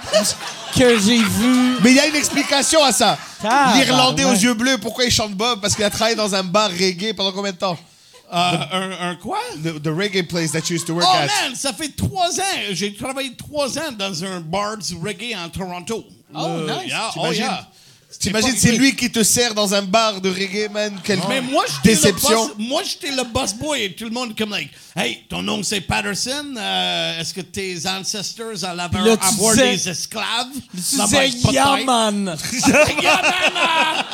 A: que j'ai vu.
H: Mais il y a une explication à ça.
A: Ah,
H: L'Irlandais
A: bah,
H: aux
A: ouais.
H: yeux bleus, pourquoi il chante Bob Parce qu'il a travaillé dans un bar reggae pendant combien de temps
F: Euh, un, un quoi?
H: the, the reggae place that you used to work
F: Oh
H: at.
F: man, ça fait trois ans. J'ai travaillé trois ans dans un bar du reggae en Toronto.
A: Oh, nice.
F: yeah, oh
H: T'imagines?
F: yeah.
H: T'imagines,
F: pas-
H: c'est lui qui te sert dans un bar de reggae, man. Quelle
F: Mais moi, j'étais
H: déception.
F: Le boss, moi, j'étais le boss boy et tout le monde comme like, hey, ton nom c'est Patterson. euh, Est-ce que tes ancestors allaient avoir,
A: là, tu
F: avoir
A: disais-
F: des esclaves?
A: Tu
F: Là,
A: disais,
F: ben, peut-être.
A: Yaman.
F: Yeah, man, ah!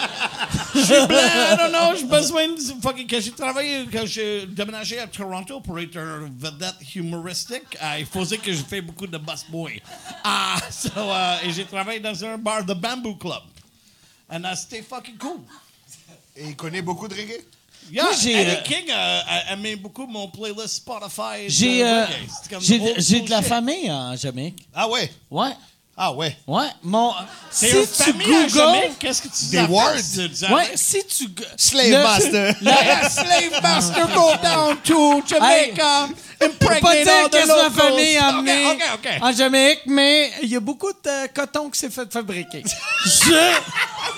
F: Je suis blanc, I don't know, j'ai besoin de fucking quand j'ai travaillé, quand j'ai déménagé à Toronto pour être un vedette humoristique, euh, il faisait que je fais beaucoup de boss boy. Ah, [laughs] so, euh, et j'ai travaillé dans un bar, The Bamboo Club. And uh, c'était fucking cool.
H: Et il connaît beaucoup de reggae
F: Yeah,
A: Moi, j'ai,
F: Eddie
A: euh,
F: King euh, a- aimait beaucoup mon playlist Spotify. de
A: J'ai euh,
F: reggae. C'est comme
A: j'ai
F: old
A: j'ai de la
F: school
A: famille en Jamaïque.
H: Ah ouais
A: Ouais.
H: Ah ouais.
A: Ouais, mon. Si
F: shit. T'es une
A: tu
F: famille à
A: googles.
F: Jamaïque, Qu'est-ce que tu
H: Des
F: appelles,
H: words.
F: tu dis,
A: Ah Ouais, si tu. go-
H: Slave
A: le-
F: [laughs]
H: Master.
A: le-
F: slave master go down to Jamaica,
A: Faut pas
F: impregnate
A: dire
F: all the
A: que ma
F: locals.
A: famille hein. a amené
F: OK, OK, OK.
A: en Jamaïque, mais il y a beaucoup de euh, coton qui s'est fait fabriquer. Je...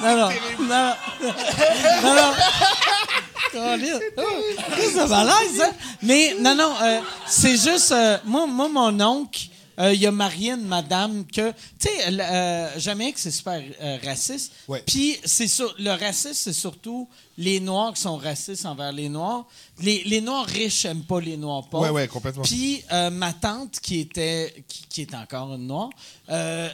A: Non, non, non, non, non. Câlisse. Oh, Qu'est-ce que ça malaise, hein? Mais non, non, euh, c'est juste... euh, moi, moi, mon oncle, euh, il a marié une madame que... Tu sais, le- euh, Jamaïque, c'est super euh, raciste.
H: Ouais.
A: Puis c'est sur- le racisme, c'est surtout les Noirs qui sont racistes envers les Noirs. Les, les Noirs riches n'aiment pas les Noirs pauvres.
H: Ouais, ouais, complètement.
A: Puis euh, ma tante, qui était qui, qui est encore une Noire... euh,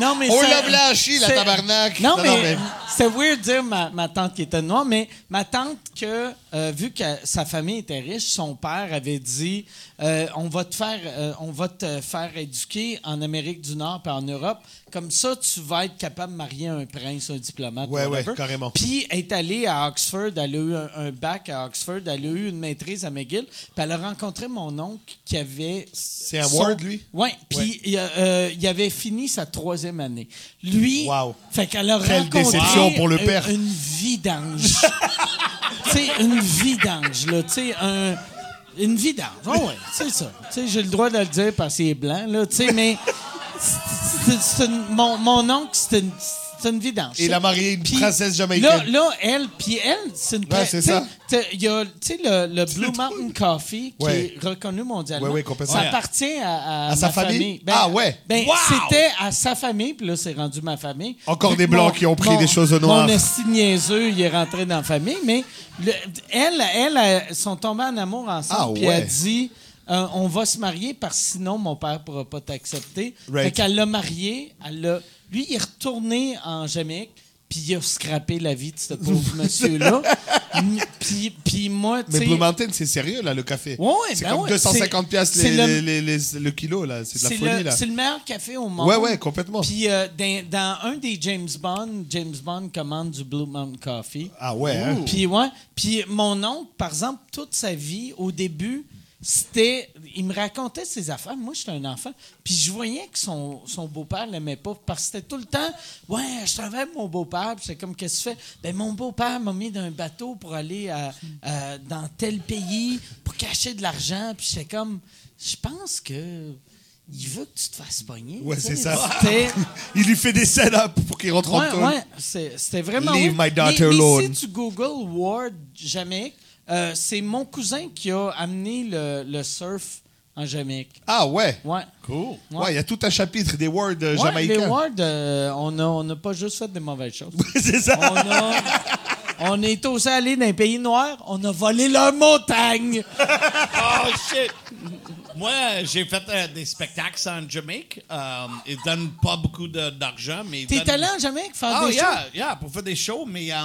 A: non, mais
H: On
A: ça-
H: l'a blanchi, la
A: c'est-
H: tabarnak.
A: Non,
H: Non,
A: mais,
H: non, mais-
A: c'est weird de dire ma, ma tante qui était noire, mais ma tante, que, euh, vu que sa famille était riche, son père avait dit euh, on, va te faire, euh, on va te faire éduquer en Amérique du Nord et en Europe. Comme ça, tu vas être capable de marier un prince, un diplomate.
H: Ouais,
A: whatever.
H: ouais, carrément.
A: Puis elle est allée à Oxford, elle a eu un, un bac à Oxford, elle a eu une maîtrise à McGill, puis elle a rencontré mon oncle qui avait. C'est
H: un Ward, lui?
A: Oui, puis il, a- euh, il avait fini sa troisième année. Lui,
H: Wow.
A: fait qu'elle a
H: Quelle
A: rencontré
H: déception pour le père.
A: Une, une vidange. [laughs] tu sais, une vidange, là. Tu sais, un- une vidange. Oh, ouais, c'est ça. Tu sais, j'ai le droit de le dire parce qu'il est blanc, là. Tu sais, mais c'est- c'est une- mon, mon oncle, c'est une, c'est une vidange.
H: Et il a marié une
A: Puis
H: princesse
A: Là,
H: jamaïcaine.
A: là, elle, puis elle, c'est une...
H: Ouais, c'est
A: tu sais,
H: ça.
A: t'as- Il y a, tu sais, le, le Blue Mountain Coffee, qui
H: Ouais.
A: est reconnu mondialement.
H: Ouais, ouais, complètement.
A: Ça
H: Ouais.
A: appartient à,
H: À sa
A: ma
H: famille? Ah, ouais.
A: Ben,
F: Wow!
A: c'était à sa famille, puis là, c'est rendu ma famille.
H: Encore
A: Fait
H: des
A: que
H: Blancs qui ont pris des choses aux Noirs.
A: Mon esti de niaiseux, il est rentré dans la famille, mais le- elle, elle, elles sont tombées en amour ensemble,
H: Ah,
A: puis
H: ouais.
A: elle dit... euh, on va se marier parce que sinon mon père ne pourra pas t'accepter.
H: Right.
A: Fait qu'elle l'a marié, elle l'a- Lui, il est retourné en Jamaïque, puis il a scrappé la vie de ce
H: [laughs]
A: pauvre monsieur-là. Mm, puis, puis moi, tu
H: Mais
A: sais.
H: Blue Mountain, c'est sérieux, là, le café.
A: Ouais, ouais,
H: c'est
A: ben
H: comme
A: ouais,
H: 250
A: c'est-
H: piastres
A: c'est
H: les-
A: le-
H: les- les- les- le kilo, là. C'est de la
A: C'est
H: folie,
A: le,
H: là.
A: c'est le meilleur café au monde.
H: Ouais, ouais, complètement.
A: Puis euh, dans, dans un des James Bond, James Bond commande du Blue Mountain Coffee.
H: Ah ouais, hein.
A: Puis ouais, puis mon oncle, par exemple, toute sa vie, au début, c'était. Il me racontait ses affaires. Moi, j'étais un enfant. Puis je voyais que son, son beau-père l'aimait pas parce que c'était tout le temps. Ouais, je travaille avec mon beau-père. Puis j'étais comme, qu'est-ce que tu fais? Ben, mon beau-père m'a mis d'un bateau pour aller à- à- dans tel pays pour cacher de l'argent. Puis j'étais comme, je pense que. Il veut que tu te fasses pogner.
H: Ouais,
A: Tu sais,
H: c'est ça.
A: c'était-
H: [laughs] Il lui fait des setups pour qu'il rentre en
A: Ouais,
H: tonne.
A: Ah, ouais, c'est- c'était vraiment.
H: Leave
A: oui.
H: my daughter
A: mais, mais
H: alone.
A: si tu googles Ward Jamaïque, euh, c'est mon cousin qui a amené le, le surf en Jamaïque.
H: Ah ouais.
A: Ouais.
H: Cool. Ouais, il
A: Ouais.
H: y a tout un chapitre des words euh,
A: Ouais, les
H: jamaïcains.
A: Ward, euh, on n'a on a pas juste fait des mauvaises choses.
H: [laughs] c'est ça.
A: on, a, on est aussi allé dans les pays noirs, on a volé leur montagne.
F: Oh shit! Moi, euh, j'ai fait euh, des spectacles en Jamaïque. Euh, ils donnent pas beaucoup de- d'argent, mais. ils
A: T'es
F: donnent-
A: allé en Jamaïque faire
H: Ah,
F: Oh,
A: des
F: yeah,
A: shows?
F: yeah, pour faire des shows, mais euh,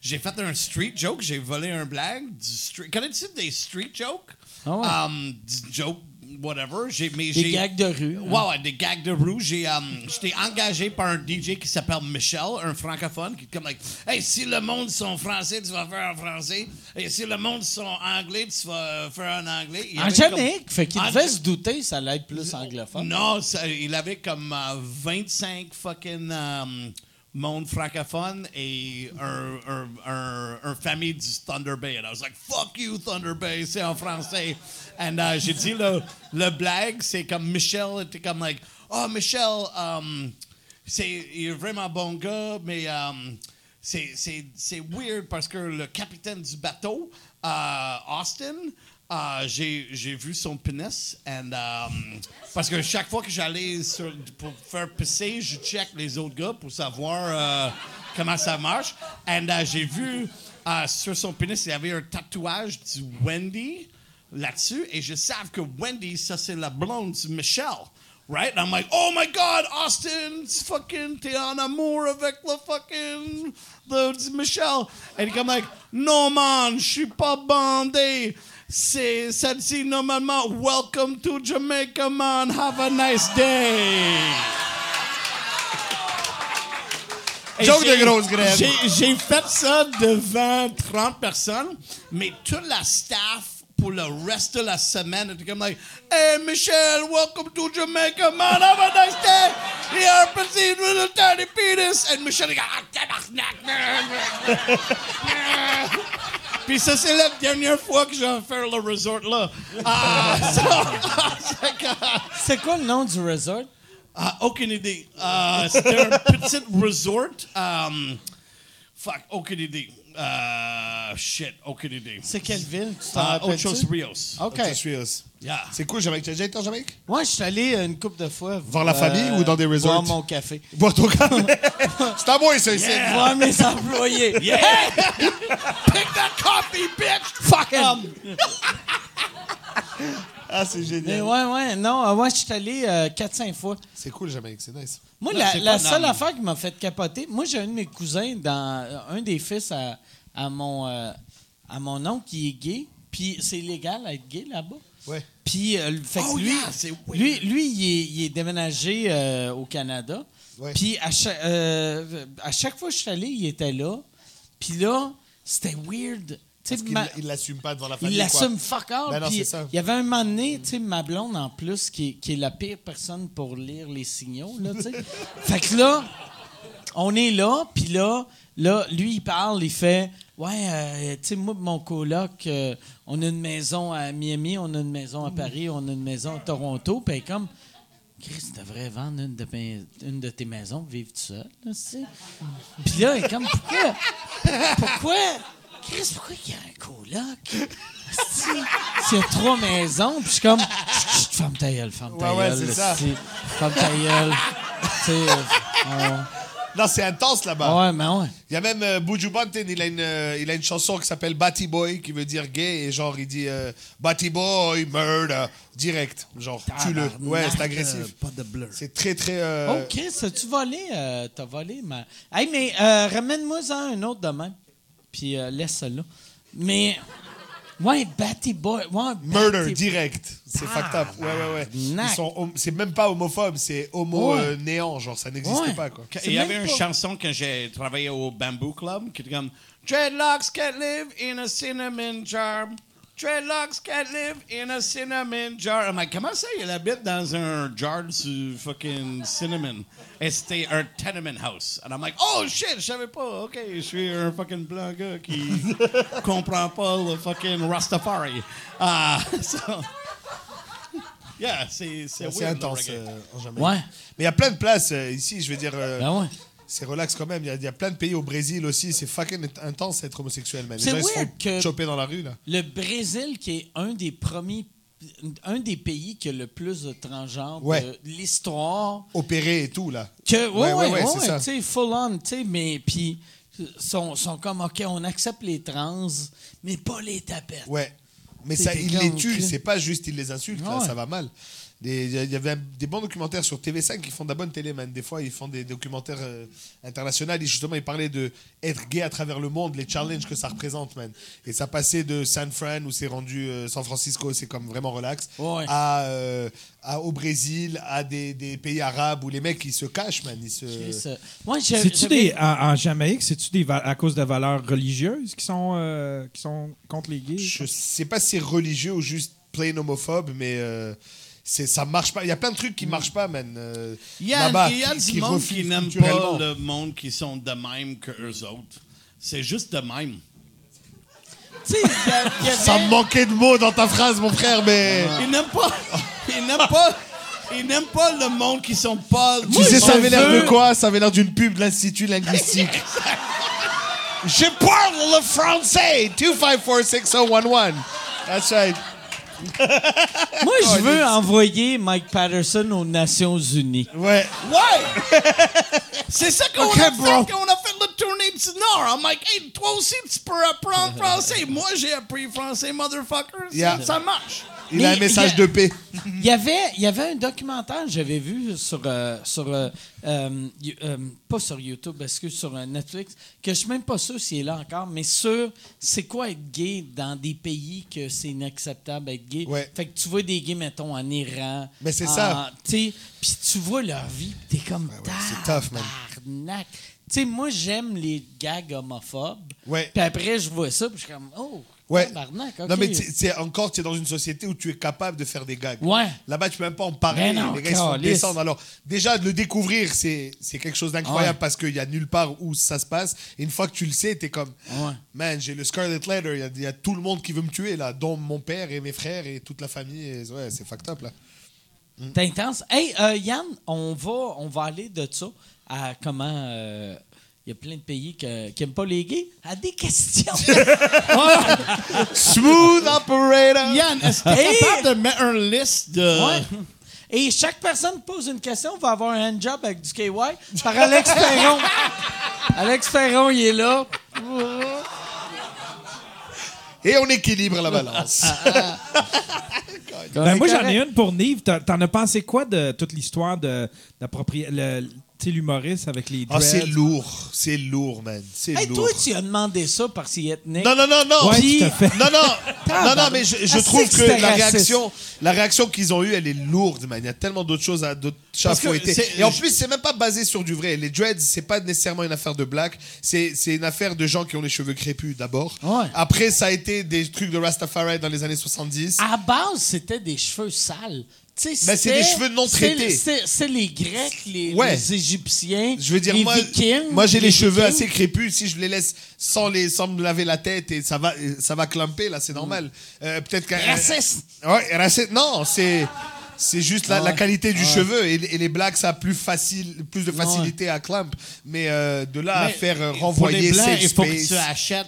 F: j'ai fait un street joke, j'ai volé un blague. Du street... Connais-tu des street jokes?
A: Ah ouais.
F: Euh, du joke, whatever. J'ai, mais
A: Des
F: j'ai-
A: gags de rue. hein.
F: Ouais, ouais, des gags de roue. J'ai, euh, j'étais engagé par un DJ qui s'appelle Michel, un francophone, qui est comme, like, hey, si le monde sont français, tu vas faire en français. Et si le monde sont anglais, tu vas faire en anglais. Il
A: En
F: avait
A: Jamaïque,
F: comme-
A: fait qu'il
F: En
A: devait
F: Ja-
A: se douter, ça allait être plus anglophone.
F: non, ça- il avait comme euh, 25 fucking euh, monde francophone et un, un, un- un famille du Thunder Bay. And I was like, fuck you, Thunder Bay, c'est en français. And euh, j'ai dit le, le blague, c'est comme Michel était comme like, oh Michel, um, c'est il est vraiment bon gars, mais um, c'est- c'est c'est weird parce que le capitaine du bateau, euh, Austin, euh, j'ai j'ai vu son pénis. And, um, parce que chaque fois que j'allais sur- pour faire pisser, je check les autres gars pour savoir euh, comment ça marche. And euh, j'ai vu euh, sur son pénis, il y avait un tatouage du Wendy là-dessus. Et je savais que Wendy, ça c'est la blonde du Michel. Right? And I'm like, oh my God, Austin, it's fucking t'es en amour avec le fucking le, du Michel. And I'm like, no man, je suis pas bandé. C'est ça dit normalement, welcome to Jamaica, man, have a nice day. Et
H: Joke
F: j'ai-
H: de grosse grève.
F: j'ai- J'ai fait ça devant 30 personnes, mais toute la staff pour le reste de la semaine était comme like, Hey Michel, welcome to Jamaica, man, have a nice day. We are proceed with a tiny penis. And Michel, il dit, ah, tabarnak, man.
H: [laughs]
F: Puis ça, c'est la dernière fois que je vais faire le resort là. Ah, ça, c'est que-
A: C'est quoi le nom du resort?
F: ah, aucune idée. Ah, C'était un petit resort. Um, fuck, aucune idée. Ah, shit, aucune idée.
A: C'est quelle ville? Tu t'en
F: Ah,
A: rappelles-tu?
F: Ochos Rios.
A: OK.
H: Je suis heureuse.
F: Yeah.
H: C'est cool, Jamaïque. T'as déjà été en Jamaïque?
A: Moi, je suis allé euh, une couple de fois.
H: Voir la famille ou dans des resorts?
A: Euh, Voir mon café.
H: Bois
A: [laughs]
H: ton café. C'est à moi, ça, ici.
A: Voir mes [laughs] employés.
F: Yeah! Pick that coffee, bitch! Um,
A: Fuck them!
H: Ah, c'est
A: Mais
H: génial.
A: ouais, ouais, non, euh, ouais, je suis allé euh, 4-5 fois.
H: C'est cool, Jamaïque. C'est nice.
A: Moi,
F: Non,
A: la,
F: c'est
A: la
F: pas
A: seule
F: dans-
A: affaire qui m'a fait capoter, moi, j'ai un de mes cousins, dans euh, un des fils à, à mon, euh, à mon oncle qui est gay, puis c'est légal d'être gay là-bas.
H: Ouais.
A: Puis, euh, le- fait que
F: Oh,
A: lui,
F: yeah, c'est weird.
A: lui, lui, il est, il est déménagé euh, au Canada.
H: Ouais.
A: Puis, à, cha- euh, à chaque fois que je suis allé, il était là. Puis là, c'était weird. Tu sais,
H: Parce qu'il
A: ma-
H: il l'assume pas devant la famille.
A: Il
H: quoi.
A: l'assume fuck out.
H: Ben non,
A: puis
H: c'est ça.
A: il y avait un moment donné, tu sais, ma blonde en plus, qui est, qui est la pire personne pour lire les signaux, là,
H: [laughs]
A: tu sais. fait que là, on est là, puis là, là, lui, il parle, il fait Ouais, euh, tu sais, moi, pis mon coloc, euh, on a une maison à Miami, on a une maison à Paris, on a une maison à Toronto, puis comme. Chris, tu devrais vendre une de, mes- une de tes maisons pour vivre tout seul, là, tu sais. Puis là, il est comme, pourquoi? Pourquoi? Chris, pourquoi il y a un coloc? Asti, S'il y a trois maisons, puis je suis comme, chut, chut, ferme ta gueule, ferme ta
H: Ouais, ouais,
A: gueule,
H: c'est ça.
A: asti, ferme ta gueule. Tu sais, euh,
H: Non, c'est intense là-bas.
A: on-
F: Ah.
A: ouais, mais ouais.
H: Il y a même euh, Buju Banton, il, a une, euh, il a une chanson qui s'appelle Batty Boy, qui veut dire gay, et genre, il dit euh, Batty Boy, murder, direct. Genre, tue-le. Ouais, c'est agressif.
F: Pas de blur.
H: C'est très, très. euh,
A: Oh, Chris, as-tu volé? euh, T'as volé, ma. Hey, mais euh, ramène-moi-en un autre demain. Puis euh, laisse celle-là. Mais. Ouais, Batty Boy. Ouais,
H: Murder,
A: Batty-
H: direct. C'est
A: Ah,
H: fucked up. Ouais, ouais, ouais. Ils
A: Tabarnak.
H: sont hom- C'est même pas homophobe, c'est homo
A: Ouais.
H: euh, néant, genre, ça n'existe
A: Ouais.
H: pas, quoi.
F: Que-
A: C'est
F: Il y
A: même
F: avait une
A: pas-
F: chanson quand j'ai travaillé au Bamboo Club qui était comme Dreadlocks can live in a cinnamon jar. Dreadlocks can't live in a cinnamon jar. I'm like, comment ça, il habite dans un jar du fucking cinnamon? Et c'était un tenement house. And I'm like, oh shit, je savais pas. OK, je suis un fucking blanc gars qui comprend pas le fucking Rastafari. Ah, [laughs] so... Yeah, c'est c'est
H: C'est
F: weird, le
H: intense
F: reggae.
H: euh, en Jamaïque.
A: Ouais.
H: Mais il y a plein de places euh, ici, je veux dire. euh,
A: Ben ouais.
H: C'est relax quand même. Il y, a, il y a plein de pays au Brésil aussi. C'est fucking int- intense être homosexuel, man. Les
A: C'est
H: gens ils se
A: weird
H: font
A: que-
H: choper dans la rue, là.
A: Le Brésil, qui est un des premiers, un des pays qui a le plus de transgenres
H: Ouais.
A: de l'histoire.
H: Opéré et tout, là.
A: Que, ouais, ouais, ouais,
H: c'est
A: ouais,
H: ça.
A: tu sais, full on, tu sais, mais puis sont, sont comme, OK, on accepte les trans, mais pas les tapettes.
H: Ouais. Mais
A: C'est
H: ça, il
A: quelqu'un
H: les
A: au
H: tue.
A: cul.
H: C'est pas juste il les insulte, là,
A: Ouais.
H: ça va mal. Des- Il y a- il y avait un- des bons documentaires sur TV5 qui font de la bonne télé, man. Des fois, ils font des documentaires euh, internationaux. Et justement, ils parlaient de être gay à travers le monde, les challenges que ça représente, man. Et ça passait de San Fran, où c'est rendu euh, San Francisco, c'est comme vraiment relax,
A: Ouais.
H: à, euh, à- au Brésil, à des, des pays arabes où les mecs, ils se cachent, man. Ils se...
A: Et ça- Moi, j'ai-
G: C'est-tu
A: j'avais-
G: des, en, en Jamaïque, c'est-tu des, va- à cause de valeurs religieuses qui sont, euh, qui sont contre les gays?
H: Je sais pas si c'est religieux ou juste plain homophobe, mais euh, c'est ça marche pas. Il y a plein de trucs qui marchent pas, man. euh,
F: Mm. Il y a,
H: là-bas,
F: il y a
H: qui-
F: du
H: qui
F: monde
H: refusent
F: qui n'aime
H: culturellement.
F: pas le monde qui sont de même que eux autres. C'est juste de même.
A: Tu sais, il y a- il y avait-
H: Ça me manquait de mots dans ta phrase, mon frère, mais.
F: Ils n'aiment pas. Ils n'aiment pas. Ils n'aiment pas le monde qui sont pas.
H: Tu sais, ça
F: on
H: avait l'air
F: veut-
H: de quoi Ça avait l'air d'une pub de l'Institut linguistique. [laughs] Je parle le français 2546011. That's right.
A: Moi,
H: Oh,
A: je veux envoyer Mike Patterson aux Nations Unies.
H: Ouais.
F: Ouais! C'est ça qu'on
H: Ok,
F: a
H: bro.
F: fait quand on a fait le tournée du Nord. I'm like, hey, toi aussi, tu peux
H: [laughs]
F: apprendre français. Moi, j'ai appris français, motherfucker. Ça-
H: Yeah.
F: Ça, marche.
H: Il a un
A: Mais
H: message
A: il y a-
H: de paix.
A: Il y avait, il y avait un documentaire que j'avais vu sur, euh, sur euh, euh, you- euh, pas sur YouTube, parce que sur euh, Netflix, que je suis même pas sûr s'il est là encore, mais sur c'est quoi être gay dans des pays que c'est inacceptable être gay.
H: Ouais.
A: Fait que tu vois des gays, mettons, en Iran.
H: Mais c'est
A: en-
H: ça.
A: tu sais, Puis tu vois leur vie, puis t'es comme,
H: c'est tough, man.
A: Tabarnak. Tu sais, moi, j'aime les gags homophobes.
H: Ouais.
A: Puis après, je vois ça, puis je suis comme, oh,
H: Ouais.
A: tabarnak,
H: Non,
A: ok.
H: mais tu- c'est encore, tu es dans une société où tu es capable de faire des gags.
A: Ouais.
H: Là-bas, tu peux même pas en parler.
A: Mais Eh non,
H: les gars, ils se font
A: calisse.
H: descendre. Alors, déjà, de le découvrir, c'est c'est quelque chose d'incroyable parce qu'il y a nulle part où ça se passe. Et une fois que tu le sais, tu es comme,
A: Ouais.
H: man, j'ai le Scarlet Letter. Il y a- il y, a tout le monde qui veut me tuer, là, dont mon père et mes frères et toute la famille. Et ouais, c'est fucked up, là.
A: T'es intense. Hey, euh, Yann, on va, on va aller de ça à comment. euh, Il y a plein de pays que- qui n'aiment pas les gays. À
G: [laughs]
A: des questions.
H: Smooth operator!
F: Yann, est-ce que
A: Hey!
F: t'es capable de mettre une liste de.
A: Ouais. Et chaque personne pose une question va avoir un handjob avec du KY par Alex Perron.
G: [laughs]
A: Alex Perron, il est là.
H: Et on équilibre la balance.
G: Ben, moi, j'en ai une pour Nive. T'en- T'en as pensé quoi de toute l'histoire de l'appropriation? l'humoriste avec les
H: Ah,
G: dreads?
H: c'est lourd. C'est lourd, man. C'est
A: Hey,
H: lourd.
A: toi, tu as demandé ça parce qu'il est ethnique.
H: Non, non, non, non.
G: Ouais,
A: Puis-
G: tout
A: [laughs]
G: à fait.
H: Non, non, non, non,
A: Ah, pardon.
H: mais je, je
A: Ah,
H: trouve
A: c'est que
H: que
A: c'était
H: la
A: raciste.
H: réaction, la réaction qu'ils ont eue, elle est lourde, man. Il y a tellement d'autres choses à d'autres chats à
F: Parce que
H: fouetter.
F: c'est-
H: Et en
F: je-
H: plus, c'est même pas basé sur du vrai. Les dreads, c'est pas nécessairement une affaire de black. C'est, c'est une affaire de gens qui ont les cheveux crépus, d'abord.
A: Ouais.
H: Après, ça a été des trucs de Rastafari dans les années 70.
A: À base, c'était des cheveux sales. Tu sais,
H: Ben, c'est des
A: c'était-
H: cheveux non
A: c'est-
H: traités.
A: C'est c'est les Grecs, les,
H: Ouais.
A: les Égyptiens,
H: Je veux dire,
A: les
H: moi,
A: Vikings.
H: moi j'ai les, cheveux
A: Vikings.
H: assez crépus. Si je les laisse sans, les, sans me laver la tête, et ça va, ça va clamper, là, c'est normal. Euh, peut-être qu'un.
A: Raciste.
H: Ouais, raciste. Non, c'est. C'est juste la, la qualité du cheveu et, et les blacks ça a plus facile plus de facilité à clamp mais euh, de là à
F: Mais
H: faire euh,
F: Pour
H: renvoyer
F: les blancs,
H: safe
F: il faut que
H: space.
F: tu achètes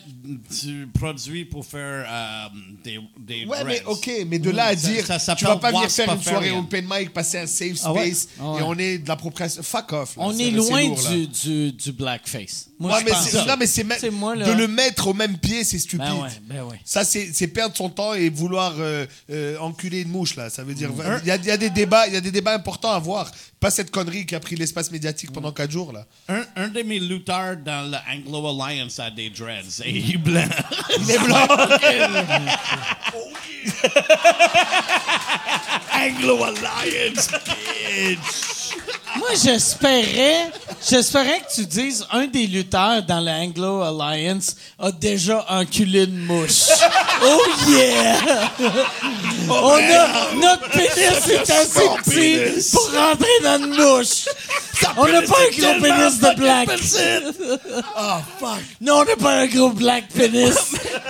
F: du produit pour faire euh, des, des
H: Ouais mais
F: dreads.
H: OK mais
A: Mm,
H: de là à
F: Ça-
H: dire
F: ça
H: tu
F: s'appelle
H: vas pas venir
F: Wasp
H: faire une
F: Affarian.
H: soirée open mic passer un safe space
A: ouais. Ah ouais.
H: et on est de l'appropriation fuck off là.
A: On
H: C'est-
A: est
H: c'est
A: loin
H: lourd, là.
A: du, du, du blackface. Moi,
H: Ouais,
A: je
H: mais
A: pense
H: c'est-
A: ça.
H: non mais c'est
A: C'est
H: même
A: moi, là.
H: de le mettre au même pied c'est stupide
A: Ben ouais, ben ouais.
H: Ça, c'est c'est perdre son temps et vouloir euh, euh, enculer une mouche, là. Ça veut dire.
A: Mm.
H: Il y a, il y a des débats, il y a des débats importants à voir. Pas cette connerie qui a pris l'espace médiatique
B: Mm.
H: pendant quatre jours, là.
F: Un, un de mes lutteurs dans l'Anglo Alliance a des dreads [laughs] et il est blanc.
H: Il est blanc.
F: Anglo Alliance, bitch!
A: Moi, j'espérais
B: J'espérais que tu dises un des lutteurs dans la Anglo Alliance a déjà enculé une
H: [laughs]
B: mouche. Oh yeah! On a, notre pénis est assez
F: Son
B: petit
F: pénis.
B: pour rentrer dans une mouche. On n'a pas un gros pénis de black.
F: Ah, fuck.
B: Non, on n'a pas un gros black
F: [laughs]
B: pénis.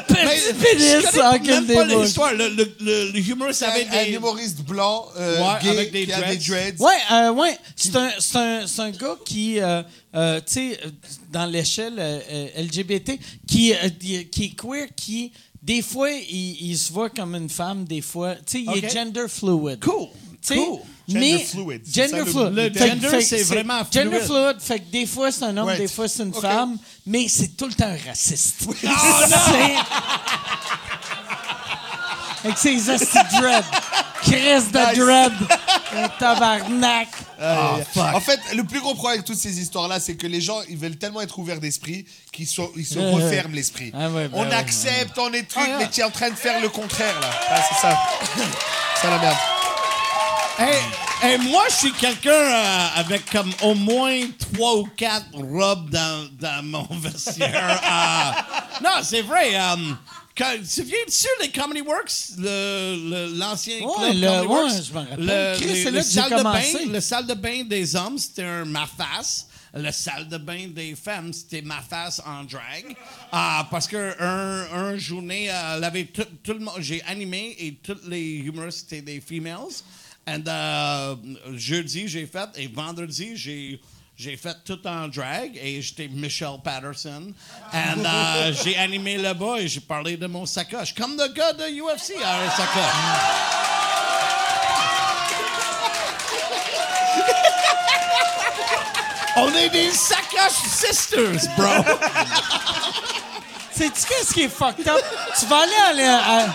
B: Petit pénis
F: Je connais
B: encule
F: même pas
B: des mouches.
F: l'histoire. Le, le, le, le humoriste avait
H: un,
F: des...
H: humoriste blanc, euh,
F: Ouais,
H: gay,
F: avec des
H: qui a des dreads.
B: Ouais, euh, ouais. C'est un, c'est un, c'est un gars qui, euh, euh, tu sais, euh, dans l'échelle euh, euh, LGBT, qui, euh, di- qui est queer, qui, des fois, il, il se voit comme une femme, des fois. Tu sais, il est
F: Ok.
B: gender fluid.
F: Cool.
B: Tu sais,
F: Cool.
H: Gender
B: mais
H: fluid, c'est ça
B: Gender
H: le-
B: fluid.
F: le
B: Fait que-
F: gender,
B: fait que
F: c'est vraiment
B: Gender
F: fluid.
B: fluid, fait que des fois c'est un homme,
H: Ouais.
B: des fois c'est une
H: Ok. Ah,
B: femme, mais c'est tout le temps raciste. [laughs] Oh, Avec ses hosties de dread. Chris de
H: Nice.
B: dread. Le tabarnak.
H: Ah, En fait, le plus gros problème avec toutes ces histoires-là, c'est que les gens, ils veulent tellement être ouverts d'esprit qu'ils sont- ils se referment l'esprit.
B: Ah ouais, bah
H: on
B: ouais,
H: accepte, on est truc,
B: Ah,
H: mais
B: ouais.
H: tu es en train de faire le contraire, là. Ah, c'est ça. [laughs] C'est ça la merde.
F: Hey, hey, moi, je suis quelqu'un euh, avec comme au moins trois ou quatre robes dans, dans mon [laughs] vestiaire. Euh, non, c'est vrai. euh, quand, tu te souviens-tu les Comedy Works? le- le- L'ancien
B: Ouais,
F: club
B: le- ouais,
F: Comedy Works?
B: je m'en rappelle.
F: Le,
B: Chris,
F: les-
B: c'est là
F: les
B: que j'ai
F: salles de
B: commencé.
F: bain- Le salle de bain des hommes, c'était un ma face. Le salle de bain des femmes, c'était ma face en drag. Ah, parce que un, un journée, euh, l'avait tout, tout le monde, j'ai animé et toutes les humoristes étaient des females. And euh, jeudi, j'ai fait, et vendredi, j'ai. J'ai fait tout en drag et j'étais Michelle Patterson. And euh, j'ai animé là-bas et j'ai parlé de mon sacoche. Comme le gars de UFC a un sacoche. On est des sacoches sisters, bro.
B: Sais-tu qu'est-ce qui est fucked up? Tu vas aller à la, à-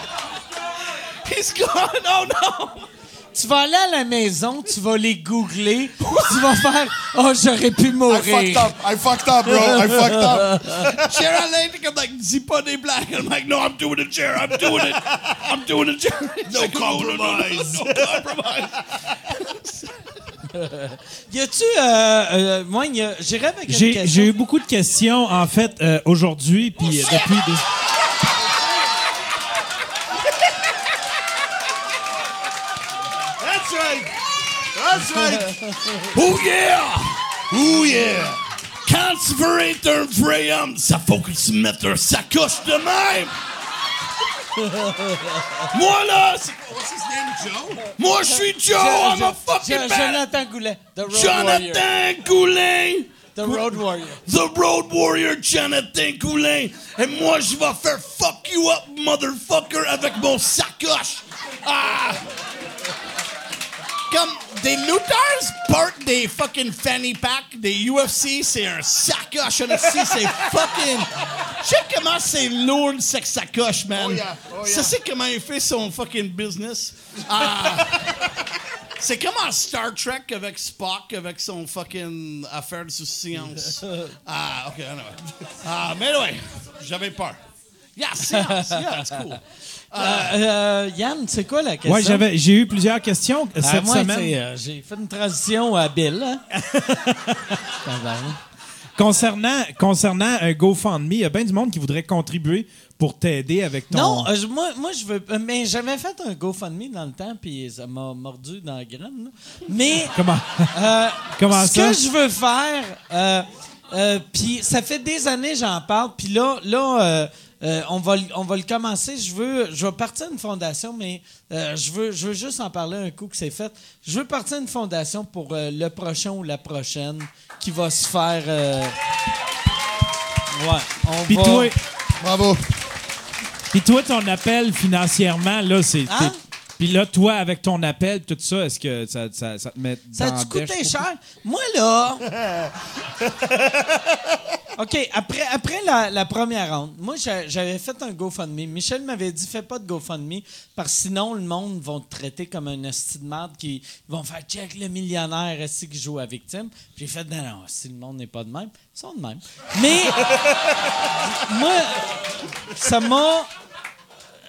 F: He's gone. Oh no.
B: tu vas aller à la maison, tu vas les googler, tu vas faire Oh, j'aurais pu
H: I fucked
B: mourir.
H: up, I fucked
B: Ah,
H: up, bro, I fucked up.
F: Cheryl Lane, I'm like, dis pas des blagues. I'm like, no, I'm doing a chair. I'm doing it. I'm doing a chair. No compromise. No, compromise.
B: Y a-tu. Euh, euh, moi, y a- j'irais avec une
E: J'ai
B: question.
E: j'ai eu beaucoup de questions, en fait, euh, aujourd'hui, puis euh, depuis... des-
H: That's right. That's right.
F: Oh yeah. Oh yeah. Quand tu veux être un vrai homme, ça faut que tu mettes un sacoche de même. Moi là, c'est-
H: What's his name, Joe?
F: moi je suis Joe, Oh, I'm a fucking
B: Je-
F: bad.
B: Jonathan Goulet, The Road Warrior.
F: Jonathan Goulet.
B: The Road Warrior.
F: The Road Warrior Jonathan Coulin. Et moi, je vais faire fuck you up, motherfucker, avec mon sacoche. Ah! Comme des lutteurs portent des fucking fanny pack, des UFC, c'est un sacoche. Un UFC, c'est fucking. Je sais comment c'est lourd, cette sacoche, man.
H: Oh yeah, oh yeah.
F: Ça, c'est comment il fait son fucking business. Ah! C'est comme en Star Trek avec Spock, avec son fucking affaire de [laughs] science. ah, ok, anyway. Ah, mais anyway, j'avais peur. Yeah, science, yeah, it's cool.
B: Euh, euh, Yann, c'est quoi la question?
E: Ouais, j'avais, j'ai eu plusieurs questions euh,
B: Ah,
E: cette
B: moi,
E: semaine
B: c'est, euh, J'ai fait une transition à Bill. hein. Tabarnak.
E: concernant, concernant un GoFundMe. Il y a bien du monde qui voudrait contribuer pour t'aider avec ton.
B: Non, euh, je- moi, moi, je veux. euh, Mais j'avais fait un GoFundMe dans le temps, puis ça m'a mordu dans la graine. là. Mais.
E: Comment?
B: euh,
E: [laughs] Comment
B: ce
E: ça?
B: que je veux faire, euh, euh, puis ça fait des années j'en parle, puis là, là euh, euh, on, va, le- on va le commencer. Je veux, je vais partir d'une fondation, mais euh, je, veux, je veux juste en parler un coup que c'est fait. Je veux partir d'une fondation pour euh, le prochain ou la prochaine qui va se faire. euh, Ouais, on
E: Puis
B: va.
E: toi,
K: Oh,
H: Bravo.
E: puis toi, ton appel financièrement, là, c'est.
B: Hein?
E: t'es- Puis là, toi, avec ton appel, tout ça, est-ce que ça, ça- ça te met.
B: Ça
E: dans
B: a-tu
E: la
B: coûté
E: dèche
B: cher? Moi, là... OK, après, après la, la première ronde, moi, j'a- j'avais fait un GoFundMe. Michel m'avait dit, fais pas de GoFundMe, parce que sinon, le monde va te traiter comme un hostie de marde qui ils vont faire « check le millionnaire ici qui joue à victime ». J'ai fait « non, non, si le monde n'est pas de même, ils sont de [laughs] même ». Mais moi, ça m'a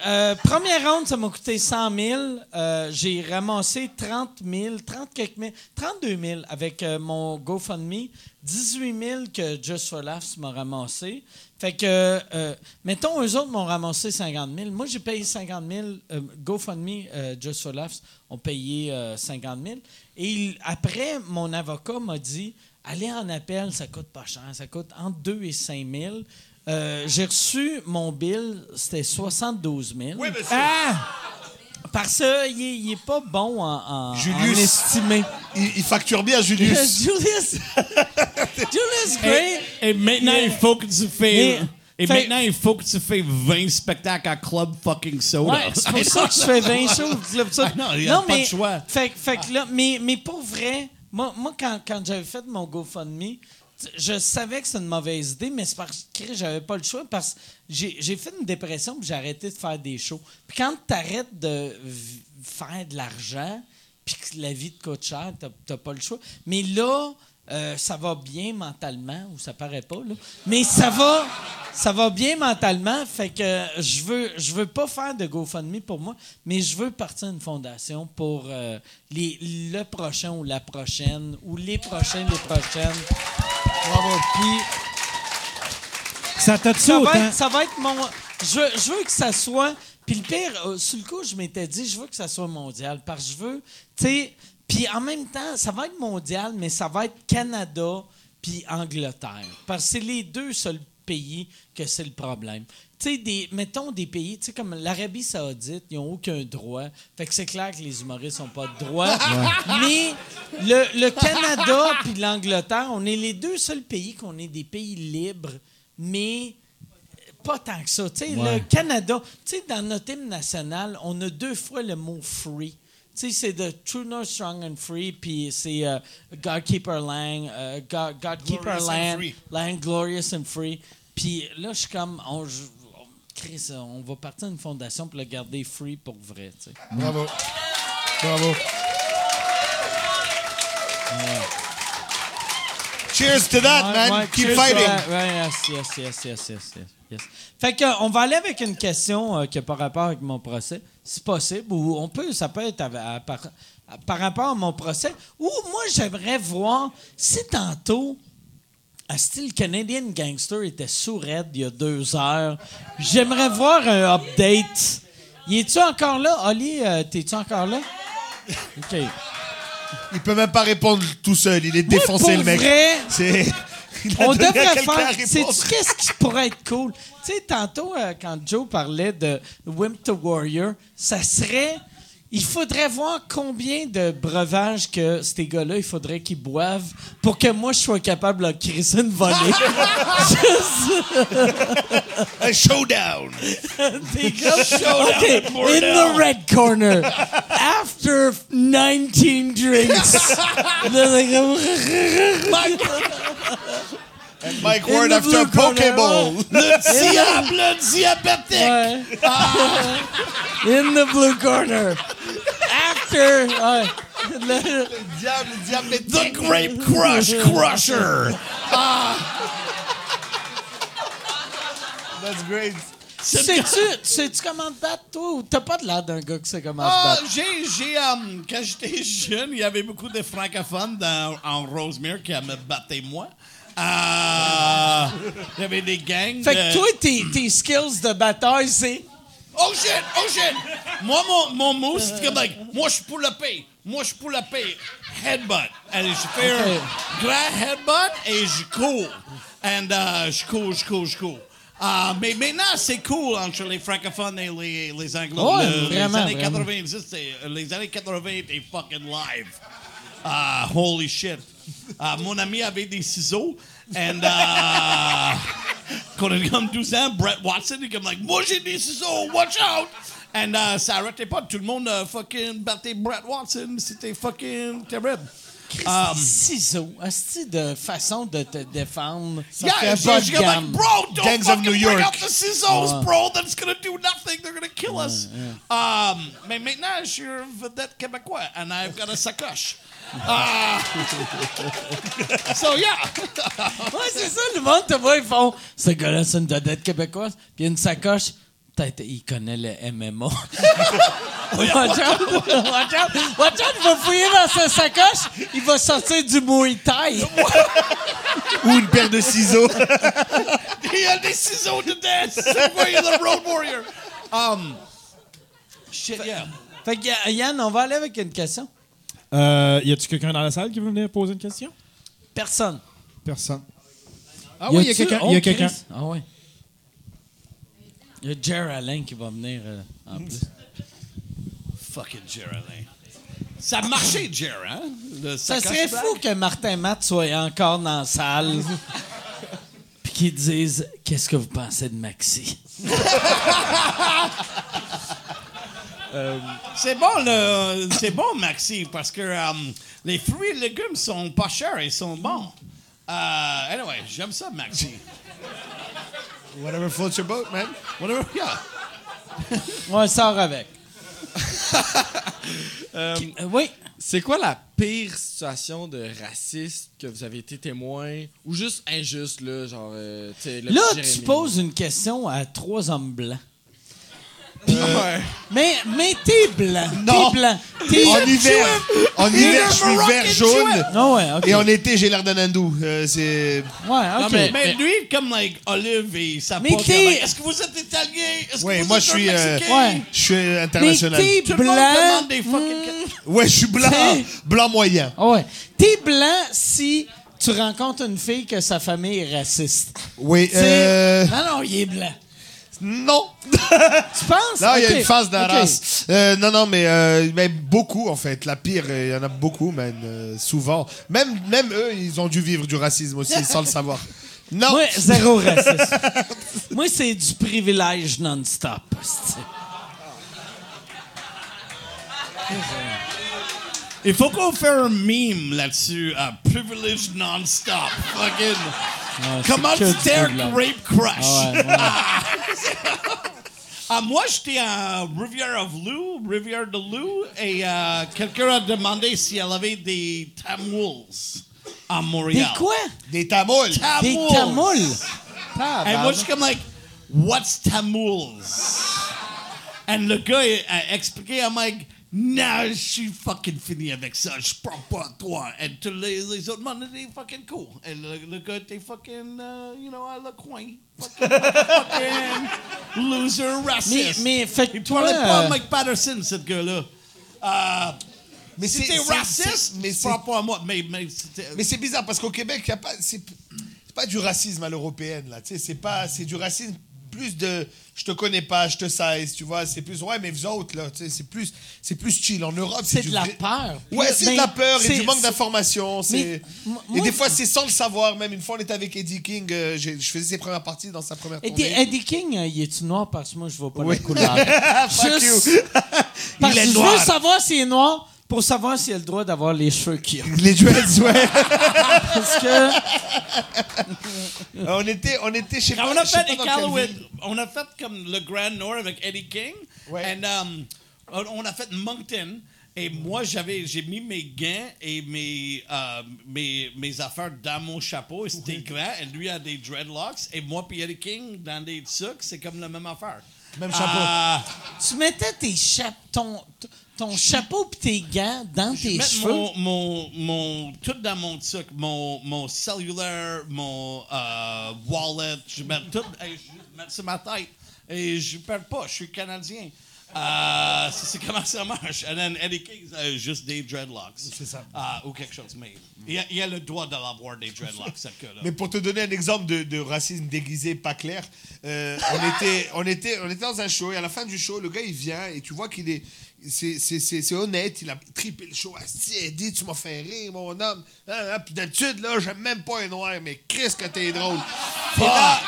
B: euh, première ronde, ça m'a coûté 100 000. Euh, j'ai ramassé 30 000, 30 quelques mille, 32 000 avec euh, mon GoFundMe, 18 000 que Just for Laughs m'a ramassé. Fait que, euh, mettons, eux autres m'ont ramassé 50 000. Moi, j'ai payé 50 000. euh, GoFundMe, euh, Just for Laughs ont payé euh, 50 000. Et il- après, mon avocat m'a dit aller en appel, ça coûte pas cher. Ça coûte entre 2 et 5 000. Euh, j'ai reçu mon bill, c'était 72 000.
H: Oui, monsieur.
B: Ah! Parce qu'il est, il est pas bon en, en,
H: Julius.
B: en estimé.
H: Il, il facture bien,
B: [laughs]
H: Julius.
B: Julius,
F: Eh,
B: Julius Gray,
F: Et maintenant, il faut que tu fais.
B: Mais-
F: Et
B: Fait-
F: maintenant, il faut que tu fais 20 spectacles à Club Fucking Soda.
B: Ouais, c'est
F: [laughs]
B: pour ça que je fais 20 shows. vous dites ça.
F: Ah non, il y a pas de choix.
B: Fait, que- fait que là, mais, mais pour vrai, moi, moi quand, quand j'avais fait mon GoFundMe, tu- je savais que c'était une mauvaise idée, mais c'est parce que j'avais pas le choix parce que j'ai j'ai fait une dépression puis j'ai arrêté de faire des shows. Puis quand tu arrêtes de v- faire de l'argent, puis que la vie te coûte cher, t'as- t'as pas le choix. Mais là, euh, ça va bien mentalement, ou ça paraît pas, là. Mais ça va, ça va bien mentalement, fait que je veux, je veux pas faire de GoFundMe pour moi, mais je veux partir une fondation pour euh, les, le prochain ou la prochaine, ou les prochains, les prochaines. Puis
A: Ça t'a-tu
B: ça va,
A: autant?
B: être, ça va être mon. Je, veux- je veux que ça soit. Puis le pire, euh, sur le coup, je m'étais dit, je veux que ça soit mondial. Parce que je veux. Tu sais. Puis en même temps, ça va être mondial, mais ça va être Canada puis Angleterre. Parce que c'est les deux seuls pays que c'est le problème. Tu sais, des- mettons des pays, tu sais, comme l'Arabie Saoudite, ils n'ont aucun droit. Fait que c'est clair que les humoristes n'ont pas de droit. Mais le, le Canada puis l'Angleterre, on est les deux seuls pays qu'on est des pays libres, mais pas tant que ça. Tu sais, Le Canada, tu sais, dans notre hymne national, on a deux fois le mot free. Tu sais, c'est de True North Strong and Free, puis c'est euh, God Keep Our Lang, euh, God, God Keep Our
H: Glorious and
B: Land,
H: free.
B: Land Glorious and Free. Puis là, je suis comme, on, je- on- Chris, on va partir une fondation pour le garder free pour vrai. tu sais.
H: Bravo. Bravo. Cheers to that, man.
B: Ouais, ouais,
H: Keep
B: cheers,
H: fighting.
B: ouais, ouais, yes, yes, yes, yes, yes, yes, yes. Fait que, euh, on va aller avec une question euh, qui a par rapport avec mon procès, si possible, ou on peut, ça peut être à- à- par, à- par rapport à mon procès, ou moi, j'aimerais voir si tantôt, à style Canadian Gangster était sourd il y a deux heures, j'aimerais voir un update. Y es-tu encore là? Oli, euh, t'es-tu encore
E: [laughs]
B: là? OK.
H: Il peut même pas répondre tout seul. Il est défoncé,
B: pour
H: le mec.
B: vrai,
H: C'est. [laughs] Il a
B: On
H: donné à
B: devrait
H: quelqu'un
B: faire.
H: à répondre.
B: Sais-tu qu'est-ce qui pourrait être cool? Tu sais, tantôt, euh, quand Joe parlait de Wimp to Warrior, ça serait. Il faudrait voir combien de breuvages que ces gars-là, il faudrait qu'ils boivent pour que moi, je sois capable de leur crisser une volée.
H: Un showdown.
B: Des gars- OK, in the red corner. After 19 drinks. "Oh, Là, c'est comme-
H: Mike
B: In
H: Ward
B: the
H: after
B: blue corner,
H: Pokéball.
F: Diable, le diabétique!
B: Ouais. In the blue corner. After. uh, ouais. Le-
H: Diable,
F: The
H: diabétique.
F: Grape Crush Crusher!
H: That's great.
B: Sais-tu sais-tu comment te battre, toi, ou t'as pas de l'air d'un gars qui sait comment se
F: Ah,
B: battre?
F: j'ai, j'ai, euh, quand j'étais jeune, il y avait beaucoup de francophones dans- en Rosemere qui me battaient moi. Euh, il y avait des gangs.
B: Fait que
F: de-
B: toi, tes, tes skills de bataille, c'est.
F: Oh shit, oh shit! Moi, mon, mon mot, c'est comme, like, moi, je suis pour la paix. Moi, je suis pour la paix. Headbutt. Allez, je fais
B: Ok.
F: un grand headbutt et je cours. And, euh, je cours, je cours, je cours. Ah, mais maintenant, c'est cool entre les francophones et les, les anglophones.
B: Ouais,
F: Le-
B: vraiment,
F: les années
B: vraiment.
F: 90, c'est- euh, les années 80 étaient fucking live. Ah, holy shit. Ah, mon ami avait des ciseaux. And, ah, quand il a [laughs] comme 12 ans, Brett Watson est comme, like, moi j'ai des ciseaux, watch out! And ah, ça arrêtait pas, tout le monde euh, fucking battait Brett Watson, c'était fucking terrible.
B: Um, ciseaux. Asti de façon de te défendre. Ça
F: yeah,
B: fait pas
F: so
B: de
F: she got like,
B: gamme.
F: bro, don't
H: Gangs of
F: fucking
H: New
F: bring
H: York."
F: out the scissors,
B: Uh.
F: bro. That's gonna do nothing. They're gonna kill us. Um, mais maintenant, je suis un vedette québécois, and I've got a sacoche. Ah. so yeah,
B: [laughs] Ouais, c'est ça, le monde te voit, ils font. Ce gars-là, c'est une dodette québécoise, puis une sacoche.
A: peut-être il connaît le
B: [laughs]
A: MMA. watch out! Watch out! Watch out! Il va fouiller dans sa sacoche, il va sortir du Muay Thai.
H: Ou une paire de ciseaux.
F: Il y a des ciseaux de dance. Warrior, the Road Warrior. Um, shit, yeah.
A: Fait que euh, Yann, on va aller avec une question.
G: Euh, y a-tu quelqu'un dans la salle qui veut venir poser une question?
A: Personne.
G: Personne.
D: Ah oui, il y a
A: tu-
D: quelqu'un.
A: oh,
G: il y a quelqu'un.
A: Chris. Ah oui. Il y a Jer Alain qui va venir euh, en plus.
F: Fucking Geraldine. Ça marchait, Jer, hein? Le
A: Ça
F: sacoche
A: serait
F: bag.
A: fou que Martin Matt soit encore dans la salle. [laughs] Puis qu'ils disent Qu'est-ce que vous pensez de Maxi
F: C'est bon, le, c'est bon, Maxi, parce que euh, les fruits et légumes sont pas chers et sont bons. Euh, anyway, j'aime ça, Maxi.
H: Whatever floats your boat, man.
F: Whatever, yeah.
A: On sort avec. [laughs] Qui- euh, oui.
K: C'est quoi la pire situation de racisme que vous avez été témoin ou juste injuste là, genre euh, tu sais, le
A: Là,
K: petit
A: tu
K: Jérémy.
A: poses une question à trois hommes blancs. Puis- Mais, mais t'es blanc.
H: Euh, Non.
A: T'es blanc. T'es
H: En hiver, en hiver, je suis vert jaune.
A: Non, Ah ouais, ok.
H: Et en été, j'ai l'air d'un hindou. Euh, c'est.
A: Ouais,
H: Ah,
A: ok.
K: mais-
F: Mais lui, comme like, Olive et sa
A: Mais
F: pote,
A: t'es-
F: elle est like, Est-ce que vous êtes italien? Est-ce
H: Ouais,
F: que vous
H: moi,
F: êtes
H: je
F: un
H: suis, euh,
F: Mexicain?
A: ouais.
H: Je suis
A: Mais
H: international.
A: t'es
F: Tout le monde
A: blanc.
F: demande des fucking
A: hmm.
H: Ouais, je suis blanc.
A: T'sais-
H: Blanc moyen.
A: Ah ouais. T'es blanc si tu rencontres une fille que sa famille est raciste.
H: Oui,
A: T'sais-
H: euh.
A: Non, non, il est blanc. [laughs]
H: Non.
A: Tu penses?
H: Là, il y
A: Ok.
H: a une phase d'un
A: Ok.
H: race. Euh, non, non, mais, euh, mais beaucoup, en fait. La pire, euh, il y en a beaucoup, man. euh, souvent. Même, même eux, ils ont dû vivre du racisme aussi, sans
A: [laughs]
H: le savoir. Non.
A: Moi, zéro racisme. [laughs] Moi, c'est du privilège non-stop. hostie.
F: Il faut qu'on fasse un meme là-dessus. euh, privilege non-stop. Fucking. Comment
A: que
F: tu
A: du
F: terres
A: privilège.
F: Rape Crush?
A: Ah ouais, ouais.
F: [laughs] Ah, moi, j'étais à uh, Rivière of Lou, Rivière de Lou, et euh, quelqu'un a demandé si elle avait des Tamouls à
A: Des
F: Montréal.
A: quoi?
H: Des tamouls.
A: Des tamouls.
F: Et moi, je suis comme, like, what's Tamouls? And le gars il a expliqué, I'm like, non, je suis fucking fini avec ça, je prends pas toi. Et tous les, les autres monde étaient fucking cool. Et le, le gars était fucking, euh, you know, à le coin. Fucking, fucking loser
A: Mais,
F: raciste.
A: mais fait que
F: Il
A: toi,
F: parlait pas à
A: euh,
F: Mike Patterson, ce gars-là. Euh, mais
H: c'est-
F: c'était
H: c'est-
F: raciste,
H: c'est- mais
F: mais
H: c'est-
F: c'est pas à moi. Mais, mais c'était.
H: Mais c'est bizarre parce qu'au Québec, y a pas, c'est c'est pas du racisme à l'européenne là. Tu sais, c'est pas, c'est du racisme plus de, je te connais pas, je te size, tu vois. C'est plus ouais, mais vous autres là, tu sais, c'est plus, c'est plus chill. En Europe,
A: c'est
H: du
A: de la
H: vrai-
A: peur.
H: Ouais, c'est
A: Mais
H: de la peur et
A: c'est-
H: du manque
A: c'est-
H: d'informations.
A: Mais
H: c'est-
A: moi-
H: Et
A: moi-
H: des fois, c'est sans le savoir. Même une fois, on était avec Eddie King. euh, j'ai- je faisais ses premières parties dans sa première
A: Eddie,
H: tournée.
A: Eddie King, euh, il est-tu noir parce que moi, je vois pas
H: Oui.
A: la couleur? [laughs]
H: Fuck
A: Juste
H: you.
A: [laughs] parce
H: est
A: que je veux
H: noir.
A: savoir s'il est noir pour savoir s'il a le droit d'avoir les cheveux qu'il a.
H: [laughs] Les duels, ouais.
A: [laughs] Parce que...
H: on était, on était chez.
F: Ah,
A: Ah,
F: on a fait des Callaway- on a fait comme le Grand Nord avec Eddie King.
H: Ouais.
F: And, um, on on a fait Moncton. Et moi, j'avais, j'ai mis mes gains et mes, euh, mes, mes affaires dans mon chapeau. Et c'était grand. Et lui a des dreadlocks. Et moi, puis Eddie King, dans des trucs, c'est comme la même affaire.
H: Même chapeau.
F: Ah,
A: Tu mettais tes cha- ton, ton chapeau pis tes gants dans tes
F: mettre
A: cheveux.
F: mon, mon, mon- tout dans mon truc, mon, mon cellulaire, mon euh, wallet, je mets tout et je mets sur ma tête et je perds pas, je suis Canadien. Euh, c'est c'est comment ça marche. And then Eddie King, euh, juste des dreadlocks. C'est
H: ça.
F: ou quelque chose. Mais il y a, il y a le droit d'avoir des dreadlocks, cette queue-là.
H: Mais pour te donner un exemple de, de racisme déguisé pas clair, euh, on, était, on, était, on était dans un show et à la fin du show, le gars il vient et tu vois qu'il est. C'est c'est- c'est- c'est honnête, il a trippé le show. Asti, dit tu m'as fait rire, mon homme. Hein, hein, Puis d'habitude, là, j'aime même pas un noir, mais Chris, que t'es drôle. Et là,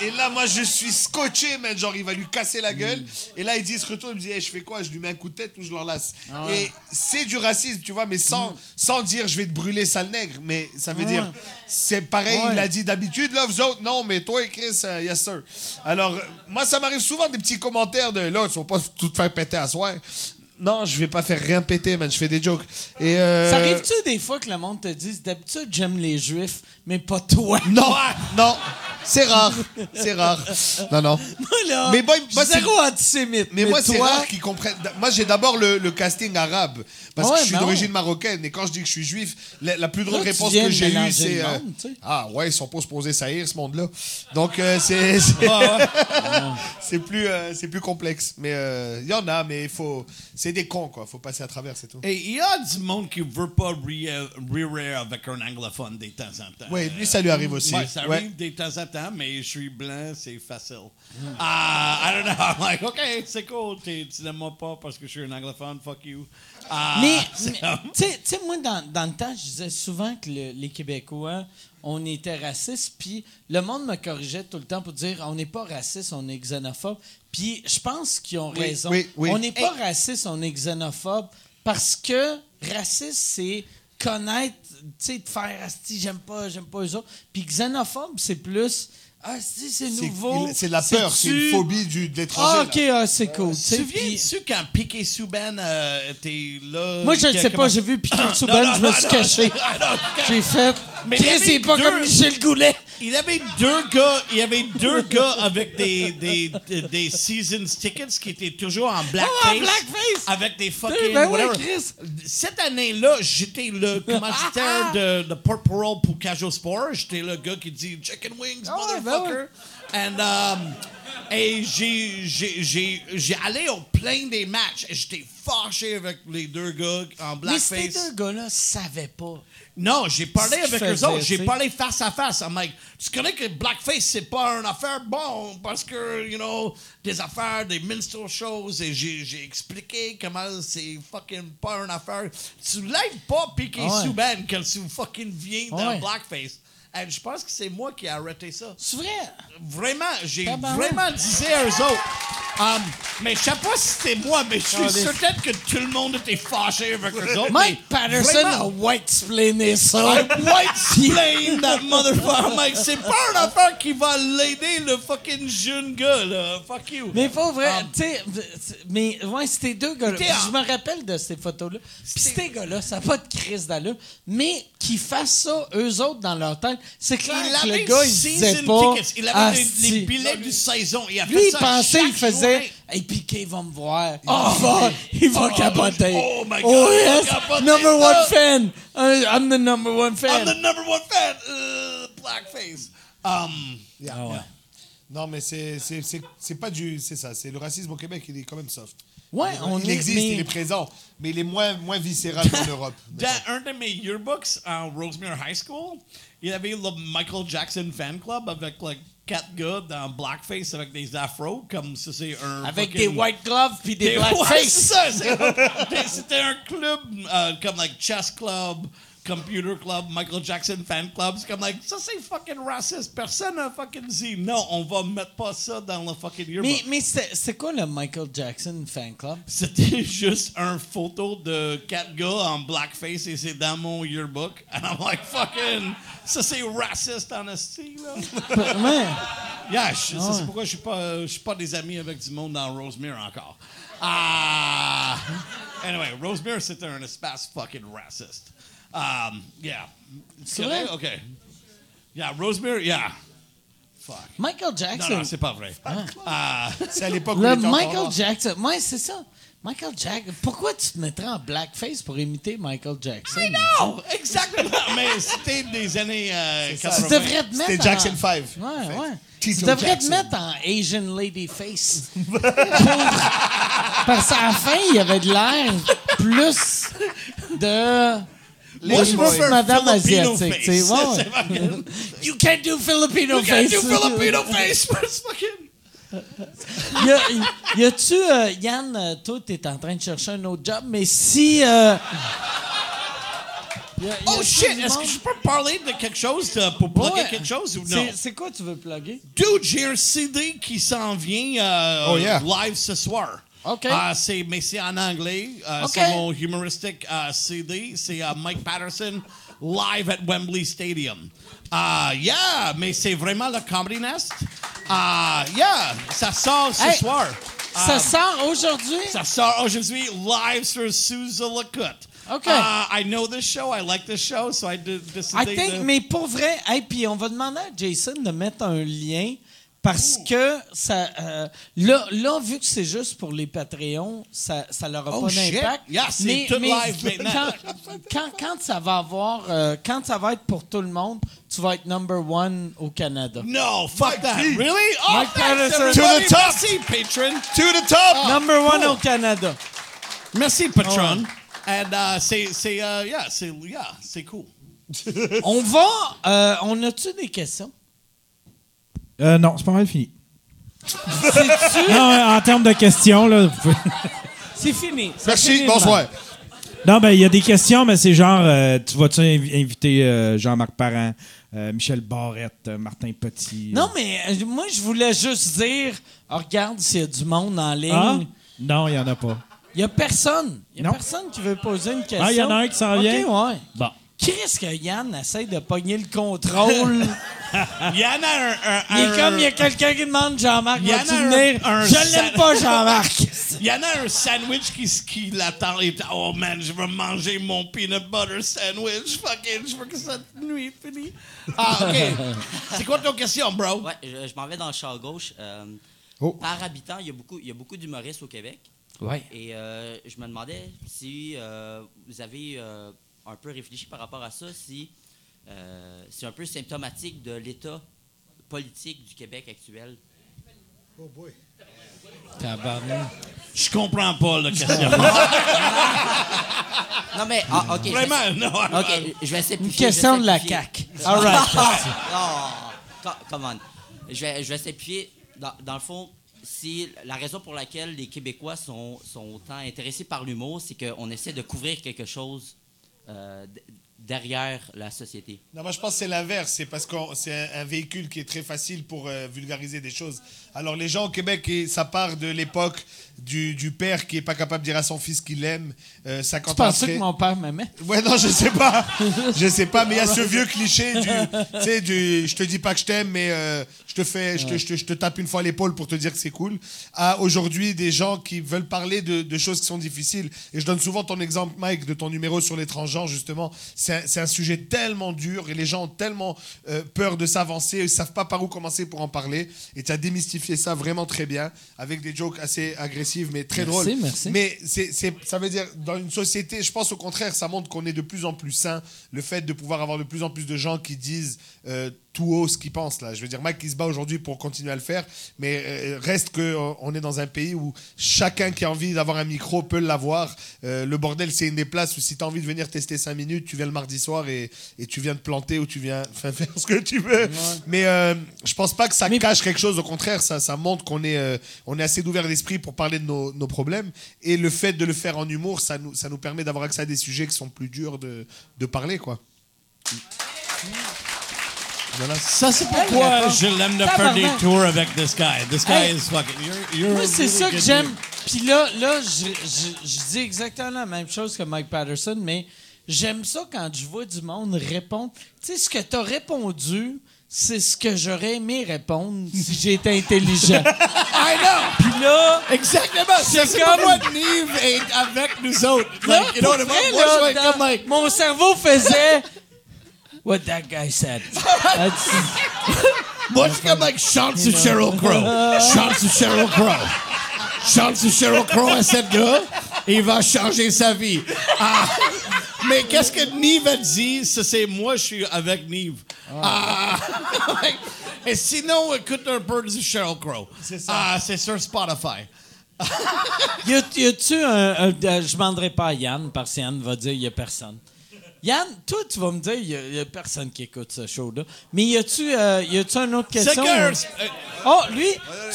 H: et là, moi, je suis scotché, man. Genre, il va lui casser la gueule. Et là, il dit, il se retourne, il me dit, Hey, je fais quoi Je lui mets un coup de tête ou je l'enlace
A: Ah
H: Et c'est du racisme, tu vois, mais sans,
A: Mm.
H: sans dire, je vais te brûler, sale nègre. Mais ça
A: Ah
H: veut dire, c'est pareil, il a dit d'habitude, là, vous autres, non, mais toi et Chris, euh, yes sir. Alors, euh, moi, ça m'arrive souvent des petits commentaires de, là, tu vas pas tout te faire péter à soir. Non, je vais pas faire rien péter, man. Je fais des jokes. Et, euh,
A: Ça arrive-tu des fois que le monde te dise d'habitude j'aime les juifs, mais pas toi?
H: Non, non. C'est rare. C'est rare. Non, non.
A: Moi, [laughs] là,
H: Mais moi, moi, c'est-
A: zéro antisémite.
H: Mais, moi, c'est
A: toi,
H: rare qu'ils comprennent. Moi, j'ai d'abord le, le casting arabe. Parce
A: Ouais,
H: que je suis
A: ben
H: d'origine marocaine. Et quand je dis que je suis juif, la, la plus drôle
A: Là, tu
H: réponse
A: viens
H: que
A: de
H: j'ai eue,
A: mélanger
H: c'est.
A: le
H: euh,
A: monde, tu sais.
H: ah ouais, ils sont pas supposés saillir, ce monde-là. Donc, euh, c'est. c'est- [laughs] C'est plus, euh, c'est plus complexe. Mais euh, il y en a, mais il faut. C'est des cons, quoi. faut passer à travers, c'est tout.
F: Et il y a du monde qui veut pas re- rear avec un anglophone de temps en temps.
H: Oui, lui, ça lui arrive aussi.
F: Ouais, ça
H: Ouais.
F: arrive de temps en temps, mais je suis blanc, c'est facile. Ah, I don't know. I'm like, OK, c'est cool. t'es- Tu n'aimes pas parce que je suis un anglophone, fuck you. Ah,
A: Mais,
F: c'est
A: mais,
F: comme-
A: tu sais- tu sais, moi, dans, dans le temps, je disais souvent que le- les Québécois, on était racistes, puis le monde me corrigeait tout le temps pour dire on n'est pas raciste, on est xénophobe. Puis je pense qu'ils ont raison.
H: oui, oui.
A: On n'est pas raciste, on est xénophobe, parce que raciste, c'est connaître, tu sais, de faire asti, j'aime pas, j'aime pas eux autres. Puis xénophobe, c'est plus ah, si, c'est
H: C'est-
A: nouveau.
H: il- C'est de la peur, c'est
A: tu-
H: une phobie du, de l'étranger.
A: Ah,
H: là.
A: ok, ah, c'est cool. tu sais,
F: Euh, Tu
A: puis-
F: viens-tu quand Piqué Souban euh, était là?
A: Moi, je ne
F: que-
A: sais
F: comment-
A: pas, j'ai vu Piquet
F: Non,
A: Souban,
F: non,
A: je me
F: non,
A: suis
F: non,
A: caché.
F: non, non,
A: J'ai fait.
F: Mais il y
A: Chris,
F: avait
A: c'est pas
F: deux-
A: comme Michel Goulet.
F: Il avait deux gars, il y avait deux gars avec des, des, des, des seasons tickets qui étaient toujours en blackface.
A: Oh, en blackface!
F: Avec des
A: Ben
F: fucking
A: oui,
F: whatever.
A: Chris.
F: Cette année-là, j'étais
A: [laughs]
F: le commanditaire de, de porte-parole pour Cajo Sport. J'étais le gars qui dit Chicken Wings,
A: Ah ouais, ben
F: motherfucker. And, um, et j'ai- j'ai j'ai- j'ai allé au plein des matchs. Et J'étais fâché avec les deux gars en
A: Mais ces
F: blackface.
A: deux gars-là savaient pas.
F: Non, j'ai parlé
A: Ce qu'il
F: avec eux
A: faisait,
F: autres. J'ai
A: tu sais.
F: parlé face à face. I'm like, tu connais que Blackface, c'est pas une affaire bon parce que, you know, des affaires, des minstrel shows. Et j'ai j'ai expliqué comment c'est fucking pas une affaire. Tu l'aides pas piquer
A: Ah ouais. Ah
F: Souban quand tu fucking viens dans
A: Ouais.
F: Blackface. Et je pense que c'est moi qui ai arrêté ça.
A: C'est vrai.
F: Vraiment, j'ai
A: Tabarnak.
F: vraiment dit à eux autres. Um, mais je sais pas si c'était moi, mais je suis certaine que tout le monde était fâché avec eux autres.
A: Mike
F: mais
A: Patterson
F: vraiment,
A: a white-splainé ça.
F: I white splain that motherfucker, Mike. C'est pas un affaire qui va l'aider, le fucking jeune gars, là. Fuck you.
A: Mais pas vrai.
F: Um,
A: tu sais, mais ouais, ces deux gars-là.
F: C'était en-
A: Je me rappelle de ces photos-là. Puis ces gars-là, ça n'a pas de crise d'allure. Mais qu'ils fassent ça, eux autres, dans leur tête, c'est clair
F: il
A: que
F: avait
A: le gars, il
F: season
A: disait pas.
F: tickets. Il avait les- les,
A: Asti.
F: billets du saison. Il a
A: Lui,
F: fait
A: il
F: ça
A: pensait,
F: chaque
A: il faisait.
F: journée.
A: Et hey, Piqué va me voir. Oh, va, il va capoter.
F: oh my God, il va
A: yes,
F: capoter,
A: number
F: ça.
A: one fan. Uh, I'm the number one
F: I'm
A: fan.
F: the number one fan. Euh, blackface. Um,
H: Non, mais c'est- c'est c'est- c'est pas du. C'est ça, c'est le racisme au Québec, il est quand même soft.
A: Ouais, on
H: il
A: est-
H: existe,
A: mais-
H: il est présent, mais il est moins, moins viscéral qu'en Europe.
F: dans un de mes yearbooks en Rosemere High School, il avait le Michael Jackson fan club avec like, quatre gars dans uh, blackface avec des afros, comme si c'est un.
A: Avec des
F: fucking-
A: white gloves puis des
F: Des-
A: black
F: ouais, c'est
A: face.
F: ça, c'est- c'était- C'était un club euh, comme like chess club, computer club, Michael Jackson fan club. C'est comme like ça c'est fucking raciste. Personne n'a fucking dit non, on va mettre pas ça dans le fucking yearbook.
A: Mais, mais c'est c'est quoi le Michael Jackson fan club?
F: C'était [laughs] juste un photo de quatre gars en blackface et c'est dans mon yearbook. [laughs] And I'm like fucking ça c'est raciste en esti
A: Ouais.
F: là. [laughs] Yeah, je- ça, c'est pourquoi je suis pas, je suis pas des amis avec du monde dans Rosemere encore. Ah. [laughs] anyway, Rosemere c'était un espace fucking racist. Um, yeah.
A: C'est vrai?
F: Ok. Yeah, Rosemere, yeah. Fuck.
A: Michael
F: Non,
A: Jackson.
F: non, c'est pas vrai. Ah.
H: C'est à l'époque où il
A: le
H: était encore
A: Michael
H: là.
A: Jackson. Ouais, c'est ça. Michael Jackson. Pourquoi tu te mettrais en blackface pour imiter Michael Jackson?
F: Oh, exactement. [laughs] Mais c'était des années euh,
H: ça.
F: 80.
A: Tu devrais te mettre
H: C'était Jackson
A: en...
H: 5.
A: Ouais, ouais.
H: Tito
A: tu devrais
H: Jackson.
A: te mettre en Asian Lady Face. Pour- Parce qu'à la fin, il y avait de l'air plus de. Moi, je
F: Boys.
A: préfère Madame
F: Filipino
A: Asiatique.
F: face.
A: tu sais,
F: C'est
A: ouais.
F: fucking-
A: [laughs] You can't do Filipino
F: You can't
A: face. [laughs]
F: do Filipino face. It's fucking-
A: Y a- y a-tu, euh, Yann, euh, toi, t'es en train de chercher un autre job, mais si. euh, y a- y
F: Oh
A: a-tu
F: shit,
A: du
F: est-ce que
A: monde?
F: je peux parler de quelque chose euh, pour plugger
A: Ouais.
F: quelque chose ou non?
A: C'est- C'est quoi tu veux plugger?
F: Dude, j'ai un CD qui s'en vient euh,
H: Oh, yeah.
F: live ce soir.
A: OK.
F: Ah, c'est, mais c'est en anglais. Euh,
A: OK.
F: C'est mon humoristic euh, CD. C'est euh, Mike Patterson live at Wembley Stadium. Ah, yeah, mais c'est vraiment le Comedy Nest. Ah, yeah, ça sort ce
A: Hey,
F: soir.
A: Ça
F: Ah,
A: sort aujourd'hui?
F: ça sort aujourd'hui live sur Souza Lecoute.
A: OK.
F: Uh, I know this show. I like this show, so I did,
A: I
F: decided
A: think,
F: to-
A: mais pour vrai, hey, puis on va demander à Jason de mettre un lien parce que ça, euh, là, là, vu que c'est juste pour les Patreons, ça ça leur a
F: Oh,
A: pas
F: shit.
A: d'impact.
F: Yeah, c'est tout live maintenant.
A: Quand, quand, quand ça va avoir, euh, quand ça va être pour tout le monde, tu vas être number one au Canada.
F: No, fuck that. Really? Oh,
A: Mike Patterson.
F: thanks,
A: To the
F: everybody.
H: top.
F: Merci, patron.
H: To the top!
A: number one au Canada.
F: Merci, patron. And uh, c'est, c'est, uh, yeah, c'est, yeah, c'est [laughs] cool.
A: On va, euh, on a-tu des questions?
G: Euh, non, c'est pas mal fini.
A: C'est-tu-
G: Non, en termes de questions, là. vous pouvez-
A: C'est fini. Ça finit
H: Merci,
A: le
H: bonsoir.
G: Non, ben, il y a des questions, mais c'est genre, euh, tu vas-tu inv- inviter euh, Jean-Marc Parent, euh, Michel Barrette, euh, Martin Petit? euh,
A: Non, mais euh, moi, je voulais juste dire oh, regarde s'il y a du monde en ligne. Il
G: Ah? Non, il n'y en a pas.
A: n'y a personne. Il n'y a
G: Non.
A: personne qui veut poser une question.
G: Ah, il y en a un qui s'en
A: Ok,
G: vient?
A: ouais.
G: Bon.
A: Chris que Yann essaie de pogner le
G: [laughs]
A: contrôle.
F: Yann a un, un,
A: il est
F: un-
A: comme il y a quelqu'un qui demande Jean-Marc,
F: Yann
A: vas-tu
F: a Euh, un-
A: venir?
F: un
A: je l'aime
F: sa-
A: pas, Jean-Marc.
F: Y'en a un sandwich qui, qui l'attend. et- Oh man, je veux manger mon peanut butter sandwich. Fucking, je veux que cette nuit finisse. Ah, OK.
A: [laughs]
F: C'est quoi ton question, bro?
L: Ouais, je, je m'en vais dans le char gauche. Euh, Par habitant, il y a beaucoup, il y a beaucoup d'humoristes au Québec.
A: Ouais.
L: Et euh, je me demandais si euh, vous avez euh, un peu réfléchi par rapport à ça, si euh, c'est un peu symptomatique de l'état politique du Québec actuel.
F: Je comprends pas la question.
L: Non, mais, ah, OK. je vais-
F: Vraiment, non.
L: [laughs] OK, je vais simplifier.
A: Une
L: je vais
A: question de la
L: simplifier.
A: CAQ. All
L: [laughs]
A: right.
L: Ah, co- come on. Je vais, je vais simplifier. Dans, dans le fond, si la raison pour laquelle les Québécois sont, sont autant intéressés par l'humour, c'est qu'on essaie de couvrir quelque chose euh, d- derrière la société.
H: Non, moi je pense que c'est l'inverse. C'est parce que c'est un, un véhicule qui est très facile pour euh, vulgariser des choses. Alors les gens au Québec, et ça part de l'époque du, du père qui est pas capable de dire à son fils qu'il l'aime. Euh, 50
A: Tu pensais
H: ans
A: que
H: après.
A: mon père m'aimait?
H: Ouais, non, je sais pas. Je sais pas, mais il y a ce vieux cliché du. Tu sais, du. Je te dis pas que je t'aime, mais euh, je te fais. Je te, je te- je te tape une fois l'épaule pour te dire que c'est cool. À aujourd'hui, des gens qui veulent parler de, de choses qui sont difficiles. Et je donne souvent ton exemple, Mike, de ton numéro sur les transgenres, justement. C'est un, c'est un sujet tellement dur et les gens ont tellement euh, peur de s'avancer. Ils savent pas par où commencer pour en parler. Et tu as démystifié ça vraiment très bien avec des jokes assez agressives, mais très
A: Merci,
H: drôles.
A: merci.
H: Mais c'est, c'est- ça veut dire, dans une société, je pense au contraire, ça montre qu'on est de plus en plus sain. Le fait de pouvoir avoir de plus en plus de gens qui disent euh, tout haut ce qu'ils pensent. Là. Je veux dire, Mike, il se bat aujourd'hui pour continuer à le faire, mais euh, reste qu'on est dans un pays où chacun qui a envie d'avoir un micro peut l'avoir. Euh, le bordel, c'est une des places où si tu as envie de venir tester 5 minutes, tu viens le mardi soir et, et tu viens te planter ou tu viens enfin, [laughs] faire ce que tu veux. Mais euh, je pense pas que ça
A: Mais-
H: cache quelque chose. Au contraire, ça, ça montre qu'on est, euh, on est assez d'ouvert d'esprit pour parler de nos, nos problèmes. Et le fait de le faire en humour, ça nous, ça nous permet d'avoir accès à des sujets qui sont plus durs de, de parler, quoi. Voilà.
F: Ça, c'est pourquoi je l'aime de faire des
A: Tabarnak.
F: tours avec this guy. This guy
A: Hey.
F: is fucking... You're, you're
A: Moi,
F: a
A: c'est
F: really
A: ça que
F: good
A: j'aime. Puis là, là je, je- je dis exactement la même chose que Mike Patterson, mais j'aime ça quand je vois du monde répondre. Tu sais, ce que t'as répondu, c'est ce que j'aurais aimé répondre [laughs] si j'étais intelligent.
F: I know!
A: Puis là,
F: Exactement! C'est
A: C'est
F: comme
A: comme-
F: moi, Nive est avec nous autres.
A: là,
F: Like, you know,
A: pour
F: moi,
A: vrai,
F: moi,
A: là,
F: je vais être
A: dans-
F: comme like...
A: mon cerveau faisait... What that guy said. That's-
F: Moi, je suis comme like, shout to Sheryl Crow. Shout to Sheryl Crow. Shout to Sheryl Crow à cette gars. Il va changer sa vie. Ah, mais qu'est-ce que Nive a dit? Ça, c'est moi, je suis avec Nive. Ah, [laughs] like, et sinon, écoute un peu de Sheryl Crow. Ah, c'est sur Spotify.
A: Y a- y a-tu un. un- euh, je demanderai pas à Yann, parce que Yann va dire y a personne. Yann, toi, tu vas me dire y a, y a personne qui écoute ce show-là. Mais y a-tu euh, y a-tu une autre
F: C'est
A: question?
F: que... euh,
A: Oh, lui,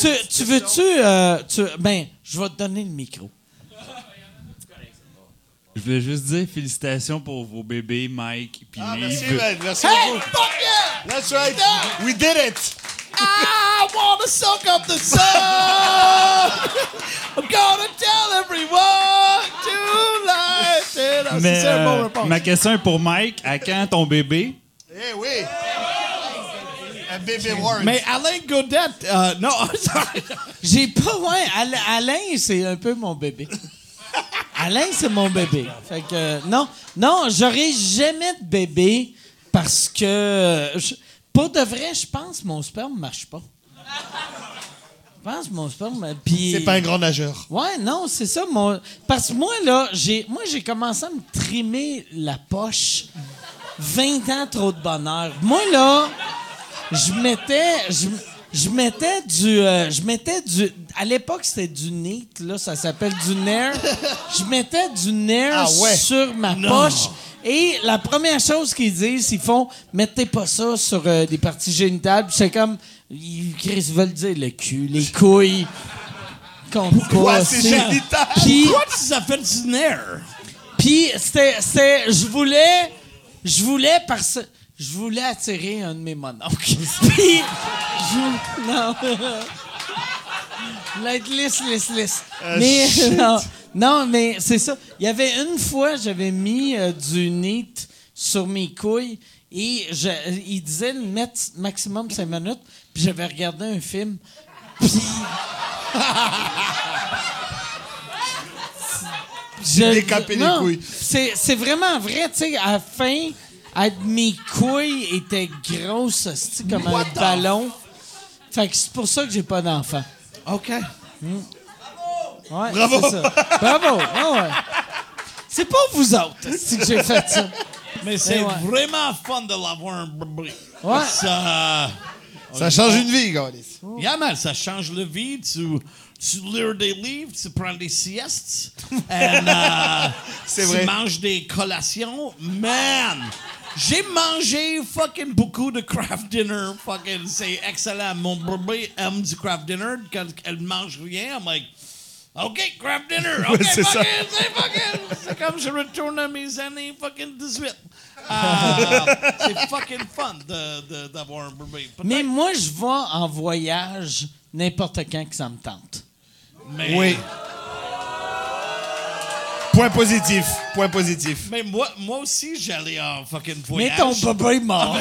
A: tu, tu veux-tu. euh, tu, ben, je vais te donner le micro.
M: Je voulais juste dire félicitations pour vos bébés, Mike puis
H: Ah,
M: Nive.
H: merci, man. Merci
F: Hey,
H: beaucoup.
F: fuck yeah!
H: That's right. We did it.
F: I wanna soak up the sun. I'm gonna tell everyone tonight that I'm
M: Mais,
F: sincèrement
M: euh, ma question est pour Mike. À quand ton bébé?
H: Eh oui. Un bébé Warren.
F: Mais Alain Godette, euh,
B: [laughs]
F: non, sorry.
A: J'ai pas. Ouais, Al- Alain, c'est un peu mon bébé.
B: Alain, c'est mon bébé. Fait que, euh, non, non, j'aurais jamais de bébé parce que, euh, je- pour de vrai, je pense que mon sperme marche pas. Je pense que mon sperme. euh, puis-
D: C'est pas un grand nageur.
B: Ouais, non, c'est ça. Mon... Parce que moi, là, j'ai moi j'ai commencé à me trimer la poche 20 ans trop de bonheur. Moi, là, je mettais. Je... je mettais du. euh, je mettais du. À l'époque, c'était du NEAT, là, ça s'appelle du Nair. Je mettais du Nair
D: Ah ouais?
B: sur ma poche. Et la première chose qu'ils disent, ils font mettez pas ça sur euh, des parties génitales. Puis c'est comme. Ils Chris, ils veulent dire le cul, les couilles. Qu'on
D: Pourquoi
B: pas,
D: c'est
B: c'est-
D: génital?
B: Puis-
F: Pourquoi tu s'appelles du nerf?
B: puis c'était, c'était- je voulais, je voulais parce, je voulais attirer un de mes mononcles. [laughs] Puis, je, non. [laughs] Let- lisse, lisse, lisse. mais non, non, mais c'est ça. Il y avait une fois, j'avais mis euh, du NEAT sur mes couilles et je, Euh, il disait de mettre maximum 5 minutes. Puis j'avais regardé un film. Puis Je-
D: décaper les
B: non,
D: couilles.
B: C'est, c'est vraiment vrai, tu sais, à la fin, à- mes couilles étaient grosses, hostie, comme un ballon. Fait que c'est pour ça que j'ai pas d'enfant.
D: Ok.
B: Ouais, C'est ça. Bravo! Ah ouais, ouais. C'est pas vous autres hostie, que j'ai fait ça.
F: Mais c'est
B: Eh ouais.
F: vraiment fun de l'avoir un bébé.
B: Ouais.
F: Ça, Oh.
D: Ça change une vie, Gaulis.
F: yeah, man, ça change le vie. Tu, tu lures des livres, tu prends
D: [laughs]
F: des siestes. and, euh,
D: C'est
F: tu
D: vrai.
F: manges des collations. Man, j'ai mangé fucking beaucoup de craft dinner. Fucking, c'est excellent. Mon bébé aime du craft dinner. Quand elle mange rien, I'm like... OK, craft dinner. OK,
D: c'est
F: fucking,
D: ça.
F: c'est fucking. C'est comme je retourne à mes années fucking 18. Ah, c'est fucking fun de- de- d'avoir un bébé. Peut-être-
B: Mais moi, je vais en voyage n'importe quand que ça me tente.
F: mais-
D: Oui. Point positif. Point positif.
F: Mais moi, moi aussi, j'allais en fucking voyage. Ah, ben,
B: Mais ton papa est mort.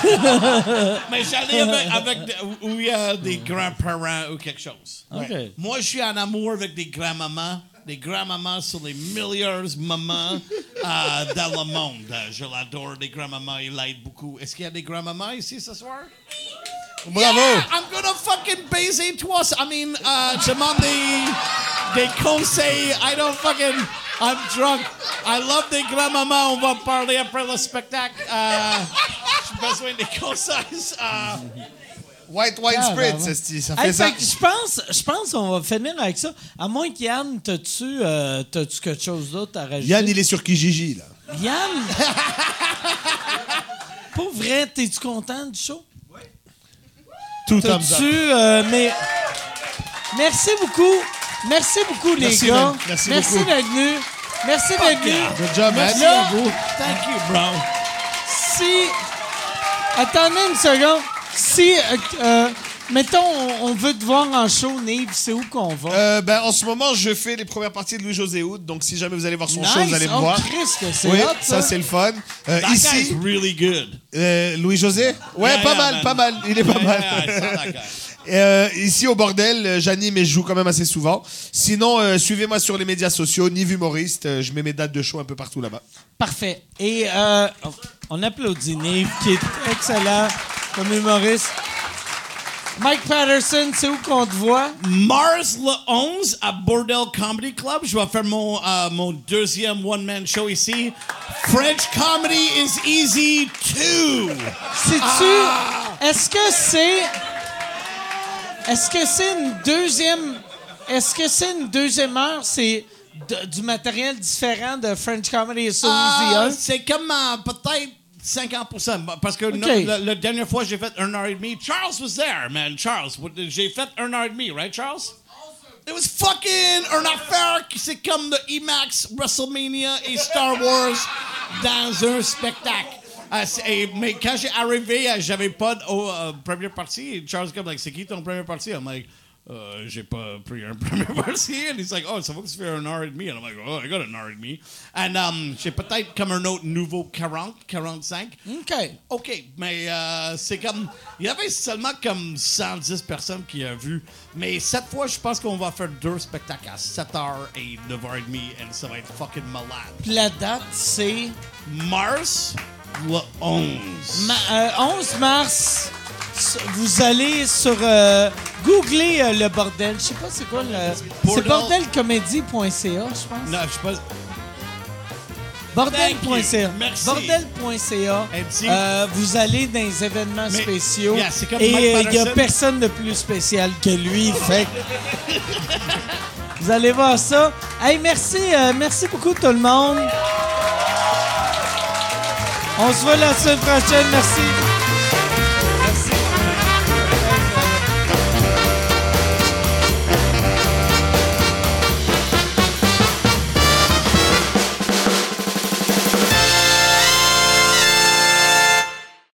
B: [laughs]
F: Mais j'allais avec, avec de- où- où il y a des grands-parents ou quelque chose.
B: OK.
F: Moi, je suis en amour avec des grands-mamans. Des grands-mamans sont les meilleures mamans euh, dans le monde. Euh, Je l'adore, des grands-mamans, ils l'aident beaucoup. Est-ce qu'il y a des grands-mamans ici ce soir?
D: Bravo.
F: Yeah, I'm gonna fucking baiser toi. I mean, uh, je demande des, des conseils. I don't fucking... I'm drunk. I love des grands-mamans. On va parler après le spectacle. Euh, J'ai besoin des conseils. Euh,
D: White wine
B: Ah,
D: spread,
B: bah, bah.
D: ça, c'est- ça
B: Hey,
D: fait ça.
B: fait que je pense, je pense qu'on va finir avec ça. À moins qu'Yann, t'as-tu, euh, t'as-tu quelque chose d'autre à rajouter?
D: Yann, il est sur Kijiji, là.
B: Yann! [laughs] Pour vrai, t'es-tu content du show?
D: Tout
B: T'as-tu. euh, mais. Merci beaucoup. Merci beaucoup, les
D: Merci,
B: gars.
D: man. Merci beaucoup.
B: d'être venus. Merci d'être venus.
H: Euh,
D: Good job,
B: Merci
D: man.
B: à vous. Thank you, bro. Si. Attendez une seconde. Si. euh, euh, mettons, on, on veut te voir en show, Nive, c'est où qu'on va?
D: Euh, ben, en ce moment, je fais les premières parties de Louis-José Hood, donc si jamais vous allez voir son show, vous allez me
B: oh,
D: voir.
B: Christ, que c'est
D: Oui,
B: hot,
D: ça,
B: ça.
D: c'est le fun. Euh,
F: That guy's
D: ici,
F: really good.
D: euh, Louis-José Ouais,
F: Yeah,
D: pas
F: yeah,
D: mal,
F: man.
D: pas mal. Il est pas
F: Yeah,
D: mal.
F: yeah, I saw
D: [laughs]
F: that guy.
D: Euh, ici au bordel, euh, j'anime et je joue quand même assez souvent. Sinon, euh, suivez-moi sur les médias sociaux, Nive Humoriste. euh, je mets mes dates de show un peu partout là-bas.
B: Parfait. Et euh, on applaudit Nive, qui est excellent comme humoriste. Mike Patterson, c'est où qu'on te voit?
F: Mars le 11 à Bordel Comedy Club. Je vais faire mon, euh, mon deuxième one-man show ici. French comedy is easy too.
B: C'est-tu. Est-ce que c'est. Est-ce que c'est une deuxième. Est-ce que c'est une deuxième heure? C'est de- du matériel différent de French Comedy is so easy,
F: Euh,
B: hein?
F: c'est comme euh, peut-être 50%. bah, Parce que no-
B: Ok.
F: la, la dernière fois, j'ai fait 1 heure et demie. Charles was there, man. Charles. what- J'ai fait 1 heure et demie, right, Charles? It was fucking un affaire qui c'est comme de IMAX, WrestleMania et Star Wars dans un spectacle. Ah, c'est- et- mais quand j'ai arrivé, euh, j'avais pas de oh, euh, première partie. Et Charles comme like, c'est qui ton première partie? I'm like, euh, j'ai pas pris un [laughs] premier parti. And he's like, oh, ça va que tu fais un hour et demi. And I'm like, oh, I got an hour et demi. And um, j'ai peut-être comme un autre nouveau 40, 45.
B: OK.
F: OK, mais euh, c'est comme. Il y avait seulement comme 110 personnes qui ont vu. Mais cette fois, je pense qu'on va faire deux spectacles à 7h et 9h30. Et ça va être fucking malade.
B: Puis la date, c'est
F: Mars, le 11.
B: ma- euh, 11 mars. S- Vous allez sur. euh, googlez euh, le bordel. Je sais pas c'est quoi le.
F: Pour
B: C'est
F: l'autre-
B: bordelcomédie.ca, je pense.
F: non, je sais pas. Thank
B: Bordel.ca.
F: you. Merci.
B: Bordel.ca.
F: Un petit-
B: Euh, vous allez dans les événements
F: Mais-
B: spéciaux.
F: Yeah, c'est comme
B: et
F: Mike
B: euh, il n'y a
F: Patterson.
B: personne de plus spécial que lui. Fait que- vous allez voir ça. Hey, merci, euh, merci beaucoup tout le monde. On se voit la semaine prochaine. Merci.